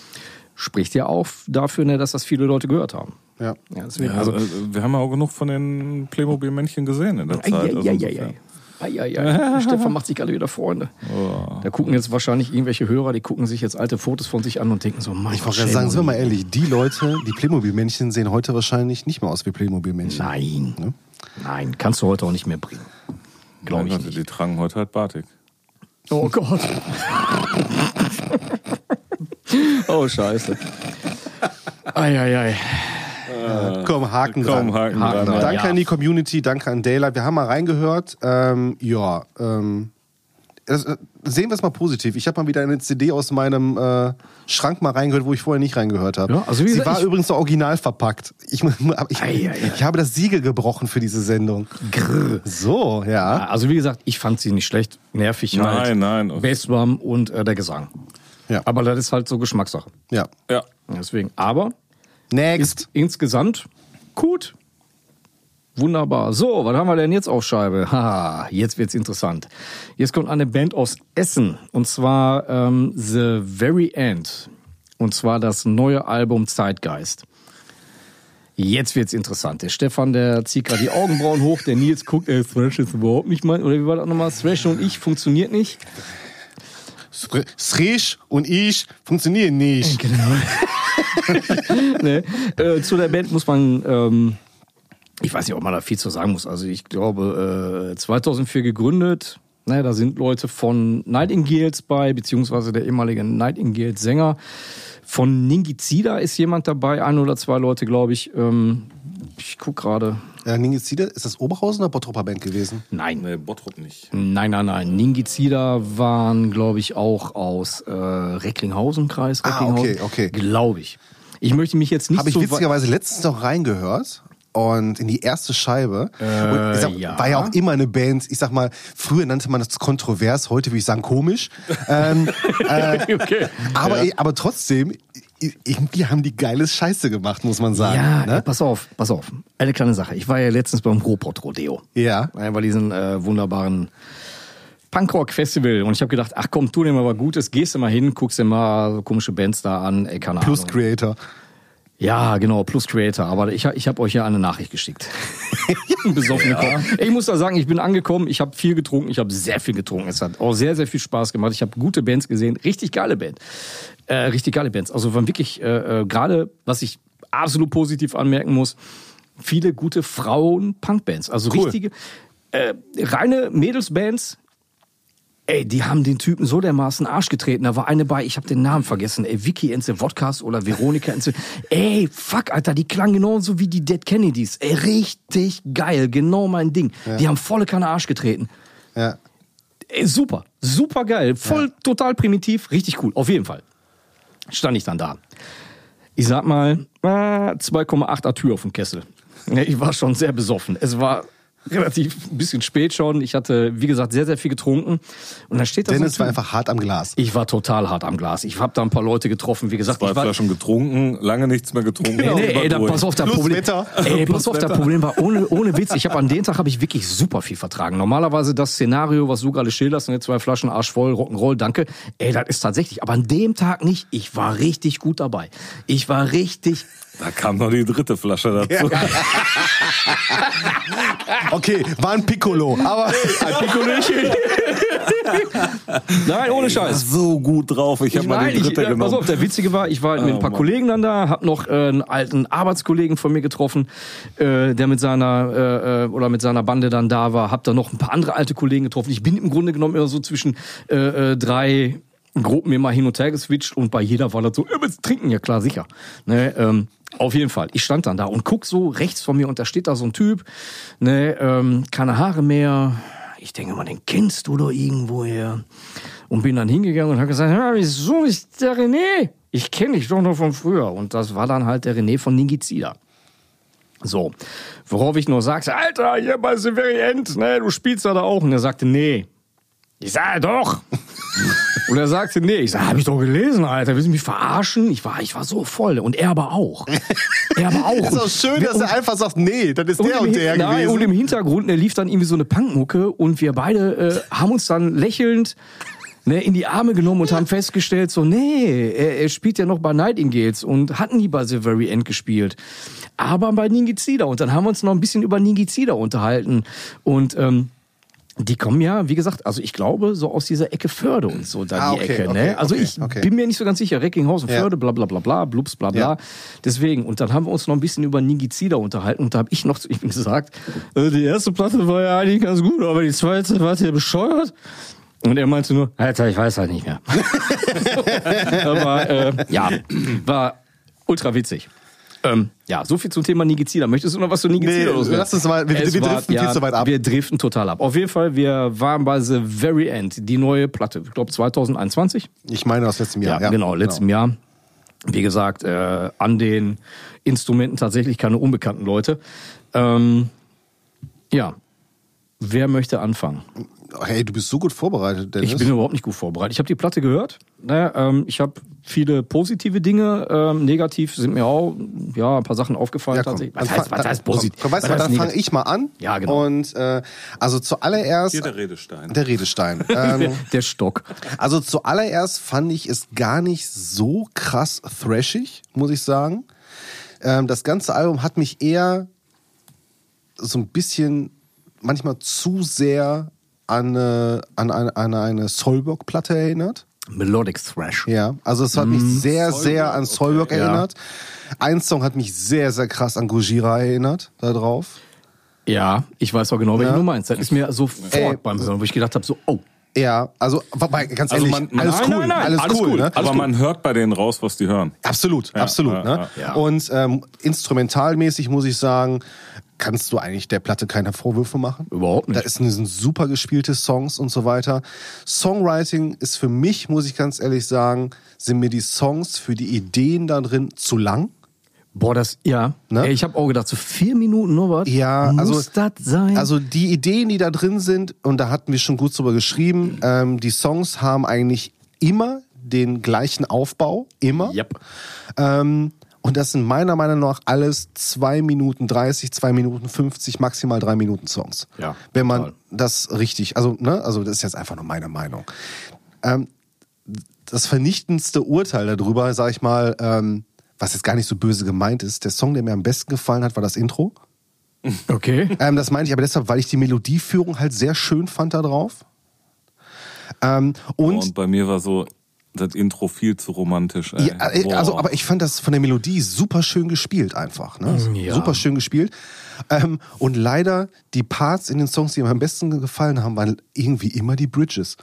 Speaker 1: Spricht ja auch dafür, ne, dass das viele Leute gehört haben.
Speaker 4: Ja.
Speaker 1: Ja, deswegen,
Speaker 2: ja, also,
Speaker 1: also,
Speaker 2: äh, wir haben ja auch genug von den Playmobil Männchen gesehen in der Zeit also
Speaker 1: Eieieiei. Eieiei. Stefan macht sich alle wieder Freunde.
Speaker 2: Oh.
Speaker 1: Da gucken jetzt wahrscheinlich irgendwelche Hörer, die gucken sich jetzt alte Fotos von sich an und denken so, mein
Speaker 4: Ich
Speaker 1: Gott,
Speaker 4: wollte gerade sagen,
Speaker 1: Shame
Speaker 4: sind wir
Speaker 1: on
Speaker 4: mal ehrlich, die Leute, die Playmobil-Männchen sehen heute wahrscheinlich nicht mehr aus wie
Speaker 1: you.
Speaker 4: Playmobil-Männchen.
Speaker 1: Nein. Nein, kannst du heute auch nicht mehr bringen. Glaube ich
Speaker 2: Leute,
Speaker 1: nicht.
Speaker 2: die tragen heute halt Batik
Speaker 1: Oh Gott. oh Scheiße. Eieiei.
Speaker 4: Komm, Haken dran.
Speaker 2: kaum
Speaker 1: Haken
Speaker 2: Haken dran
Speaker 1: dran.
Speaker 2: ja.
Speaker 4: Danke
Speaker 1: Äh, Ja.
Speaker 4: an die Community, danke an Daylight. Wir haben mal reingehört. Ähm, ja, ähm, das, äh, sehen wir es mal positiv. Ich habe mal wieder eine CD aus meinem äh, Schrank mal reingehört, wo ich vorher nicht reingehört habe.
Speaker 1: Ja, also wie
Speaker 4: Sie
Speaker 1: gesagt,
Speaker 4: war
Speaker 1: ich-
Speaker 4: übrigens noch original verpackt. Ich, ich,
Speaker 1: Ei, ei, ei.
Speaker 4: ich habe das Siegel gebrochen für diese Sendung. So, ja.
Speaker 1: Also wie gesagt, ich fand sie nicht schlecht. Nervig halt.
Speaker 2: Nein, nein.
Speaker 1: Bassdrum und äh, der Gesang.
Speaker 4: Ja.
Speaker 1: Aber das ist halt so Geschmackssache.
Speaker 4: ja.
Speaker 2: ja
Speaker 1: Deswegen. Aber
Speaker 4: Next.
Speaker 1: ist insgesamt gut. Wunderbar. So, was haben wir denn jetzt auf Scheibe? Haha, jetzt wird's interessant. Jetzt kommt eine Band aus Essen und zwar ähm, The Very End und zwar das neue Album Zeitgeist. Jetzt wird's interessant. Der Stefan, der zieht gerade die Augenbrauen hoch, der Nils guckt, ey, Thrash ist überhaupt nicht mein, oder wie war das nochmal? Thrash und ich funktioniert nicht.
Speaker 4: Spr- Srish und ich funktionieren nicht.
Speaker 1: Äh, genau. ne? äh, zu der Band muss man, ähm, ich weiß nicht, ob man da viel zu sagen muss. Also ich glaube, äh, 2004 gegründet, Ne, da sind Leute von Nightingales bei, beziehungsweise der ehemalige Nightingales-Sänger. Von Ningizida ist jemand dabei, ein oder zwei Leute, glaube ich. Ähm, ich gucke gerade.
Speaker 4: Äh, Ningizide, ist das Oberhausener Bottropper Band gewesen?
Speaker 1: Nein.
Speaker 2: Nee, Bottrop nicht.
Speaker 1: Nein, nein, nein. Ningizida waren, glaube ich, auch aus äh, Recklinghausen-Kreis.
Speaker 4: Ah, okay,
Speaker 1: Recklinghausen,
Speaker 4: okay.
Speaker 1: Glaube ich. Ich möchte mich jetzt nicht
Speaker 4: Habe ich
Speaker 1: so wei-
Speaker 4: witzigerweise letztens noch reingehört. Und in die erste Scheibe. und ich sag,
Speaker 1: Äh, ja.
Speaker 4: War ja auch immer eine Band, ich sag mal, früher nannte man das kontrovers, heute würde ich sagen komisch. Ähm, äh,
Speaker 1: Okay.
Speaker 4: aber, aber trotzdem, i- irgendwie haben die geiles Scheiße gemacht, muss man sagen.
Speaker 1: Ja, ey,
Speaker 4: ne?
Speaker 1: pass auf, pass auf. Eine kleine Sache. Ich war ja letztens beim Robot Rodeo.
Speaker 4: Ja.
Speaker 1: Bei diesem äh, wunderbaren Punkrock-Festival. Und ich habe gedacht, ach komm, tu dir mal was Gutes, gehst du mal hin, guckst dir mal so komische Bands da an. Ey, keine
Speaker 4: Plus
Speaker 1: Ahnung.
Speaker 4: Creator.
Speaker 1: Ja, genau, plus Creator. Aber ich, ha- ich habe euch ja eine Nachricht geschickt. Besoffene ja. Ich muss da sagen, ich bin angekommen, ich habe viel getrunken, ich habe sehr viel getrunken. Es hat auch sehr, sehr viel Spaß gemacht. Ich habe gute Bands gesehen, richtig geile Band. Äh, richtig geile Bands. Also waren wirklich, äh, äh, gerade was ich absolut positiv anmerken muss, viele gute Frauen-Punk-Bands. Also
Speaker 2: Cool.
Speaker 1: richtige, äh, reine Mädels-Bands, Ey, die haben den Typen so dermaßen Arsch getreten. Da war eine bei, ich habe den Namen vergessen. Ey, Vicky Enze Vodkas oder Veronika Enze. Ey, fuck, Alter, die klangen genauso wie die Dead Kennedys. Ey, richtig geil, genau mein Ding. Die haben volle Kanne Arsch getreten.
Speaker 4: Ja.
Speaker 1: Ey, super, super geil. Voll total primitiv, richtig cool, auf jeden Fall. Stand ich dann da. Ich sag mal, äh, 2,8 Atür auf dem Kessel. Ja, Ich war schon sehr besoffen. Es war relativ ein bisschen spät schon. Ich hatte, wie gesagt, sehr, sehr viel getrunken. Und dann steht da
Speaker 4: Dennis
Speaker 1: so
Speaker 4: war
Speaker 1: ein Typ.
Speaker 4: einfach hart am Glas.
Speaker 1: Ich war total hart am Glas. Ich habe da ein paar Leute getroffen. Wie gesagt,
Speaker 2: Zwei
Speaker 1: ich war,
Speaker 2: Flaschen getrunken, lange nichts mehr getrunken.
Speaker 1: Nee, nee, ey, da,
Speaker 2: Überruhig.
Speaker 1: pass auf, das
Speaker 4: Plus
Speaker 1: Problem.
Speaker 4: Wetter.
Speaker 1: Ey, pass
Speaker 2: Plus
Speaker 1: auf, das
Speaker 2: Wetter.
Speaker 1: Problem war ohne, ohne Witz. Ich habe an den Tag habe ich wirklich super viel vertragen. Normalerweise das Szenario, was du gerade schilderst, ne, zwei Flaschen Arsch voll, Rock'n'Roll, danke. Ey, das ist tatsächlich. Aber an dem Tag nicht. Ich war richtig gut dabei. Ich war richtig.
Speaker 2: Da kam noch die dritte Flasche dazu.
Speaker 4: Okay, war ein Piccolo, aber
Speaker 1: Ein Pikolöchen. Nein, ohne
Speaker 2: Ich war
Speaker 1: Scheiß.
Speaker 2: so gut drauf. Ich habe mal
Speaker 1: Nein,
Speaker 2: die
Speaker 1: ich,
Speaker 2: dritte
Speaker 1: ja, pass
Speaker 2: genommen. Ah,
Speaker 1: auf, der Witzige war, ich war mit ein paar
Speaker 2: Mann.
Speaker 1: Kollegen dann da, hab noch äh, einen alten Arbeitskollegen von mir getroffen, äh, der mit seiner äh, äh, oder mit seiner Bande dann da war, hab dann noch ein paar andere alte Kollegen getroffen. Ich bin im Grunde genommen immer so zwischen äh, äh, drei Gruppen immer hin und her geswitcht und bei jeder war das so, wir trinken, ja klar, sicher. Ne, ähm, auf jeden Fall. Ich stand dann da und guck so rechts von mir und da steht da so ein Typ, ne, ähm, keine Haare mehr. Ich denke mal, den kennst du doch irgendwoher. Und bin dann hingegangen und habe gesagt, "Hör mal, wieso ist der René? Ich kenne dich doch noch von früher. Und das war dann halt der René von Ningizida. So, worauf ich nur sagte, Alter, hier bei Severient, ne, du spielst da da auch. Und er sagte, nee. Ich sage, doch. und er sagte, nee. Ich sage, hab ich doch gelesen, Alter, willst du mich verarschen? Ich war, ich war so voll. Und er aber auch. er aber auch.
Speaker 4: ist auch schön, dass er einfach sagt, nee, das ist der
Speaker 1: im
Speaker 4: und
Speaker 1: Hin-
Speaker 4: der
Speaker 1: nein, und im
Speaker 4: gewesen.
Speaker 1: Hintergrund ne, lief dann irgendwie so eine Punkmucke und wir beide äh, haben uns dann lächelnd ne, in die Arme genommen und haben festgestellt, so, nee, er, er spielt ja noch bei Nightingales und hat nie bei The Very End gespielt. Aber bei Ningizida. Und dann haben wir uns noch ein bisschen über Ningizida unterhalten. Und ähm, die kommen ja, wie gesagt, also ich glaube, so aus dieser Ecke Förde und so da
Speaker 4: Ah,
Speaker 1: die
Speaker 4: okay,
Speaker 1: Ecke.
Speaker 4: okay,
Speaker 1: ne? Also
Speaker 4: okay,
Speaker 1: ich
Speaker 4: okay.
Speaker 1: bin mir nicht so ganz sicher. Recklinghausen,
Speaker 4: Ja.
Speaker 1: Förde, bla bla bla bla, blups, bla bla.
Speaker 4: Ja.
Speaker 1: Deswegen, und dann haben wir uns noch ein bisschen über Ningizida unterhalten und da habe ich noch zu ihm gesagt, äh, die erste Platte war ja eigentlich ganz gut, aber die zweite war ja bescheuert. Und er meinte nur, Alter, ich weiß halt nicht mehr. aber äh, ja, war ultra witzig. Ähm, ja, so viel zum Thema Nigizida. Möchtest du noch was zu Nigizida
Speaker 4: Nee,
Speaker 1: loswerden?
Speaker 4: lass uns mal- wir-
Speaker 1: Es
Speaker 4: wir driften viel zu weit ab.
Speaker 1: Wir driften total ab. Auf jeden Fall, wir waren bei The Very End, die neue Platte. Ich glaube 2021.
Speaker 4: Ich meine aus letztem Jahr.
Speaker 1: Ja, genau, letztem Jahr. Wie gesagt, äh, an den Instrumenten tatsächlich keine unbekannten Leute. Ähm, ja, wer möchte anfangen?
Speaker 4: Jahr. Hey, du bist so gut vorbereitet, Dennis.
Speaker 1: Ich bin überhaupt nicht gut vorbereitet. Ich habe die Platte gehört. Ne, ähm, ich habe viele positive Dinge. Ähm, negativ sind mir auch ja, ein paar Sachen aufgefallen.
Speaker 4: Ja, komm,
Speaker 1: tatsächlich.
Speaker 4: dann
Speaker 1: Was heißt,
Speaker 4: fang-
Speaker 1: was
Speaker 4: dann-
Speaker 1: heißt positiv?
Speaker 4: Komm, komm, weißt du,
Speaker 1: heißt
Speaker 4: dann fange
Speaker 1: negativ?
Speaker 4: ich mal an.
Speaker 1: Ja, genau.
Speaker 4: Und äh, also zuallererst
Speaker 2: Hier der Redestein.
Speaker 4: der Redestein. ähm,
Speaker 1: Der Stock.
Speaker 4: also zuallererst fand ich es gar nicht so krass thrashig, muss ich sagen. Ähm, das ganze Album hat mich eher so ein bisschen manchmal zu sehr an eine, an eine, an eine Solberg-Platte erinnert.
Speaker 1: Melodic Thrash.
Speaker 4: Ja, also es hat mich sehr, sehr an Solberg
Speaker 1: ja.
Speaker 4: erinnert. Ein Song hat mich sehr, sehr krass an Gojira erinnert, da drauf.
Speaker 1: Ja, ich weiß auch genau, welche du meinst. Das ist
Speaker 4: Äh,
Speaker 1: mir sofort
Speaker 4: Ey.
Speaker 1: beim Hören, wo ich gedacht habe, so, oh,
Speaker 4: Ja, also wobei, ganz ehrlich, alles
Speaker 2: nein,
Speaker 4: cool,
Speaker 2: nein, nein,
Speaker 4: alles, cool, ne?
Speaker 2: aber man hört bei denen raus, was die hören.
Speaker 4: Absolut, absolut.
Speaker 2: ja,
Speaker 4: ne?
Speaker 1: ja.
Speaker 4: Und ähm, instrumentalmäßig muss ich sagen, kannst du eigentlich der Platte keine Vorwürfe machen.
Speaker 1: Überhaupt nicht.
Speaker 4: Da ist, sind super gespielte Songs und so weiter. Songwriting ist für mich, muss ich ganz ehrlich sagen, sind mir die Songs für die Ideen da drin zu lang.
Speaker 1: boah, das, ja.
Speaker 4: Ne?
Speaker 1: Ey, ich habe auch gedacht, so vier Minuten nur was.
Speaker 4: Ja,
Speaker 1: Muss
Speaker 4: also
Speaker 1: das sein?
Speaker 4: Also die Ideen, die da drin sind, und da hatten wir schon gut drüber geschrieben, ähm, die Songs haben eigentlich immer den gleichen Aufbau, immer.
Speaker 1: Yep.
Speaker 4: Ähm, und das sind meiner Meinung nach alles 2 Minuten 30, 2 Minuten 50, maximal 3 Minuten Songs.
Speaker 1: Ja,
Speaker 4: Wenn man
Speaker 1: total.
Speaker 4: das richtig, also, ne, also das ist jetzt einfach nur meine Meinung. Ähm, das vernichtendste Urteil darüber, sag ich mal, ähm, was jetzt gar nicht so böse gemeint ist, der Song, der mir am besten gefallen hat, war das Intro.
Speaker 1: okay.
Speaker 4: Ähm, das meine ich aber deshalb, weil ich die Melodieführung halt sehr schön fand da drauf. Ähm,
Speaker 2: Und,
Speaker 4: und
Speaker 2: bei mir war so das Intro viel zu romantisch. Ey.
Speaker 4: Ja, äh, also,
Speaker 2: Boah.
Speaker 4: aber ich fand das von der Melodie super schön gespielt einfach. Ne?
Speaker 1: ja.
Speaker 4: Super schön gespielt. Ähm, und leider die Parts in den Songs, die mir am besten gefallen haben, waren irgendwie immer die Bridges.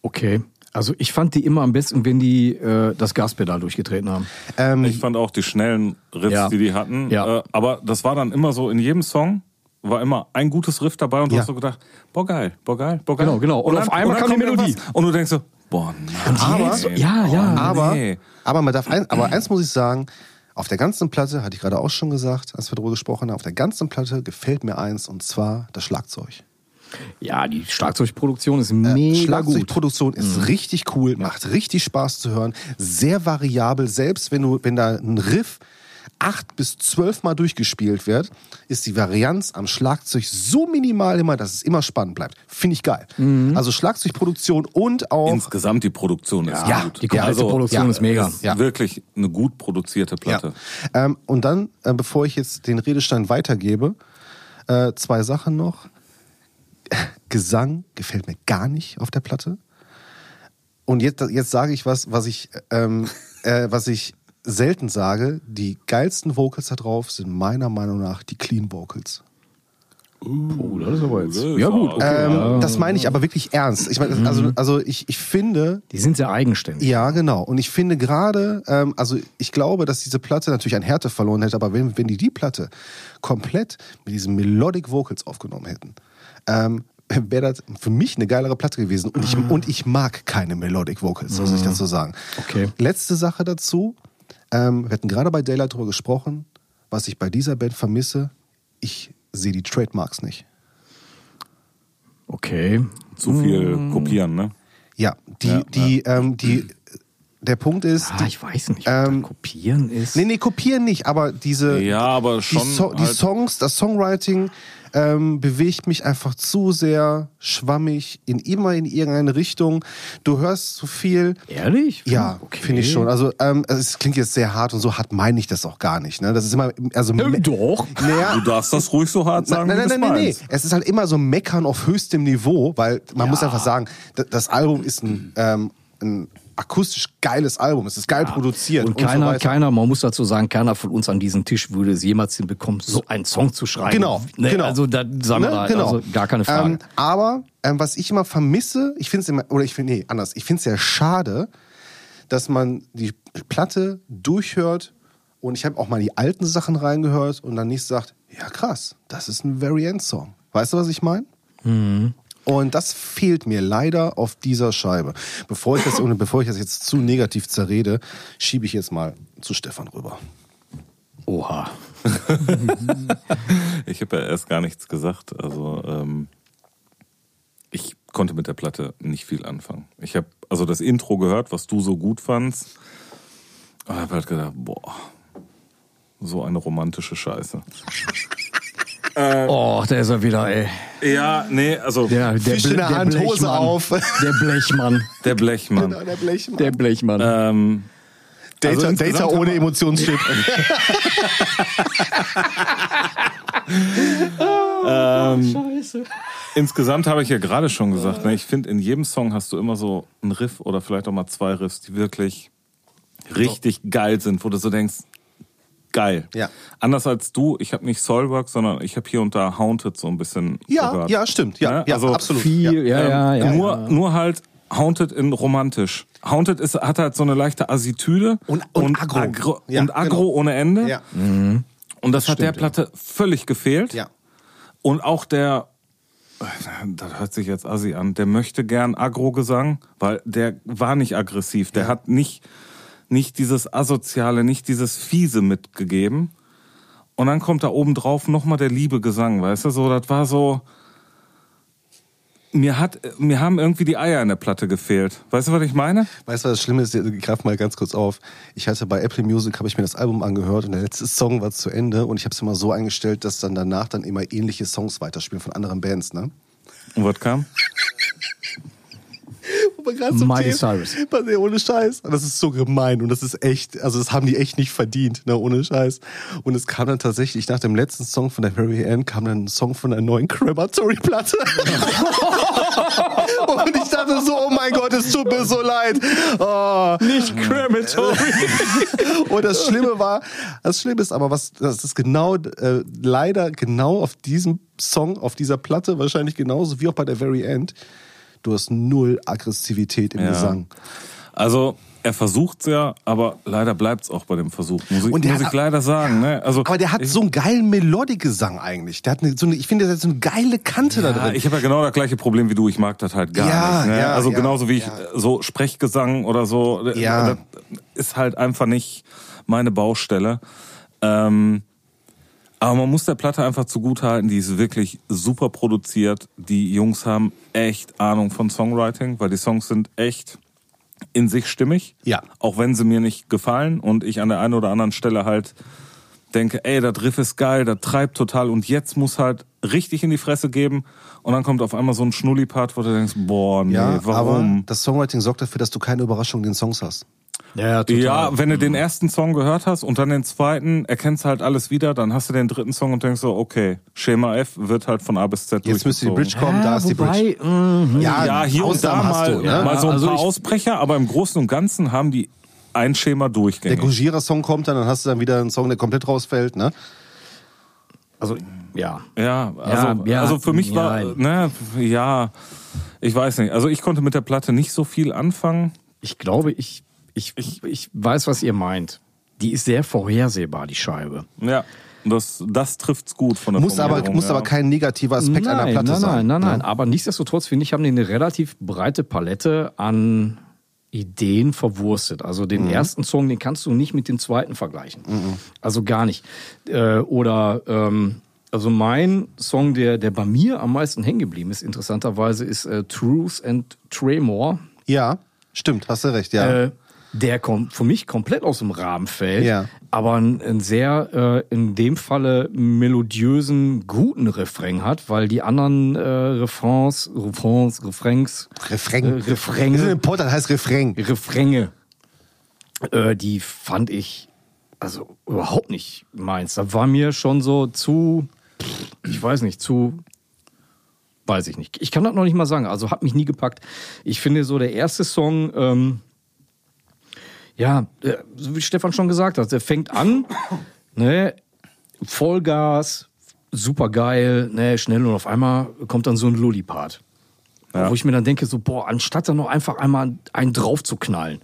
Speaker 1: Okay. Also ich fand die immer am besten, wenn die äh, das Gaspedal durchgetreten haben.
Speaker 2: Ich fand auch die schnellen Riffs,
Speaker 1: ähm, Ja.
Speaker 2: die die hatten.
Speaker 1: Ja.
Speaker 2: Äh, aber das war dann immer so, in jedem Song war immer ein gutes Riff dabei und du
Speaker 4: Ja.
Speaker 2: hast so gedacht, boah geil, boah geil, boah geil.
Speaker 1: Genau, genau. Und auf einmal kam die
Speaker 2: kommt
Speaker 1: Melodie.
Speaker 2: irgendwas Und du denkst so, boah nein. Oh,
Speaker 1: Aber- Ja, ja.
Speaker 2: Ah, nee.
Speaker 4: Aber, aber, man darf ein, aber eins muss ich sagen, auf der ganzen Platte, hatte ich gerade auch schon gesagt, als wir darüber gesprochen haben, auf der ganzen Platte gefällt mir eins und zwar das Schlagzeug.
Speaker 1: Ja, die Schlagzeugproduktion
Speaker 4: Äh,
Speaker 1: ist mega gut. Mhm.
Speaker 4: Schlagzeugproduktion ist richtig cool, macht richtig Spaß zu hören, sehr variabel. Selbst wenn du, wenn da ein Riff acht bis zwölf Mal durchgespielt wird, ist die Varianz am Schlagzeug so minimal immer, dass es immer spannend bleibt. Finde ich geil.
Speaker 1: Mhm.
Speaker 4: Also Schlagzeugproduktion und auch
Speaker 2: Insgesamt die Produktion ist
Speaker 4: Ja,
Speaker 2: gut.
Speaker 1: Die komplette
Speaker 4: also,
Speaker 1: Produktion
Speaker 4: ja.
Speaker 1: ist mega.
Speaker 2: Ist Wirklich eine gut produzierte Platte.
Speaker 4: Ja. Ähm, und dann, äh, bevor ich jetzt den Redestein weitergebe, äh, zwei Sachen noch. Gesang gefällt mir gar nicht auf der Platte. Und jetzt, jetzt sage ich was, was ich, ähm, äh, was ich selten sage. Die geilsten Vocals da drauf sind meiner Meinung nach die Clean Vocals.
Speaker 1: Oh, das ist aber jetzt.
Speaker 2: Das
Speaker 1: Ja
Speaker 2: war-
Speaker 1: gut, okay.
Speaker 4: Ähm, Das meine ich aber wirklich ernst. Ich meine, also, also ich, ich finde,
Speaker 1: Die sind sehr eigenständig.
Speaker 4: ja, genau. Und ich finde gerade, ähm, also ich glaube, dass diese Platte natürlich an Härte verloren hätte, aber wenn, wenn die die Platte komplett mit diesen Melodic Vocals aufgenommen hätten, ähm, wäre das für mich eine geilere Platte gewesen. Und ich, und ich mag keine Melodic Vocals, muss ich dazu sagen.
Speaker 1: Okay.
Speaker 4: Letzte Sache dazu. Ähm, wir hatten gerade bei Daylight drüber gesprochen, was ich bei dieser Band vermisse. Ich sehe die Trademarks nicht.
Speaker 1: Okay.
Speaker 2: Zu viel
Speaker 4: Mm.
Speaker 2: kopieren, ne?
Speaker 4: Ja, die, die, Ähm, die, der Punkt ist,
Speaker 1: Ah,
Speaker 4: die
Speaker 1: ich weiß nicht, ob
Speaker 4: ähm,
Speaker 1: das kopieren ist.
Speaker 4: Nee, nee, kopieren nicht, aber diese.
Speaker 2: Ja, aber schon
Speaker 4: Die, so die
Speaker 2: halt-
Speaker 4: Songs, das Songwriting ähm, bewegt mich einfach zu sehr schwammig, in immer in irgendeine Richtung. Du hörst zu viel.
Speaker 1: Ehrlich?
Speaker 4: Ja, finde ich schon. Also, ähm, also es klingt jetzt sehr hart und so hart meine ich das auch gar nicht. Ne? Das ist immer, also
Speaker 1: Ähm, doch.
Speaker 4: Naja,
Speaker 2: Du darfst das ruhig so hart sagen,
Speaker 4: nein,
Speaker 2: wie
Speaker 4: nein,
Speaker 2: du
Speaker 4: nein,
Speaker 2: es
Speaker 4: nein, nein.
Speaker 2: meinst.
Speaker 4: Es ist halt immer so ein Meckern auf höchstem Niveau, weil man muss einfach sagen, d- das Album ist ein, ähm, ein akustisch geiles Album. Es ist geil produziert.
Speaker 1: Und
Speaker 4: so
Speaker 1: keiner,
Speaker 4: weiter.
Speaker 1: keiner, man muss dazu sagen, keiner von uns an diesem Tisch würde es jemals hinbekommen, so einen Song zu schreiben.
Speaker 4: Genau,
Speaker 1: Ne?
Speaker 4: genau.
Speaker 1: Also da sagen wir
Speaker 4: Ne?
Speaker 1: mal,
Speaker 4: Genau.
Speaker 1: also, gar keine Frage.
Speaker 4: Ähm, aber ähm, was ich immer vermisse, ich finde es immer, oder ich finde, nee, anders, ich finde es ja schade, dass man die Platte durchhört und ich habe auch mal die alten Sachen reingehört und dann nicht sagt, ja krass, das ist ein Variant-Song. Weißt du, was ich meine?
Speaker 1: Mhm.
Speaker 4: Und das fehlt mir leider auf dieser Scheibe. Bevor ich das, und bevor ich das jetzt zu negativ zerrede, schiebe ich jetzt mal zu Stefan rüber.
Speaker 1: Oha.
Speaker 2: Ich habe ja erst gar nichts gesagt. Also ähm, ich konnte mit der Platte nicht viel anfangen. Ich habe also das Intro gehört, was du so gut fandst. Und habe halt gedacht, boah, so eine romantische Scheiße.
Speaker 1: Oh, der ist er wieder, ey.
Speaker 2: Ja, nee, also
Speaker 1: Der, der,
Speaker 4: Fisch in
Speaker 1: Ble-
Speaker 4: der Hand, Hose
Speaker 1: Blechmann.
Speaker 4: auf.
Speaker 1: Der Blechmann.
Speaker 2: der Blechmann.
Speaker 4: Der Blechmann.
Speaker 1: Der Blechmann.
Speaker 2: Ähm,
Speaker 4: Data,
Speaker 2: Also
Speaker 4: Data
Speaker 2: insgesamt haben
Speaker 4: ohne
Speaker 2: wir-
Speaker 4: Emotionschip.
Speaker 2: Insgesamt habe ich ja gerade schon gesagt, ne, ich finde, in jedem Song hast du immer so einen Riff oder vielleicht auch mal zwei Riffs, die wirklich richtig geil sind, wo du so denkst, geil.
Speaker 4: Ja.
Speaker 2: Anders als du, ich habe nicht Solberg, sondern ich habe hier und da Haunted so ein bisschen
Speaker 4: Ja,
Speaker 2: gehört.
Speaker 4: ja, stimmt. Ja,
Speaker 2: Ne?
Speaker 4: ja
Speaker 2: Also
Speaker 4: absolut. ja.
Speaker 1: Viel, ja,
Speaker 2: Ähm,
Speaker 1: ja, ja. ja,
Speaker 2: nur, nur halt Haunted in romantisch. Haunted ist, hat halt so eine leichte Asitüde
Speaker 4: Und- und aggro. Ja,
Speaker 2: und aggro
Speaker 4: genau.
Speaker 2: ohne Ende.
Speaker 4: Ja,
Speaker 2: Und das hat der Platte völlig gefehlt.
Speaker 4: ja.
Speaker 2: Und auch der, das hört sich jetzt assi an, der möchte gern Agro-Gesang, weil der war nicht aggressiv. Der hat nicht, nicht dieses Asoziale, nicht dieses Fiese mitgegeben. Und dann kommt da oben drauf nochmal der liebe Gesang, weißt du? So, das war so. Mir, hat, mir haben irgendwie die Eier in der Platte gefehlt. Weißt du, was ich meine?
Speaker 4: Weißt du, was das Schlimme ist? Ich Greif mal ganz kurz auf. Ich hatte bei Apple Music, habe ich mir das Album angehört und der letzte Song war zu Ende und ich habe es immer so eingestellt, dass dann danach dann immer ähnliche Songs weiterspielen von anderen Bands, ne?
Speaker 2: Und was kam?
Speaker 4: Wo wir gerade zum
Speaker 1: Miley
Speaker 4: Thema-
Speaker 1: Cyrus.
Speaker 4: Was, ey, ohne Scheiß. Und Das ist so gemein und das ist echt, also das haben die echt nicht verdient, ne, ohne Scheiß. Und es kam dann tatsächlich nach dem letzten Song von der Harry Ann kam dann ein Song von der neuen Crematory-Platte. und ich dachte so, oh mein Gott, es tut mir so leid. Oh.
Speaker 1: Nicht Crematory.
Speaker 4: Und das Schlimme war, das Schlimme ist aber, was, das ist genau, äh, leider genau auf diesem Song, auf dieser Platte, wahrscheinlich genauso wie auch bei der Very End, du hast null Aggressivität im
Speaker 2: Ja.
Speaker 4: Gesang.
Speaker 2: Also, er versucht's ja, aber leider bleibt's auch bei dem Versuch. Muss ich,
Speaker 4: Und der
Speaker 2: muss
Speaker 4: hat-
Speaker 2: ich leider sagen. Ne? Also,
Speaker 4: Aber der hat
Speaker 2: ich,
Speaker 4: so einen geilen Melodiegesang eigentlich. Der hat eine, so eine, ich finde, der hat so eine geile Kante da
Speaker 2: Ja,
Speaker 4: drin.
Speaker 2: ich habe ja genau das gleiche Problem wie du. Ich mag das halt gar
Speaker 4: Ja,
Speaker 2: nicht. Ne?
Speaker 4: ja,
Speaker 2: also
Speaker 4: ja,
Speaker 2: genauso wie ich
Speaker 4: ja.
Speaker 2: so Sprechgesang oder so. ne,
Speaker 4: Ja.
Speaker 2: Das ist halt einfach nicht meine Baustelle. Ähm, aber man muss der Platte einfach zugutehalten. Die ist wirklich super produziert. Die Jungs haben echt Ahnung von Songwriting, weil die Songs sind echt in sich stimmig.
Speaker 4: Ja.
Speaker 2: Auch wenn sie mir nicht gefallen und ich an der einen oder anderen Stelle halt denke, ey, das Riff ist geil, das treibt total und jetzt muss halt richtig in die Fresse geben und dann kommt auf einmal so ein Schnulli-Part, wo du denkst, boah, nee,
Speaker 4: ja, aber
Speaker 2: warum?
Speaker 4: das Songwriting sorgt dafür, dass du keine Überraschung in den Songs hast.
Speaker 1: ja, ja, total.
Speaker 2: Ja, wenn du
Speaker 4: Mhm.
Speaker 2: den ersten Song gehört hast und dann den zweiten, erkennst halt alles wieder, dann hast du den dritten Song und denkst so, okay, Schema F wird halt von A bis Z
Speaker 4: Jetzt müsste
Speaker 2: durchgezogen.
Speaker 4: die Bridge kommen, da ist die Bridge.
Speaker 1: wobei, mhm.
Speaker 2: Ja, hier und da
Speaker 4: Ausnahmen hast
Speaker 2: mal,
Speaker 4: du, ne?
Speaker 2: mal so ein
Speaker 1: Also
Speaker 2: paar
Speaker 1: ich-
Speaker 2: Ausbrecher, aber im Großen und Ganzen haben die ein Schema
Speaker 4: Der
Speaker 2: durchgängig.
Speaker 4: Gojira-Song kommt dann, dann hast du dann wieder einen Song, der komplett rausfällt, ne?
Speaker 1: Also, ja.
Speaker 2: Ja, also,
Speaker 1: ja,
Speaker 2: also für mich war,
Speaker 1: nein.
Speaker 2: ne, ja, ich weiß nicht. Also ich konnte mit der Platte nicht so viel anfangen.
Speaker 1: Ich glaube, ich, ich, ich, weiß, was ihr meint. Die ist sehr vorhersehbar, die Scheibe.
Speaker 2: Ja, und das, das trifft's gut von der
Speaker 4: Muss aber,
Speaker 2: Formulierung,
Speaker 4: muss
Speaker 2: ja.
Speaker 4: aber kein negativer Aspekt einer
Speaker 1: nein,
Speaker 4: Platte
Speaker 1: nein,
Speaker 4: sein. ne?
Speaker 1: nein, nein. Aber nichtsdestotrotz, finde ich, haben die eine relativ breite Palette an Ideen verwurstet. Also
Speaker 4: Mhm.
Speaker 1: den ersten Song, den kannst du nicht mit dem zweiten vergleichen. Also gar nicht. Äh, oder ähm, also mein Song, der, der bei mir am meisten hängen geblieben ist, interessanterweise, ist äh, Truth and Tremor.
Speaker 4: Ja, stimmt, hast du recht, ja.
Speaker 1: äh, der kommt für mich komplett aus dem Rahmen fällt,
Speaker 4: Ja.
Speaker 1: aber einen, einen sehr äh, in dem Falle melodiösen, guten Refrain hat, weil die anderen äh, Refrains, Refrains, Refrains,
Speaker 4: Refrain.
Speaker 1: äh, Refrain.
Speaker 4: Wir sind in Portal, heißt Refrain.
Speaker 1: Refränge, äh, die fand ich also überhaupt nicht meins. Da war mir schon so zu, ich weiß nicht, zu, weiß ich nicht. Ich kann das noch nicht mal sagen. Also hat mich nie gepackt. Ich finde so der erste Song, ähm, ja, äh, so wie Stefan schon gesagt hat, der fängt an, ne, Vollgas, super geil, ne, schnell und auf einmal kommt dann so ein Lulli-Part.
Speaker 2: Ja.
Speaker 1: Wo ich mir dann denke, so, boah, anstatt dann noch einfach einmal einen drauf zu knallen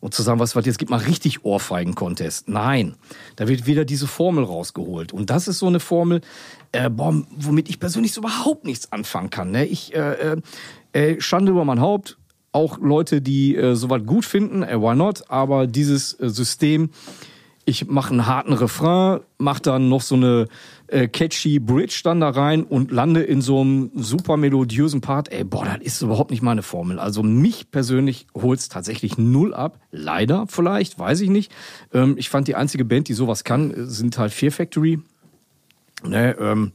Speaker 1: und zu sagen, was, was, jetzt gibt mal richtig Ohrfeigen-Contest. Nein, da wird wieder diese Formel rausgeholt. Und das ist so eine Formel, äh, boah, womit ich persönlich so überhaupt nichts anfangen kann. Ne? Ich, äh, äh, äh, Schande über mein Haupt, auch Leute, die äh, sowas gut finden, äh, why not? Aber dieses äh, System, ich mache einen harten Refrain, mache dann noch so eine äh, catchy Bridge dann da rein und lande in so einem super melodiösen Part. Ey, boah, das ist überhaupt nicht meine Formel. Also mich persönlich holt's tatsächlich null ab. Leider vielleicht, weiß ich nicht. Ähm, ich fand die einzige Band, die sowas kann, äh, sind halt Fear Factory. Ne, ähm,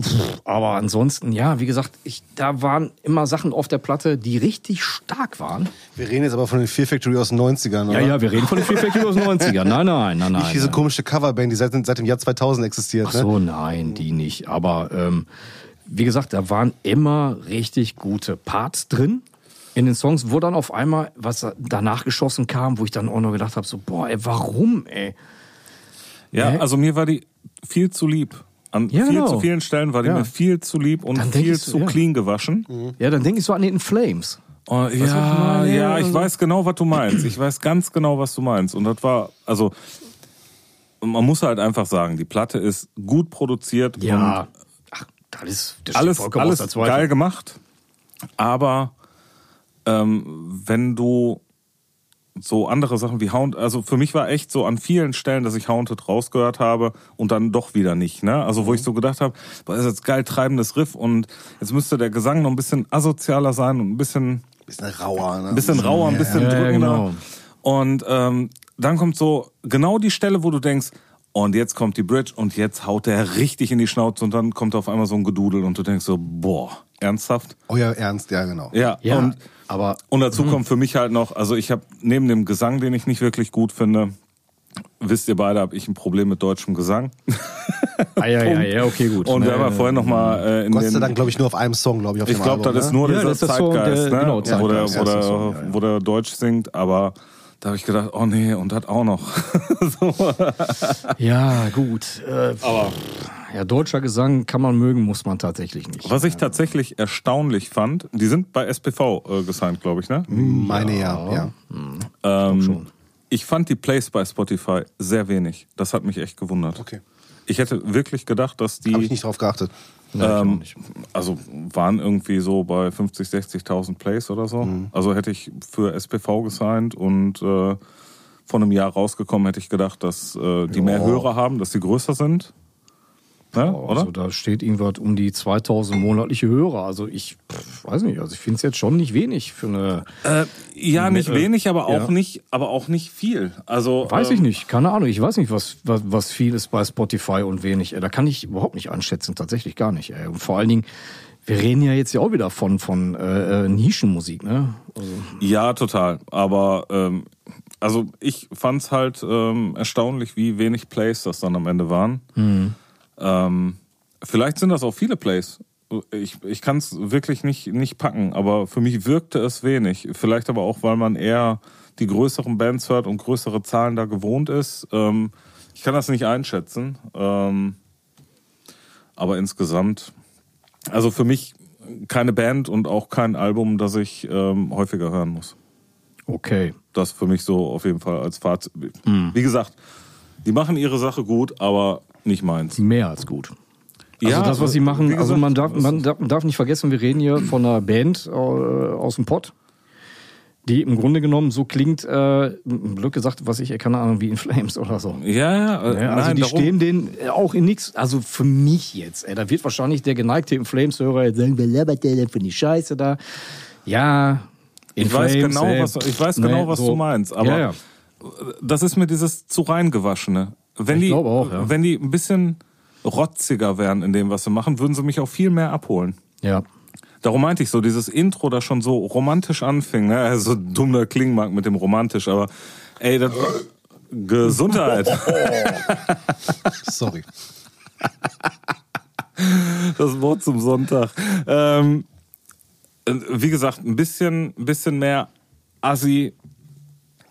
Speaker 1: pff, aber ansonsten, ja, wie gesagt, ich, da waren immer Sachen auf der Platte, die richtig stark waren.
Speaker 4: Wir reden jetzt aber von den Fear Factory aus den 90ern, oder?
Speaker 1: Ja, ja, wir reden von den Fear Factory aus den 90ern. Nein, nein, nein, nein.
Speaker 4: Nicht diese
Speaker 1: nein.
Speaker 4: komische Coverband, die seit, seit dem Jahr 2000 existiert,
Speaker 1: Ach
Speaker 4: ne?
Speaker 1: so, nein, die nicht. Aber ähm, wie gesagt, da waren immer richtig gute Parts drin in den Songs, wo dann auf einmal was danach geschossen kam, wo ich dann auch noch gedacht habe, so, boah, ey, warum, ey?
Speaker 2: Ja,
Speaker 1: Hä?
Speaker 2: also mir war die viel zu lieb. An
Speaker 1: Ja,
Speaker 2: viel
Speaker 1: genau.
Speaker 2: zu vielen Stellen war die
Speaker 1: Ja.
Speaker 2: mir viel zu lieb und
Speaker 1: Dann denk
Speaker 2: viel
Speaker 1: ich so,
Speaker 2: zu
Speaker 1: ja. Mhm.
Speaker 2: clean gewaschen.
Speaker 1: Ja, dann denke ich so an den Flames.
Speaker 2: Oh,
Speaker 1: ich
Speaker 2: ja,
Speaker 1: meine?
Speaker 2: ja, ich
Speaker 1: Also-
Speaker 2: weiß genau, was du meinst. Ich weiß ganz genau, was du meinst. Und das war, also, man muss halt einfach sagen, die Platte ist gut produziert
Speaker 1: Ja. Ach, das ist das
Speaker 2: und alles,
Speaker 1: steht vollkommen außer
Speaker 2: alles
Speaker 1: Zweifel.
Speaker 2: geil gemacht. Aber ähm, wenn du so andere Sachen wie Hound, also für mich war echt so an vielen Stellen, dass ich Haunted rausgehört habe und dann doch wieder nicht. Ne? Also wo ich
Speaker 1: Mhm.
Speaker 2: so gedacht habe, boah, ist jetzt geil treibendes Riff und jetzt müsste der Gesang noch ein bisschen asozialer sein und ein bisschen
Speaker 4: Bisschen rauer, ne?
Speaker 2: ein bisschen rauer, ein bisschen
Speaker 1: Ja, ja,
Speaker 2: drückender.
Speaker 1: genau.
Speaker 2: Und ähm, dann kommt so genau die Stelle, wo du denkst, oh, und jetzt kommt die Bridge und jetzt haut der richtig in die Schnauze und dann kommt auf einmal so ein Gedudel und du denkst so, boah, ernsthaft?
Speaker 4: Euer Ernst, ja, genau.
Speaker 2: Ja,
Speaker 1: Ja, Mhm.
Speaker 2: und,
Speaker 1: aber-
Speaker 2: und dazu kommt für mich halt noch, also ich habe neben dem Gesang, den ich nicht wirklich gut finde, wisst ihr beide, habe ich ein Problem mit deutschem Gesang.
Speaker 1: Ah, ja, ja, ja, okay, gut. Ne,
Speaker 2: Und wir
Speaker 1: Nee,
Speaker 2: haben ja
Speaker 1: nee,
Speaker 2: vorhin nochmal äh, in
Speaker 4: Gott sei
Speaker 2: den-
Speaker 4: Dank, glaube ich, nur auf einem Song, glaube ich, auf
Speaker 2: ich
Speaker 4: dem
Speaker 2: glaube,
Speaker 4: Album,
Speaker 2: das ist
Speaker 4: ne?
Speaker 2: nur
Speaker 1: Ja,
Speaker 2: dieser
Speaker 1: das ist so
Speaker 2: Zeitgeist,
Speaker 1: der-
Speaker 2: ne?
Speaker 1: genau,
Speaker 2: wo, der,
Speaker 1: Zeitgeist,
Speaker 2: wo,
Speaker 4: ja,
Speaker 2: der,
Speaker 4: ist so, ja, ja.
Speaker 2: wo der Deutsch singt, aber da habe ich gedacht, oh nee, und das auch noch. so.
Speaker 1: Ja, gut. Äh, aber ja, deutscher Gesang kann man mögen, muss man tatsächlich nicht.
Speaker 2: Was ich tatsächlich erstaunlich fand, die sind bei SPV äh, gesigned, glaube ich, ne?
Speaker 1: Hm,
Speaker 4: Meine ja, ja.
Speaker 2: Ähm, Ich fand die Plays bei Spotify sehr wenig. Das hat mich echt gewundert.
Speaker 4: Okay.
Speaker 2: Ich hätte wirklich gedacht, dass die,
Speaker 4: Habe ich nicht drauf geachtet.
Speaker 2: ähm, also waren irgendwie so bei 50, 60.000 Plays oder so.
Speaker 1: Mhm.
Speaker 2: Also hätte ich für SPV gesigned und äh, vor einem Jahr rausgekommen, hätte ich gedacht, dass äh, die mehr
Speaker 1: Ja.
Speaker 2: Hörer haben, dass sie größer sind. Ne? oder?
Speaker 1: Also da steht irgendwas um die 2000 monatliche Hörer. Also ich pff, weiß nicht, also ich finde es jetzt schon nicht wenig für eine.
Speaker 2: Äh, ja, nicht
Speaker 1: Mittel.
Speaker 2: wenig, aber auch
Speaker 1: Ja.
Speaker 2: nicht, aber auch nicht viel. Also
Speaker 1: Weiß
Speaker 2: ähm,
Speaker 1: ich nicht, keine Ahnung. Ich weiß nicht, was, was, was viel ist bei Spotify und wenig. Äh, Da kann ich überhaupt nicht einschätzen, tatsächlich gar nicht. Ey. Und vor allen Dingen, wir reden ja jetzt ja auch wieder von, von äh, äh, Nischenmusik, ne? Also,
Speaker 2: Ja, total. Aber ähm, also ich fand's halt ähm, erstaunlich, wie wenig Plays das dann am Ende waren. Ähm, vielleicht sind das auch viele Plays. Ich, ich kann es wirklich nicht, nicht packen, aber für mich wirkte es wenig. Vielleicht aber auch, weil man eher die größeren Bands hört und größere Zahlen da gewohnt ist. Ähm, ich kann das nicht einschätzen. Ähm, aber insgesamt, also für mich keine Band und auch kein Album, das ich ähm, häufiger hören muss.
Speaker 1: okay.
Speaker 2: Das für mich so auf jeden Fall als Fazit.
Speaker 1: Hm.
Speaker 2: Wie gesagt, die machen ihre Sache gut, aber nicht meins.
Speaker 1: Mehr als gut. Also
Speaker 2: Ja,
Speaker 1: das, was sie machen,
Speaker 2: wie gesagt,
Speaker 1: also man darf,
Speaker 2: das
Speaker 1: man
Speaker 2: ist-
Speaker 1: darf, darf nicht vergessen, wir reden hier von einer Band äh, aus dem Pott, die im Grunde genommen so klingt, äh, Glück gesagt, was ich, keine Ahnung, wie in Flames oder so.
Speaker 2: Ja, ja, äh,
Speaker 1: Ja,
Speaker 2: nein,
Speaker 1: also die
Speaker 2: darum,
Speaker 1: stehen denen äh, auch in nichts. Also für mich jetzt. Ey, da wird wahrscheinlich der geneigte In Flames-Hörer jetzt sagen, wer labert der denn für die Scheiße da? Ja, In
Speaker 2: Ich weiß
Speaker 1: Flames,
Speaker 2: genau,
Speaker 1: ey, ne,
Speaker 2: was- ich weiß genau, was du meinst, aber-
Speaker 1: ja, ja.
Speaker 2: das ist mir dieses zu reingewaschene. Wenn
Speaker 1: Ich
Speaker 2: die,
Speaker 1: glaube auch, ja.
Speaker 2: wenn die ein bisschen rotziger wären in dem, was sie machen, würden sie mich auch viel mehr abholen.
Speaker 1: ja.
Speaker 2: Darum meinte ich so, dieses Intro, das schon so romantisch anfing, ne? also dummer Klingenmark mit dem romantisch, aber ey, das, Gesundheit,
Speaker 4: Sorry.
Speaker 2: das Wort zum Sonntag. Ähm, äh, wie gesagt, ein bisschen, ein bisschen mehr Assi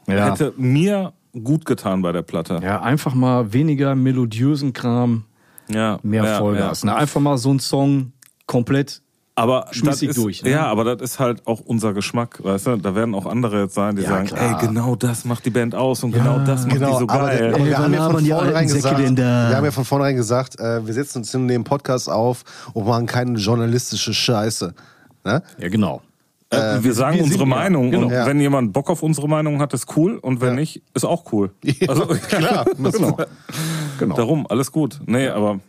Speaker 1: Ja.
Speaker 2: hätte mir gut getan bei der Platte.
Speaker 1: ja, einfach mal weniger melodiösen Kram,
Speaker 2: Ja,
Speaker 1: mehr
Speaker 2: ja,
Speaker 1: Vollgas. Ne? Einfach mal so ein Song komplett.
Speaker 2: Aber das
Speaker 1: Schmissig
Speaker 2: ist,
Speaker 1: durch, ne?
Speaker 2: Ja, aber das ist halt auch unser Geschmack, weißt du? Da werden auch andere jetzt sein, die
Speaker 1: Ja,
Speaker 2: sagen,
Speaker 1: klar.
Speaker 2: ey, genau das macht die Band aus und genau das macht die
Speaker 4: Genau,
Speaker 2: so
Speaker 4: aber,
Speaker 2: geil.
Speaker 4: aber
Speaker 1: Ey,
Speaker 4: wir, haben
Speaker 1: wann
Speaker 4: ja von
Speaker 1: labern Also, die
Speaker 4: vornherein
Speaker 1: alten Säcke
Speaker 4: gesagt,
Speaker 1: denn da?
Speaker 4: wir haben ja von vornherein gesagt, äh, wir setzen uns hin und nehmen Podcast auf und machen keine journalistische Scheiße. Ne?
Speaker 1: Ja, genau.
Speaker 2: Äh, wir sagen
Speaker 1: wir sind-
Speaker 2: unsere
Speaker 1: ja,
Speaker 2: Meinung
Speaker 1: genau.
Speaker 2: und
Speaker 4: Ja.
Speaker 2: wenn jemand Bock auf unsere Meinung hat, ist cool und wenn nicht, ist auch cool. Also
Speaker 4: Klar, genau.
Speaker 1: genau.
Speaker 2: darum, alles gut. Nee, aber,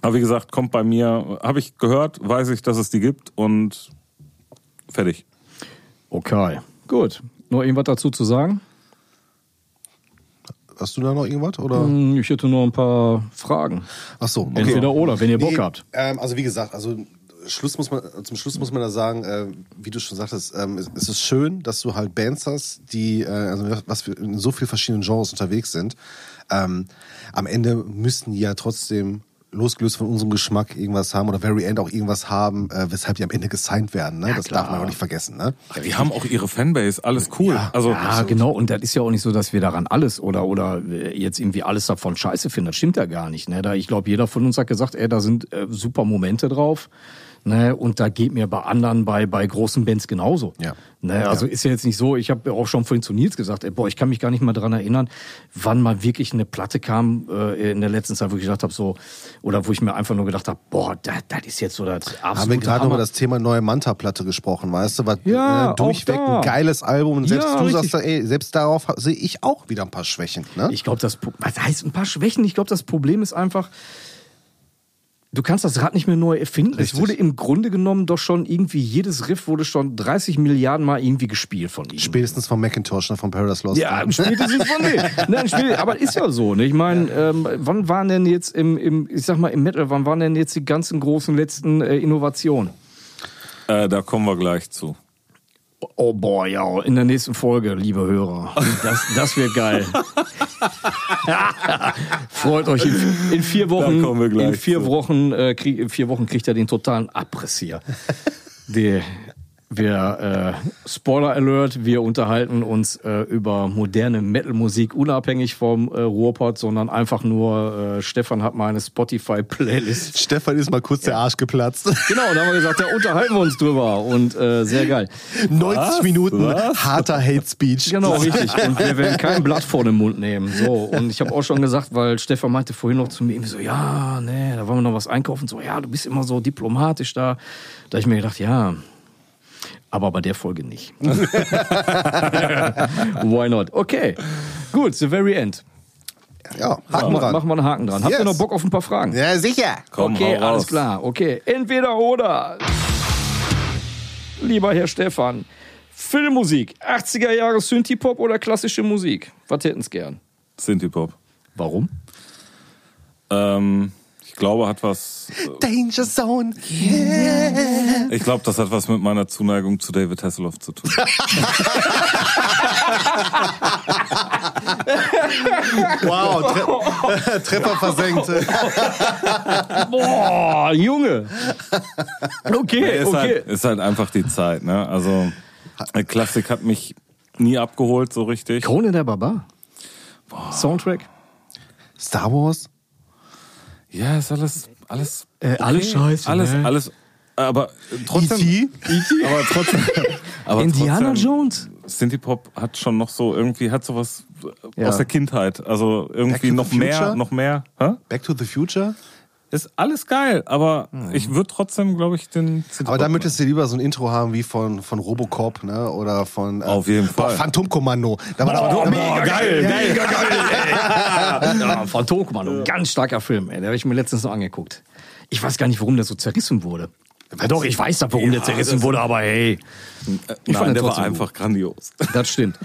Speaker 2: aber wie gesagt, kommt bei mir, habe ich gehört, weiß ich, dass es die gibt und fertig.
Speaker 1: Okay, gut. Noch irgendwas dazu zu sagen?
Speaker 4: Hast du da noch irgendwas? Oder?
Speaker 1: Hm, Ich hätte nur ein paar Fragen.
Speaker 4: Ach so, okay.
Speaker 1: Entweder oder, wenn ihr Bock
Speaker 4: Nee,
Speaker 1: habt.
Speaker 4: Ähm, also wie gesagt, also Schluss muss man, zum Schluss muss man da sagen, äh, wie du schon sagtest, ähm, es, es ist schön, dass du halt Bands hast, die äh, also was für, in so vielen verschiedenen Genres unterwegs sind. Ähm, am Ende müssten die ja trotzdem losgelöst von unserem Geschmack irgendwas haben oder Very End auch irgendwas haben, äh, weshalb die am Ende gesigned werden. Ne? das darf man auch nicht vergessen. Ne?
Speaker 2: Die haben auch ihre Fanbase, alles cool. also
Speaker 1: Ja, genau. Und das ist ja auch nicht so, dass wir daran alles oder oder äh, jetzt irgendwie alles davon scheiße finden. Das stimmt ja gar nicht. Ne? Da, ich glaube, jeder von uns hat gesagt, ey, da sind äh, super Momente drauf. Ne? Und da geht mir bei anderen, bei, bei großen Bands genauso.
Speaker 4: Ja.
Speaker 1: Ne? Also ist ja jetzt nicht so, ich habe ja auch schon vorhin zu Nils gesagt, ey, boah, ich kann mich gar nicht mal dran erinnern, wann mal wirklich eine Platte kam äh, in der letzten Zeit, wo ich gedacht habe, so, oder wo ich mir einfach nur gedacht habe, boah, das, das ist jetzt so das absolute
Speaker 4: Haben wir gerade noch
Speaker 1: Hammer.
Speaker 4: über das Thema neue Manta-Platte gesprochen, weißt du? War
Speaker 1: Ja,
Speaker 4: äh, durchweg
Speaker 1: auch da.
Speaker 4: ein geiles Album. Und selbst
Speaker 1: Ja,
Speaker 4: du
Speaker 1: richtig.
Speaker 4: sagst, da, ey, selbst darauf ha- sehe ich auch wieder ein paar Schwächen. Ne?
Speaker 1: Ich glaube, das Pro- was heißt ein paar Schwächen. Ich glaube, das Problem ist einfach, du kannst das Rad nicht mehr neu erfinden.
Speaker 4: Richtig.
Speaker 1: Es wurde im Grunde genommen doch schon irgendwie jedes Riff wurde schon 30 Milliarden Mal irgendwie gespielt von ihm.
Speaker 4: Spätestens von Macintosh, ne, von Paradise Lost.
Speaker 1: Ja, spätestens von mir. Nein, spät, aber ist ja so. Ne? Ich meine, ähm, wann waren denn jetzt im, im, ich sag mal, im Metal, wann waren denn jetzt die ganzen großen letzten äh, Innovationen?
Speaker 2: äh, da kommen wir gleich zu.
Speaker 1: Oh boy, ja, in der nächsten Folge, liebe Hörer. Das, das wird geil. Freut euch. In, in vier Wochen,
Speaker 2: Da kommen wir gleich
Speaker 1: in vier
Speaker 2: zu.
Speaker 1: Wochen, äh, krieg, in vier Wochen kriegt er den totalen Abriss hier. Die, wir, äh, Spoiler Alert, wir unterhalten uns äh, über moderne Metal-Musik, unabhängig vom äh, Ruhrpott, sondern einfach nur, äh, Stefan hat meine Spotify-Playlist
Speaker 4: Stefan ist mal kurz der Arsch geplatzt.
Speaker 1: Genau, da haben wir gesagt, da unterhalten wir uns drüber und äh, sehr geil.
Speaker 4: 90 Minuten harter Hate Speech.
Speaker 1: Genau, richtig. Und wir werden kein Blatt vor den Mund nehmen. So, und ich habe auch schon gesagt, weil Stefan meinte vorhin noch zu mir irgendwie so, ja, nee, da wollen wir noch was einkaufen. So, ja, du bist immer so diplomatisch da. Da hab ich mir gedacht, ja, aber bei der Folge nicht. Why not? Okay, gut, the very end.
Speaker 4: Ja, Haken
Speaker 1: Machen wir,
Speaker 4: dran.
Speaker 1: machen wir einen Haken dran. Habt ihr
Speaker 4: Yes.
Speaker 1: noch Bock auf ein paar Fragen?
Speaker 4: Ja, sicher.
Speaker 2: Komm,
Speaker 1: okay,
Speaker 2: hau raus.
Speaker 1: alles klar. Okay, entweder oder. Lieber Herr Stefan, Filmmusik, 80er Jahre Synthie-Pop oder klassische Musik? Was hätten's gern?
Speaker 2: Synthie-Pop.
Speaker 1: Warum?
Speaker 2: Ähm, ich glaube, hat was.
Speaker 4: Danger Zone.
Speaker 2: Ich glaube, das hat was mit meiner Zuneigung zu David Hasselhoff zu tun.
Speaker 4: Wow, tre Treffer versenkt.
Speaker 1: Boah, Junge! Okay,
Speaker 2: ist,
Speaker 1: okay.
Speaker 2: halt, ist halt einfach die Zeit, ne? Also äh, Klassik hat mich nie abgeholt so richtig.
Speaker 1: Krone der Barbar. Soundtrack.
Speaker 4: Star Wars?
Speaker 2: Ja, ist alles alles
Speaker 1: Äh, alles scheiße,
Speaker 2: Alles
Speaker 1: ne? E
Speaker 2: alles aber trotzdem E
Speaker 4: E.T.?
Speaker 2: aber trotzdem aber
Speaker 1: Indiana
Speaker 2: trotzdem,
Speaker 1: Jones.
Speaker 2: Synthie Pop hat schon noch so irgendwie hat sowas
Speaker 1: Ja.
Speaker 2: aus der Kindheit, also
Speaker 4: Back to
Speaker 2: irgendwie
Speaker 4: the
Speaker 2: noch mehr,
Speaker 4: Future?
Speaker 2: noch mehr, hä?
Speaker 4: Back to the Future?
Speaker 2: Ist alles geil, aber
Speaker 1: Hm.
Speaker 2: ich würde trotzdem, glaube ich, den Synthie
Speaker 4: Aber da möchtest du lieber so ein Intro haben wie von, von Robocop, ne? Oder von. äh,
Speaker 2: Auf jeden
Speaker 4: boah,
Speaker 2: Fall.
Speaker 4: Phantomkommando. Da war da war-
Speaker 2: geil,
Speaker 1: mega geil. ja, Phantomkommando, ein ganz starker Film. Ey. Den habe ich mir letztens noch angeguckt. Ich weiß gar nicht, warum der so zerrissen wurde. Ja, doch, ich weiß doch, warum der zerrissen wurde, aber hey. Ich fand
Speaker 2: Nein,
Speaker 1: den
Speaker 2: der war
Speaker 1: trotzdem
Speaker 2: einfach grandios.
Speaker 1: gut. Das stimmt.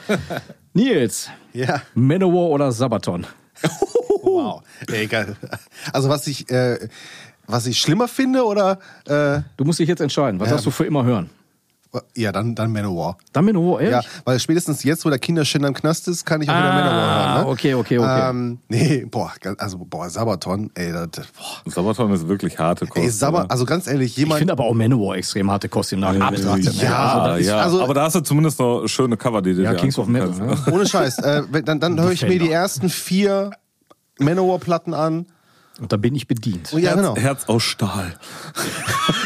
Speaker 1: Nils,
Speaker 4: Ja.
Speaker 1: Manowar oder Sabaton?
Speaker 4: Wow. Egal. Also, was ich, äh, was ich schlimmer finde, oder. Äh,
Speaker 1: Du musst dich jetzt entscheiden. Was hast du für immer hören?
Speaker 4: ja, dann, dann Manowar.
Speaker 1: Dann Manowar,
Speaker 4: Ja,
Speaker 1: ehrlich?
Speaker 4: weil spätestens jetzt, wo der Kinderschänder im Knast ist, kann ich auch wieder
Speaker 1: Ah,
Speaker 4: Manowar hören. Ne?
Speaker 1: okay, okay, okay.
Speaker 4: Ähm, nee, boah, also, boah, Sabaton, ey, das, boah.
Speaker 2: Sabaton ist wirklich harte Kost.
Speaker 4: Ey, Sabbat,
Speaker 2: oder?
Speaker 4: also ganz ehrlich,
Speaker 1: Ich
Speaker 4: jemand.
Speaker 1: finde aber auch Manowar extrem harte Kost im Nachhinein. betrachtet, ne?
Speaker 4: ja,
Speaker 2: ja,
Speaker 4: das ist-
Speaker 2: ja.
Speaker 4: also-
Speaker 2: aber da hast du zumindest noch schöne Cover, die du
Speaker 1: Ja,
Speaker 2: dir
Speaker 1: Kings of Metal.
Speaker 2: angucken
Speaker 1: Ne?
Speaker 4: Ohne Scheiß. Äh, wenn- dann dann höre ich mir die
Speaker 1: Defender.
Speaker 4: ersten vier Manowar-Platten an.
Speaker 1: Und da bin ich bedient.
Speaker 4: Und ja,
Speaker 2: Herz,
Speaker 4: genau.
Speaker 2: Herz aus Stahl.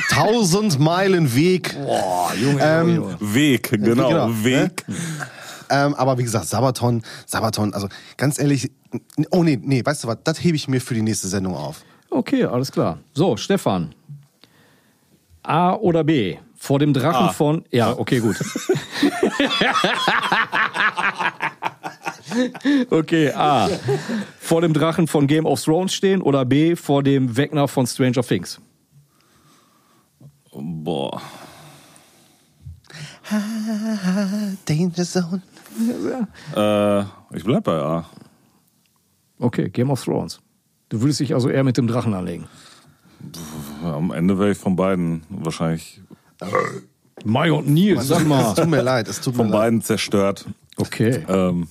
Speaker 4: 1000 Meilen Weg.
Speaker 1: Boah, Junge, Junge, Junge.
Speaker 2: Weg, genau,
Speaker 4: Genau,
Speaker 1: ne?
Speaker 2: Weg.
Speaker 4: Ähm, aber wie gesagt, Sabaton, Sabaton, also ganz ehrlich, n- oh nee, nee, weißt du was, das hebe ich mir für die nächste Sendung auf.
Speaker 1: Okay, alles klar. So, Stefan. A oder B? Vor dem Drachen von. Ja, okay, gut. okay, A. Vor dem Drachen von Game of Thrones stehen oder B. Vor dem Wegner von Stranger Things.
Speaker 2: Boah.
Speaker 4: Danger Zone.
Speaker 2: Äh, ich bleib bei A.
Speaker 1: Okay, Game of Thrones. Du würdest dich also eher mit dem Drachen anlegen.
Speaker 2: Am Ende wäre ich von beiden wahrscheinlich
Speaker 1: Mai und Nils, sag
Speaker 4: Es
Speaker 1: mal.
Speaker 4: tut mir leid, es tut mir
Speaker 2: von
Speaker 4: leid.
Speaker 2: beiden zerstört.
Speaker 1: Okay,
Speaker 2: Ähm,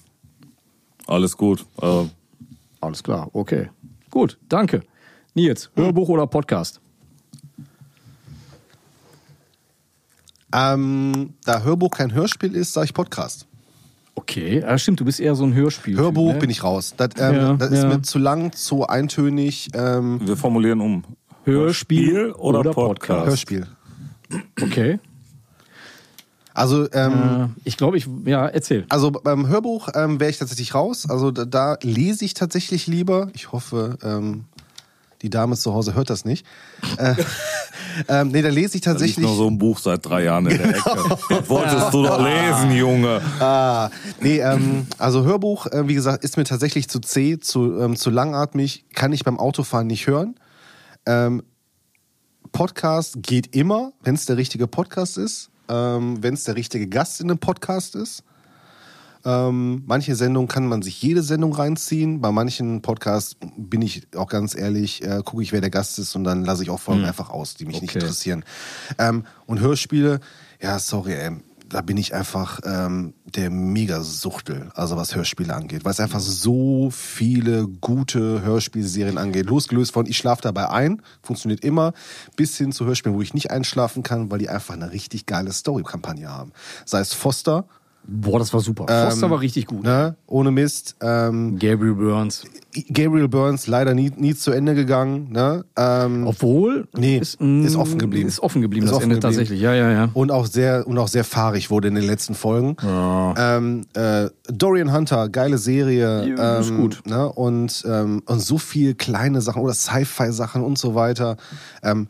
Speaker 2: alles gut. Äh,
Speaker 1: alles klar. Okay, gut, danke. Nils, Hörbuch oder Podcast?
Speaker 4: Ähm, da Hörbuch kein Hörspiel ist, sage ich Podcast.
Speaker 1: Okay, ah, stimmt, du bist eher so ein ne? Hörspiel.
Speaker 4: Hörbuch bin ich raus. Das, ähm,
Speaker 1: Ja,
Speaker 4: das ist
Speaker 1: ja.
Speaker 4: mir zu lang, zu eintönig. Ähm,
Speaker 2: Wir formulieren um.
Speaker 1: Hörspiel oder,
Speaker 2: oder
Speaker 1: Podcast?
Speaker 2: Podcast?
Speaker 4: Hörspiel.
Speaker 1: Okay.
Speaker 4: Also ähm,
Speaker 1: Äh, ich glaube, ich, ja, erzähl.
Speaker 4: Also beim Hörbuch ähm, wäre ich tatsächlich raus. Also da, da lese ich tatsächlich lieber. Ich hoffe, ähm, die Dame zu Hause hört das nicht. Äh, ähm, nee, da lese ich
Speaker 2: Da liegt
Speaker 4: tatsächlich.
Speaker 2: nur so ein Buch seit drei Jahren in der Ecke. Das wolltest du doch lesen, Junge.
Speaker 4: Ah, nee, ähm, also Hörbuch, äh, wie gesagt, ist mir tatsächlich zu zäh, zu, ähm, zu langatmig, kann ich beim Autofahren nicht hören. Ähm, Podcast geht immer, wenn es der richtige Podcast ist, ähm, wenn es der richtige Gast in einem Podcast ist. Ähm, manche Sendungen kann man sich jede Sendung reinziehen. Bei manchen Podcasts bin ich auch ganz ehrlich, äh, gucke ich, wer der Gast ist und dann lasse ich auch Folgen einfach aus, die mich nicht
Speaker 1: Okay.
Speaker 4: interessieren. Ähm, und Hörspiele, ja, sorry, ey, da bin ich einfach ähm, der Mega-Suchtel, also was Hörspiele angeht, weil es einfach so viele gute Hörspielserien angeht. Losgelöst von ich schlafe dabei ein, funktioniert immer, bis hin zu Hörspielen, wo ich nicht einschlafen kann, weil die einfach eine richtig geile Story-Kampagne haben. Sei es Foster,
Speaker 1: Boah, das war super. Ähm, Foster war richtig gut.
Speaker 4: ne, ohne Mist, ähm,
Speaker 1: Gabriel Burns.
Speaker 4: Gabriel Burns leider nie, nie zu Ende gegangen, ne? Ähm,
Speaker 1: Obwohl.
Speaker 4: Nee,
Speaker 1: mm,
Speaker 4: ist offen geblieben.
Speaker 1: Ist offen geblieben,
Speaker 4: Ist
Speaker 1: das
Speaker 4: offen
Speaker 1: Ende
Speaker 4: geblieben.
Speaker 1: tatsächlich. Ja, ja, ja.
Speaker 4: und auch sehr und auch sehr fahrig wurde in den letzten Folgen.
Speaker 1: Ah.
Speaker 4: Ähm, äh, Dorian Hunter, geile Serie,
Speaker 1: Ja,
Speaker 4: ähm,
Speaker 1: ist gut.
Speaker 4: Ne? Und ähm, und so viel kleine Sachen oder Sci-Fi-Sachen und so weiter. Ähm,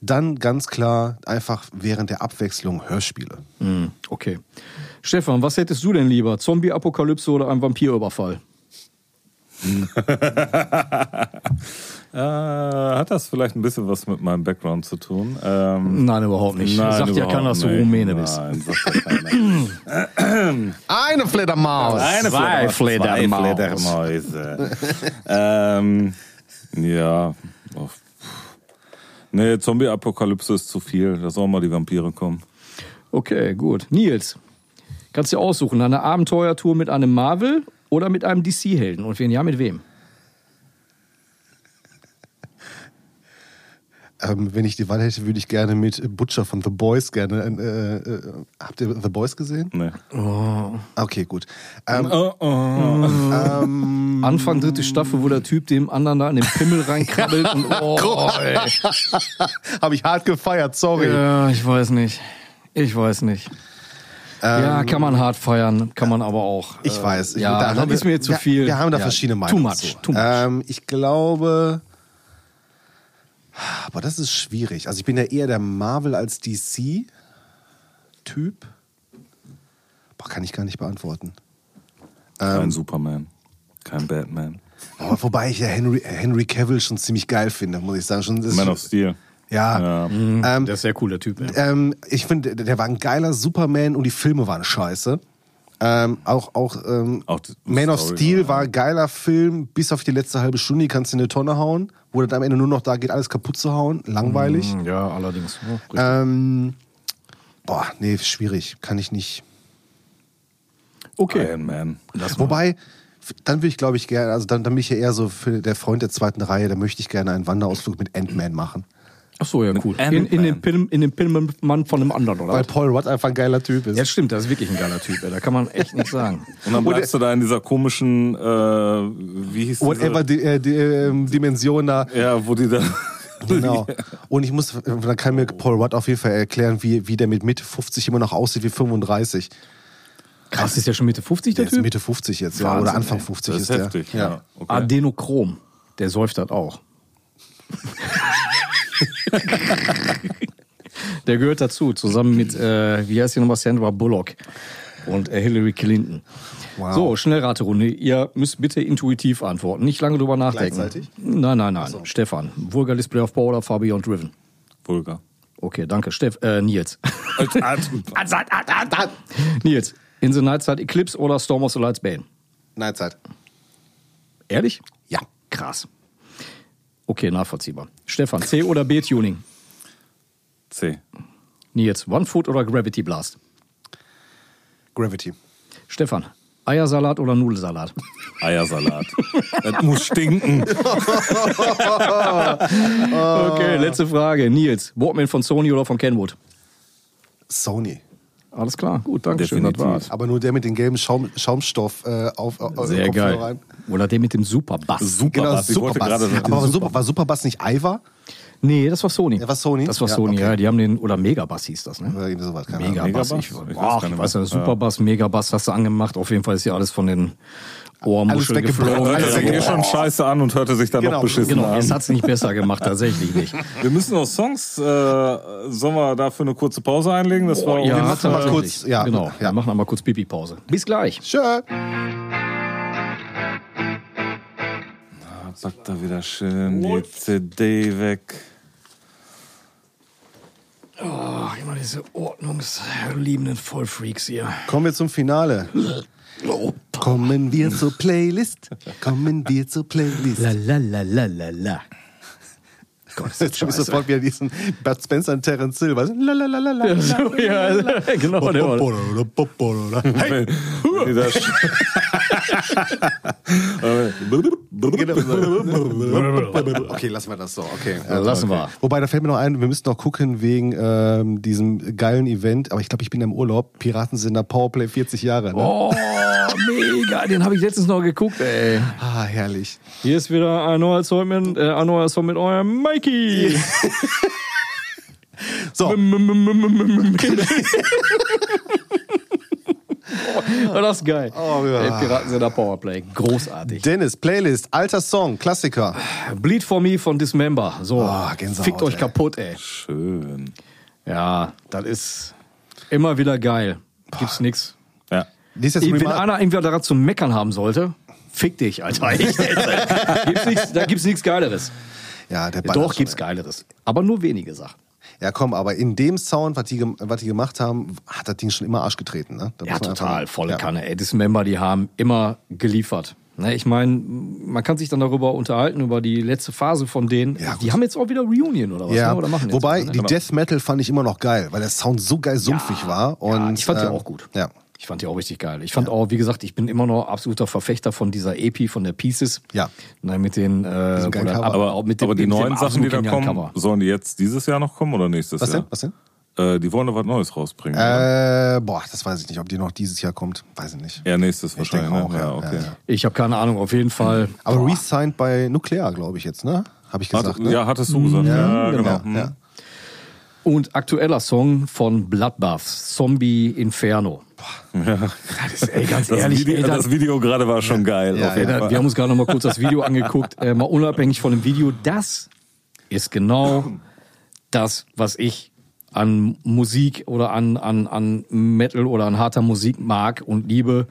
Speaker 4: dann ganz klar einfach während der Abwechslung Hörspiele.
Speaker 1: Hm, okay. Stefan, was hättest du denn lieber? Zombie-Apokalypse oder ein Vampirüberfall?
Speaker 2: Äh, hat das vielleicht ein bisschen was mit meinem Background zu tun? Ähm,
Speaker 1: Nein, überhaupt nicht. Sagt ja
Speaker 2: überhaupt
Speaker 1: keiner, dass du
Speaker 2: nicht.
Speaker 1: Rumäne bist.
Speaker 2: Nein, sagt ja keiner.
Speaker 4: Eine Fledermaus.
Speaker 2: Eine
Speaker 1: Zwei
Speaker 2: Fledermaus. Zwei
Speaker 1: Fledermaus.
Speaker 2: Fledermäuse. ähm, ja. Oh. Nee, Zombie-Apokalypse ist zu viel. Da sollen mal die Vampire kommen.
Speaker 1: Okay, gut. Nils, kannst du aussuchen, eine Abenteuertour mit einem Marvel oder mit einem DC-Helden? Und wenn ja, mit wem?
Speaker 4: Ähm, wenn ich die Wahl hätte, würde ich gerne mit Butcher von The Boys gerne. Äh, äh, habt ihr The Boys gesehen?
Speaker 2: Nee.
Speaker 4: Okay, gut. Ähm,
Speaker 2: Oh, oh.
Speaker 1: Anfang dritte Staffel, wo der Typ dem anderen da in den Pimmel reinkrabbelt und oh, ey.
Speaker 4: Habe ich hart gefeiert, sorry.
Speaker 1: Ja, ich weiß nicht. Ich weiß nicht. ja, kann man hart feiern, kann man aber auch.
Speaker 4: Ähm,
Speaker 1: äh,
Speaker 4: Ich weiß. Ich,
Speaker 1: Ähm, ja,
Speaker 4: da
Speaker 1: das
Speaker 4: haben
Speaker 1: ist mir jetzt zu
Speaker 4: wir,
Speaker 1: viel.
Speaker 4: Wir haben da
Speaker 1: Ja,
Speaker 4: verschiedene
Speaker 1: too
Speaker 4: Meinungen.
Speaker 1: much,
Speaker 4: zu.
Speaker 1: too much.
Speaker 4: Ähm, ich glaube. Aber das ist schwierig. Also, ich bin ja eher der Marvel als DC-Typ. Boah, kann ich gar nicht beantworten.
Speaker 2: Kein Superman. Kein Batman.
Speaker 4: Aber wobei ich ja Henry, äh, Henry Cavill schon ziemlich geil finde, muss ich sagen. Schon, das ist
Speaker 2: Man
Speaker 4: schon-
Speaker 2: of Steel.
Speaker 4: ja.
Speaker 2: Ja.
Speaker 4: Ähm,
Speaker 1: Das ist sehr cool, der Typ. ne? ey.
Speaker 4: ähm, ich finde, der war ein geiler Superman und die Filme waren scheiße. Ähm, auch auch, ähm,
Speaker 2: Auch die
Speaker 4: Man of
Speaker 2: Story
Speaker 4: Steel
Speaker 2: war-
Speaker 4: war ein geiler Film, bis auf die letzte halbe Stunde, die kannst du in eine Tonne hauen, wo das am Ende nur noch da geht, alles kaputt zu hauen. Langweilig.
Speaker 1: Ja, allerdings. ne? Ja, richtig.
Speaker 4: Ähm, boah, nee, schwierig. Kann ich nicht.
Speaker 1: okay.
Speaker 2: Iron Man.
Speaker 4: Wobei, f- dann würde ich, glaube ich, gerne, also dann, dann bin ich ja eher so für der Freund der zweiten Reihe, da möchte ich gerne einen Wanderausflug mit Ant-Man machen.
Speaker 1: Ach so, ja, cool. In,
Speaker 2: Ant-Man.
Speaker 1: in den Pin- in den Pimmel-Mann von einem anderen, oder?
Speaker 4: Weil
Speaker 1: was?
Speaker 4: Paul Rudd einfach ein geiler Typ ist.
Speaker 1: Ja, stimmt, das ist wirklich ein geiler Typ. ey. Da kann man echt nicht sagen.
Speaker 2: Und dann bleibst du da in dieser komischen, äh, wie hieß
Speaker 4: Whatever
Speaker 2: diese,
Speaker 4: die, äh, die ähm, Dimension da.
Speaker 2: Ja, wo die da.
Speaker 4: Genau. Und ich muss, dann kann mir Paul Rudd auf jeden Fall erklären, wie, wie der mit Mitte 50 immer noch aussieht wie 35.
Speaker 1: Krass, ist ja schon Mitte 50, der,
Speaker 4: Der ist
Speaker 1: Typ?
Speaker 4: Also Mitte 50 jetzt, ja.
Speaker 1: Wahnsinn,
Speaker 4: Oder Anfang
Speaker 1: ey.
Speaker 4: 50
Speaker 2: Das ist
Speaker 4: der.
Speaker 2: heftig, ja. Okay.
Speaker 1: Adenochrom. Der seufzt auch. der gehört dazu, zusammen mit, äh, wie heißt die nochmal, Sandra Bullock und äh, Hillary Clinton.
Speaker 4: Wow.
Speaker 1: So, Schnellraterunde. Ihr müsst bitte intuitiv antworten. Nicht lange drüber nachdenken.
Speaker 4: Gleichzeitig?
Speaker 1: Nein, nein, nein. Stefan, Vulgar Display of Power oder Far Beyond Driven?
Speaker 2: Vulgar.
Speaker 1: Okay, danke. Steff, äh, Nils.
Speaker 2: Als Art-
Speaker 1: Nils, In the Night Side Eclipse oder Storm of the Lights Bane?
Speaker 4: Neidszeit.
Speaker 1: Ehrlich?
Speaker 4: Ja.
Speaker 1: Krass. Okay, nachvollziehbar. Stefan, C oder B-Tuning?
Speaker 2: C.
Speaker 1: Nils, One Foot oder Gravity Blast?
Speaker 4: Gravity.
Speaker 1: Stefan, Eiersalat oder Nudelsalat?
Speaker 2: Eiersalat. das muss stinken.
Speaker 1: Okay, letzte Frage. Nils, Walkman von Sony oder von Kenwood?
Speaker 4: Sony.
Speaker 1: Alles klar, gut, danke schön. Das
Speaker 2: Definitiv.
Speaker 1: war's.
Speaker 4: Aber nur der mit dem gelben Schaum, Schaumstoff äh, auf, auf
Speaker 1: Sehr
Speaker 4: Kopfhörer
Speaker 1: geil.
Speaker 4: rein.
Speaker 1: Oder der mit dem Superbass.
Speaker 2: Super,
Speaker 4: Genau,
Speaker 2: was. ich wollte
Speaker 4: Superbass.
Speaker 2: gerade
Speaker 4: Aber war Super, war Superbass nicht Ivar?
Speaker 1: Nee, das war Sony.
Speaker 4: Ja, war Sony?
Speaker 1: Das war
Speaker 4: Ja,
Speaker 1: Sony,
Speaker 4: okay.
Speaker 1: ja. Die haben den, oder Megabass hieß das, ne?
Speaker 4: Oder irgendwie sowas, keine Ahnung.
Speaker 1: Megabass.
Speaker 2: Megabass?
Speaker 1: Ich,
Speaker 2: Ich
Speaker 1: boah,
Speaker 2: weiß
Speaker 1: ich
Speaker 2: gar
Speaker 1: weiß
Speaker 2: nicht
Speaker 1: nicht,
Speaker 2: mehr.
Speaker 1: Superbass, Megabass hast du angemacht. Auf jeden Fall ist ja alles von den Ohrmuscheln
Speaker 4: Alles weggebrannt.
Speaker 1: geflogen.
Speaker 2: Hörte
Speaker 4: Alles
Speaker 2: er
Speaker 4: weggebrannt.
Speaker 2: mir schon scheiße an und hörte sich dann
Speaker 4: Genau,
Speaker 2: noch beschissen
Speaker 1: Genau,
Speaker 2: an.
Speaker 1: es hat es nicht besser gemacht, tatsächlich nicht.
Speaker 2: Wir müssen auch Songs, äh, sollen wir dafür eine kurze Pause einlegen? Das war
Speaker 4: Oh, wir machen mal
Speaker 1: tatsächlich.
Speaker 4: kurz- ja,
Speaker 1: genau.
Speaker 4: ja.
Speaker 1: Wir machen einmal kurz Pipi-Pause. Bis gleich.
Speaker 4: Schön.
Speaker 2: Ah, packt er wieder schön die CD weg.
Speaker 1: Ach, immer diese ordnungsliebenden Vollfreaks hier.
Speaker 4: Kommen wir zum Finale. Kommen wir zur Playlist. Kommen wir zur Playlist.
Speaker 1: La la la la la la. Gott, ist das
Speaker 4: Jetzt habe ich
Speaker 1: scheiße.
Speaker 4: sofort wieder diesen Bud Spencer und Terence Hill. Weißt du? Lalalala.
Speaker 1: ja, genau, der war
Speaker 2: Hey. Wieder
Speaker 4: Genau. Okay, lassen wir das so. Okay.
Speaker 1: Äh, lassen wir.
Speaker 4: Wobei, da fällt mir noch ein, wir müssten noch gucken wegen ähm, diesem geilen Event. Aber ich glaube, ich bin im Urlaub. Piraten sind in der Powerplay 40 Jahre. Ne?
Speaker 1: Oh, mega, den habe ich letztens noch geguckt, ey.
Speaker 4: Ah, herrlich.
Speaker 1: Hier ist wieder ein neuer Song mit, äh, ein neuer Song mit eurem Mikey.
Speaker 4: So.
Speaker 1: War das ist geil.
Speaker 4: Oh, ja.
Speaker 1: Ey, Piraten sind da Powerplay. Großartig.
Speaker 4: Dennis, Playlist, alter Song, Klassiker.
Speaker 1: Bleed for me von Dismember. So.
Speaker 4: Ah, Gänsehaut,
Speaker 1: Fickt euch
Speaker 4: ey.
Speaker 1: kaputt, ey.
Speaker 2: schön.
Speaker 1: Ja, das ist immer wieder geil. Gibt's nix.
Speaker 2: Ja.
Speaker 4: Lies jetzt
Speaker 1: Ey, Wenn
Speaker 4: Remark-
Speaker 1: einer irgendwie daran zu meckern haben sollte, fick dich, Alter. Echt, ey. gibt's nix, da gibt's nichts Geileres.
Speaker 4: Ja, der Ball.
Speaker 1: Doch, gibt's Geileres. Aber nur wenige Sachen.
Speaker 4: Ja, komm, aber in dem Sound, was die, gem- was die gemacht haben, hat das Ding schon immer Arsch getreten. Ne? Da
Speaker 1: Ja,
Speaker 4: muss man einfach-
Speaker 1: total, volle
Speaker 4: ja.
Speaker 1: Kanne. Ey, Dismember, die haben immer geliefert. Ne, ich meine, man kann sich dann darüber unterhalten, über die letzte Phase von denen.
Speaker 4: Ja, gut.
Speaker 1: die haben jetzt auch wieder Reunion oder was,
Speaker 4: Ja,
Speaker 1: ne? oder machen jetzt
Speaker 4: wobei
Speaker 1: was, ne?
Speaker 4: die Death Metal fand ich immer noch geil, weil der Sound so geil sumpfig war. Und,
Speaker 1: ja, ich fand die
Speaker 4: ähm,
Speaker 1: auch gut.
Speaker 4: Ja.
Speaker 1: Ich fand die auch richtig geil. Ich fand auch, wie gesagt, ich bin immer noch absoluter Verfechter von dieser EP, von der Pieces.
Speaker 4: Ja.
Speaker 1: Nein, mit den, äh,
Speaker 4: geilen
Speaker 1: oder,
Speaker 4: Cover.
Speaker 1: aber,
Speaker 2: Aber,
Speaker 1: auch mit dem,
Speaker 2: aber die
Speaker 1: mit dem
Speaker 2: neuen Sachen, die
Speaker 1: absolut
Speaker 2: da
Speaker 1: genialen
Speaker 2: kommen,
Speaker 1: Cover.
Speaker 2: sollen die jetzt dieses Jahr noch kommen oder nächstes
Speaker 4: Was
Speaker 2: Jahr?
Speaker 4: denn? Was denn?
Speaker 2: Äh, die wollen doch was Neues rausbringen. oder?
Speaker 4: Äh, boah, das weiß ich nicht, ob die noch dieses Jahr kommt. Weiß ich nicht.
Speaker 2: ja, nächstes
Speaker 4: ich denke
Speaker 2: wahrscheinlich.
Speaker 4: auch,
Speaker 2: ne?
Speaker 4: ja,
Speaker 2: okay.
Speaker 4: ja, ja.
Speaker 1: Ich habe keine Ahnung, auf jeden Fall.
Speaker 4: Aber re-signed bei Nuclear, glaube ich jetzt, ne? Habe ich gesagt,
Speaker 2: Hat,
Speaker 4: ne?
Speaker 2: Ja, hattest du gesagt. Ja, genau.
Speaker 4: Ja,
Speaker 2: Hm.
Speaker 4: ja.
Speaker 1: Und aktueller Song von Bloodbath, Zombie Inferno. Das ist, ey, ganz
Speaker 2: Das,
Speaker 1: ehrlich,
Speaker 2: Video,
Speaker 1: ey, das-
Speaker 2: das Video gerade war schon geil.
Speaker 4: Ja,
Speaker 2: auf
Speaker 1: Ey,
Speaker 2: jeden
Speaker 1: da,
Speaker 2: Fall.
Speaker 1: wir haben uns gerade noch mal kurz das Video angeguckt. Äh, mal unabhängig von dem Video, das ist genau das, was ich an Musik oder an, an, an Metal oder an harter Musik mag und liebe.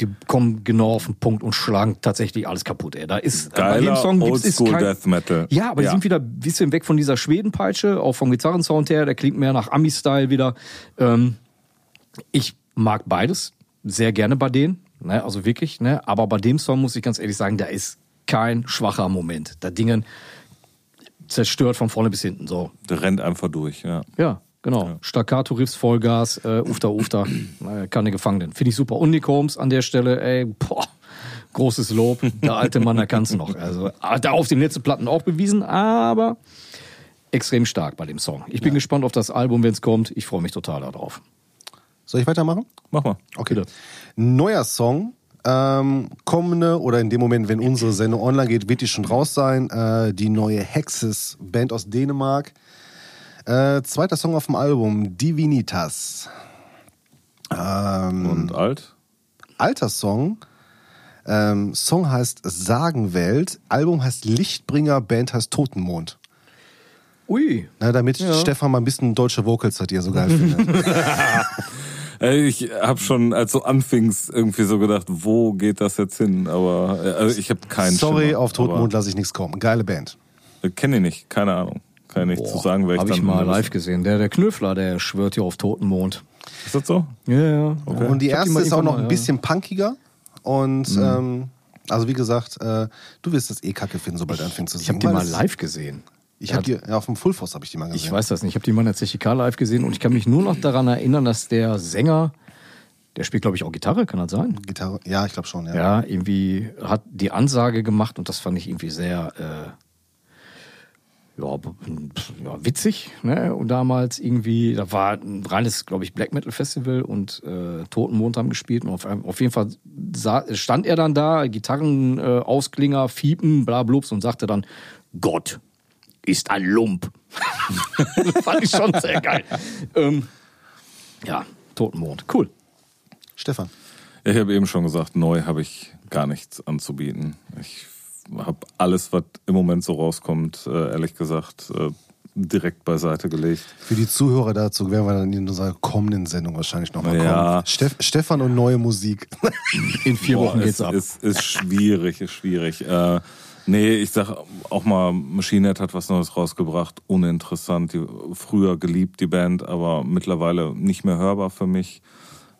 Speaker 1: Die kommen genau auf den Punkt und schlagen tatsächlich alles kaputt. Ey. Da ist äh, bei dem
Speaker 2: Geiler
Speaker 1: Song gibt's, ist
Speaker 2: Oldschool
Speaker 1: kein,
Speaker 2: Death Metal.
Speaker 1: Ja, aber
Speaker 2: Ja.
Speaker 1: die sind wieder ein bisschen weg von dieser Schwedenpeitsche, auch vom Gitarrensound her. Der klingt mehr nach Ami-Style wieder. Ähm, ich mag beides sehr gerne bei denen, ne? also wirklich. Ne? Aber bei dem Song muss ich ganz ehrlich sagen, da ist kein schwacher Moment. Da Dingen zerstört von vorne bis hinten. So,
Speaker 2: Der rennt einfach durch. Ja.
Speaker 1: ja, genau. Staccato, Riffs, Vollgas, äh, Ufter, Ufter, äh, keine Gefangenen. Finde ich super. Und Nick Holmes an der Stelle, ey, boah, großes Lob. Der alte Mann, der kann's noch. Also, hat er auf den letzten Platten auch bewiesen, aber extrem stark bei dem Song. Ich bin gespannt auf das Album, wenn's kommt. Ich freue mich total darauf.
Speaker 4: Soll ich weitermachen?
Speaker 2: Mach mal.
Speaker 4: Okay.
Speaker 1: Bitte.
Speaker 4: Neuer Song. Ähm, kommende oder in dem Moment, wenn unsere Sendung online geht, wird die schon raus sein. Äh, die neue Hexes, Band aus Dänemark. Äh, zweiter Song auf dem Album, Divinitas.
Speaker 1: Mhm.
Speaker 4: Ähm,
Speaker 2: Und alt?
Speaker 4: alter Song. Ähm, Song heißt Sagenwelt, Album heißt Lichtbringer, Band heißt Totenmond.
Speaker 1: Ui,
Speaker 4: Na, damit Stefan mal ein bisschen deutsche Vocals hat, die er so geil findet.
Speaker 2: Äh, Ich habe schon, als du anfingst, irgendwie so gedacht, wo geht das jetzt hin? Aber äh, also ich habe keinen
Speaker 4: Sorry,
Speaker 2: Schimmer,
Speaker 4: auf Totenmond
Speaker 2: aber,
Speaker 4: lasse ich nichts kommen. Geile Band.
Speaker 2: äh, Kenne ich nicht, keine Ahnung. Kann ich nicht zu sagen, weil ich
Speaker 1: Hab
Speaker 2: dann...
Speaker 1: ich mal live gesehen. Der, der Knöfler, der schwört hier auf Totenmond.
Speaker 2: Ist das so?
Speaker 1: Ja, ja.
Speaker 4: Und die
Speaker 1: Ich hab
Speaker 4: erste
Speaker 1: mal
Speaker 4: ist auch
Speaker 1: irgendwann
Speaker 4: noch
Speaker 1: mal,
Speaker 4: ein
Speaker 1: ja. Mhm.
Speaker 4: bisschen punkiger. Und ähm, also wie gesagt, äh, du wirst das eh kacke finden, sobald du anfängst zu singen.
Speaker 1: Ich habe die
Speaker 4: weil
Speaker 1: mal
Speaker 4: das-
Speaker 1: live gesehen.
Speaker 4: Ich hab die, ja, auf dem Full Force habe ich die mal gesehen.
Speaker 1: Ich weiß das nicht. Ich habe die mal in der CCK live gesehen und ich kann mich nur noch daran erinnern, dass der Sänger Der spielt, glaube ich, auch Gitarre, kann das sein?
Speaker 4: Gitarre. Ja, ich glaube schon, ja.
Speaker 1: Ja, irgendwie hat die Ansage gemacht und das fand ich irgendwie sehr äh, ja, b- pf, ja, witzig. Ne? Und damals irgendwie, da war ein reines, glaube ich, Black Metal Festival und äh, Totenmond haben gespielt. Und auf, auf jeden Fall sah, stand er dann da, Gitarren, äh, Ausklinger, Fiepen, bla blubs und sagte dann, Gott ist ein Lump. das fand ich schon sehr geil. ähm, ja, Totenmond, cool.
Speaker 4: Stefan.
Speaker 2: Ja, ich habe eben schon gesagt, neu habe ich gar nichts anzubieten. Ich habe alles, was im Moment so rauskommt, äh, ehrlich gesagt, äh, direkt beiseite gelegt.
Speaker 4: Für die Zuhörer dazu werden wir dann in unserer kommenden Sendung wahrscheinlich nochmal
Speaker 2: Ja.
Speaker 4: kommen. Steff, Stefan und neue Musik.
Speaker 1: In vier
Speaker 2: Boah,
Speaker 1: Wochen geht's
Speaker 2: ist,
Speaker 1: ab.
Speaker 2: Ist, ist schwierig, ist schwierig. Äh, nee, ich sag auch mal, Machine Head hat was Neues rausgebracht. Uninteressant. Die, früher geliebt, die Band, aber mittlerweile nicht mehr hörbar für mich.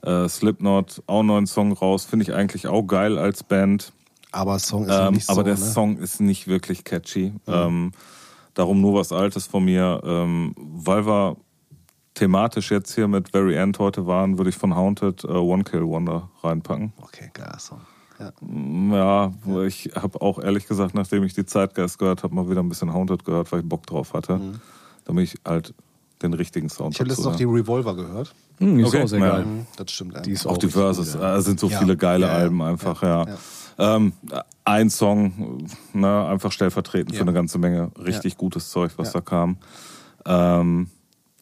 Speaker 2: Äh, Slipknot, auch einen neuen Song raus. Finde ich eigentlich auch geil als Band.
Speaker 4: aber Song ist noch
Speaker 2: Ähm,
Speaker 4: nicht so.
Speaker 2: aber der
Speaker 4: ne?
Speaker 2: Song ist nicht wirklich catchy. Ähm, darum nur was Altes von mir. Ähm, weil wir thematisch jetzt hier mit Very End heute waren, würde ich von Haunted äh, One Kill Wonder reinpacken.
Speaker 4: Okay, geiler Song. Ja.
Speaker 2: Ja, ich habe auch ehrlich gesagt, nachdem ich die Zeitgeist gehört habe, mal wieder ein bisschen Haunted gehört, weil ich Bock drauf hatte. Damit ich halt den richtigen Sound
Speaker 4: Mhm. Ich habe letztens
Speaker 2: dazu
Speaker 4: noch die
Speaker 2: höre.
Speaker 4: Revolver gehört.
Speaker 1: Hm, ist
Speaker 2: Okay,
Speaker 1: auch sehr
Speaker 2: ja.
Speaker 1: geil.
Speaker 4: Mhm, Das stimmt.
Speaker 1: ne? Die ist
Speaker 4: eigentlich.
Speaker 2: auch die
Speaker 1: richtig
Speaker 2: Verses,
Speaker 1: gut,
Speaker 2: äh, es sind so
Speaker 4: Ja.
Speaker 2: viele geile
Speaker 4: Ja, ja.
Speaker 2: Alben einfach, ja.
Speaker 4: Ja.
Speaker 2: Ähm, ein Song, äh, ne, einfach stellvertretend
Speaker 4: Ja.
Speaker 2: für eine ganze Menge richtig
Speaker 4: Ja.
Speaker 2: gutes Zeug, was da
Speaker 4: Ja.
Speaker 2: kam. Ähm,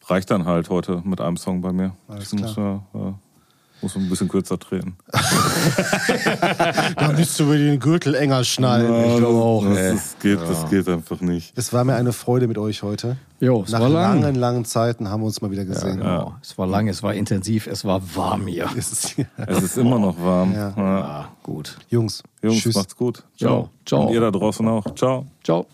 Speaker 2: reicht dann halt heute mit einem Song bei mir.
Speaker 4: Alles
Speaker 2: ich muss, ja, äh, muss ein bisschen kürzer treten.
Speaker 4: Da müsst du über den Gürtel enger schnallen.
Speaker 2: Äh. Ja,
Speaker 4: Ich glaube auch.
Speaker 2: Das,
Speaker 4: ey.
Speaker 2: das, geht, das geht einfach nicht.
Speaker 4: Es war mir eine Freude mit euch heute.
Speaker 1: Jo, es
Speaker 4: Nach
Speaker 1: war lang.
Speaker 4: langen, langen Zeiten haben wir uns mal wieder gesehen.
Speaker 1: Genau. Es war lang, es war intensiv, es war warm hier.
Speaker 4: Es ist, ja.
Speaker 2: Es ist immer noch warm.
Speaker 4: Ja.
Speaker 2: Ja.
Speaker 1: Ah, gut.
Speaker 4: Jungs,
Speaker 2: Jungs,
Speaker 4: tschüss.
Speaker 2: macht's gut.
Speaker 1: Ciao. Ciao.
Speaker 2: Und ihr da draußen auch. Ciao.
Speaker 1: Ciao.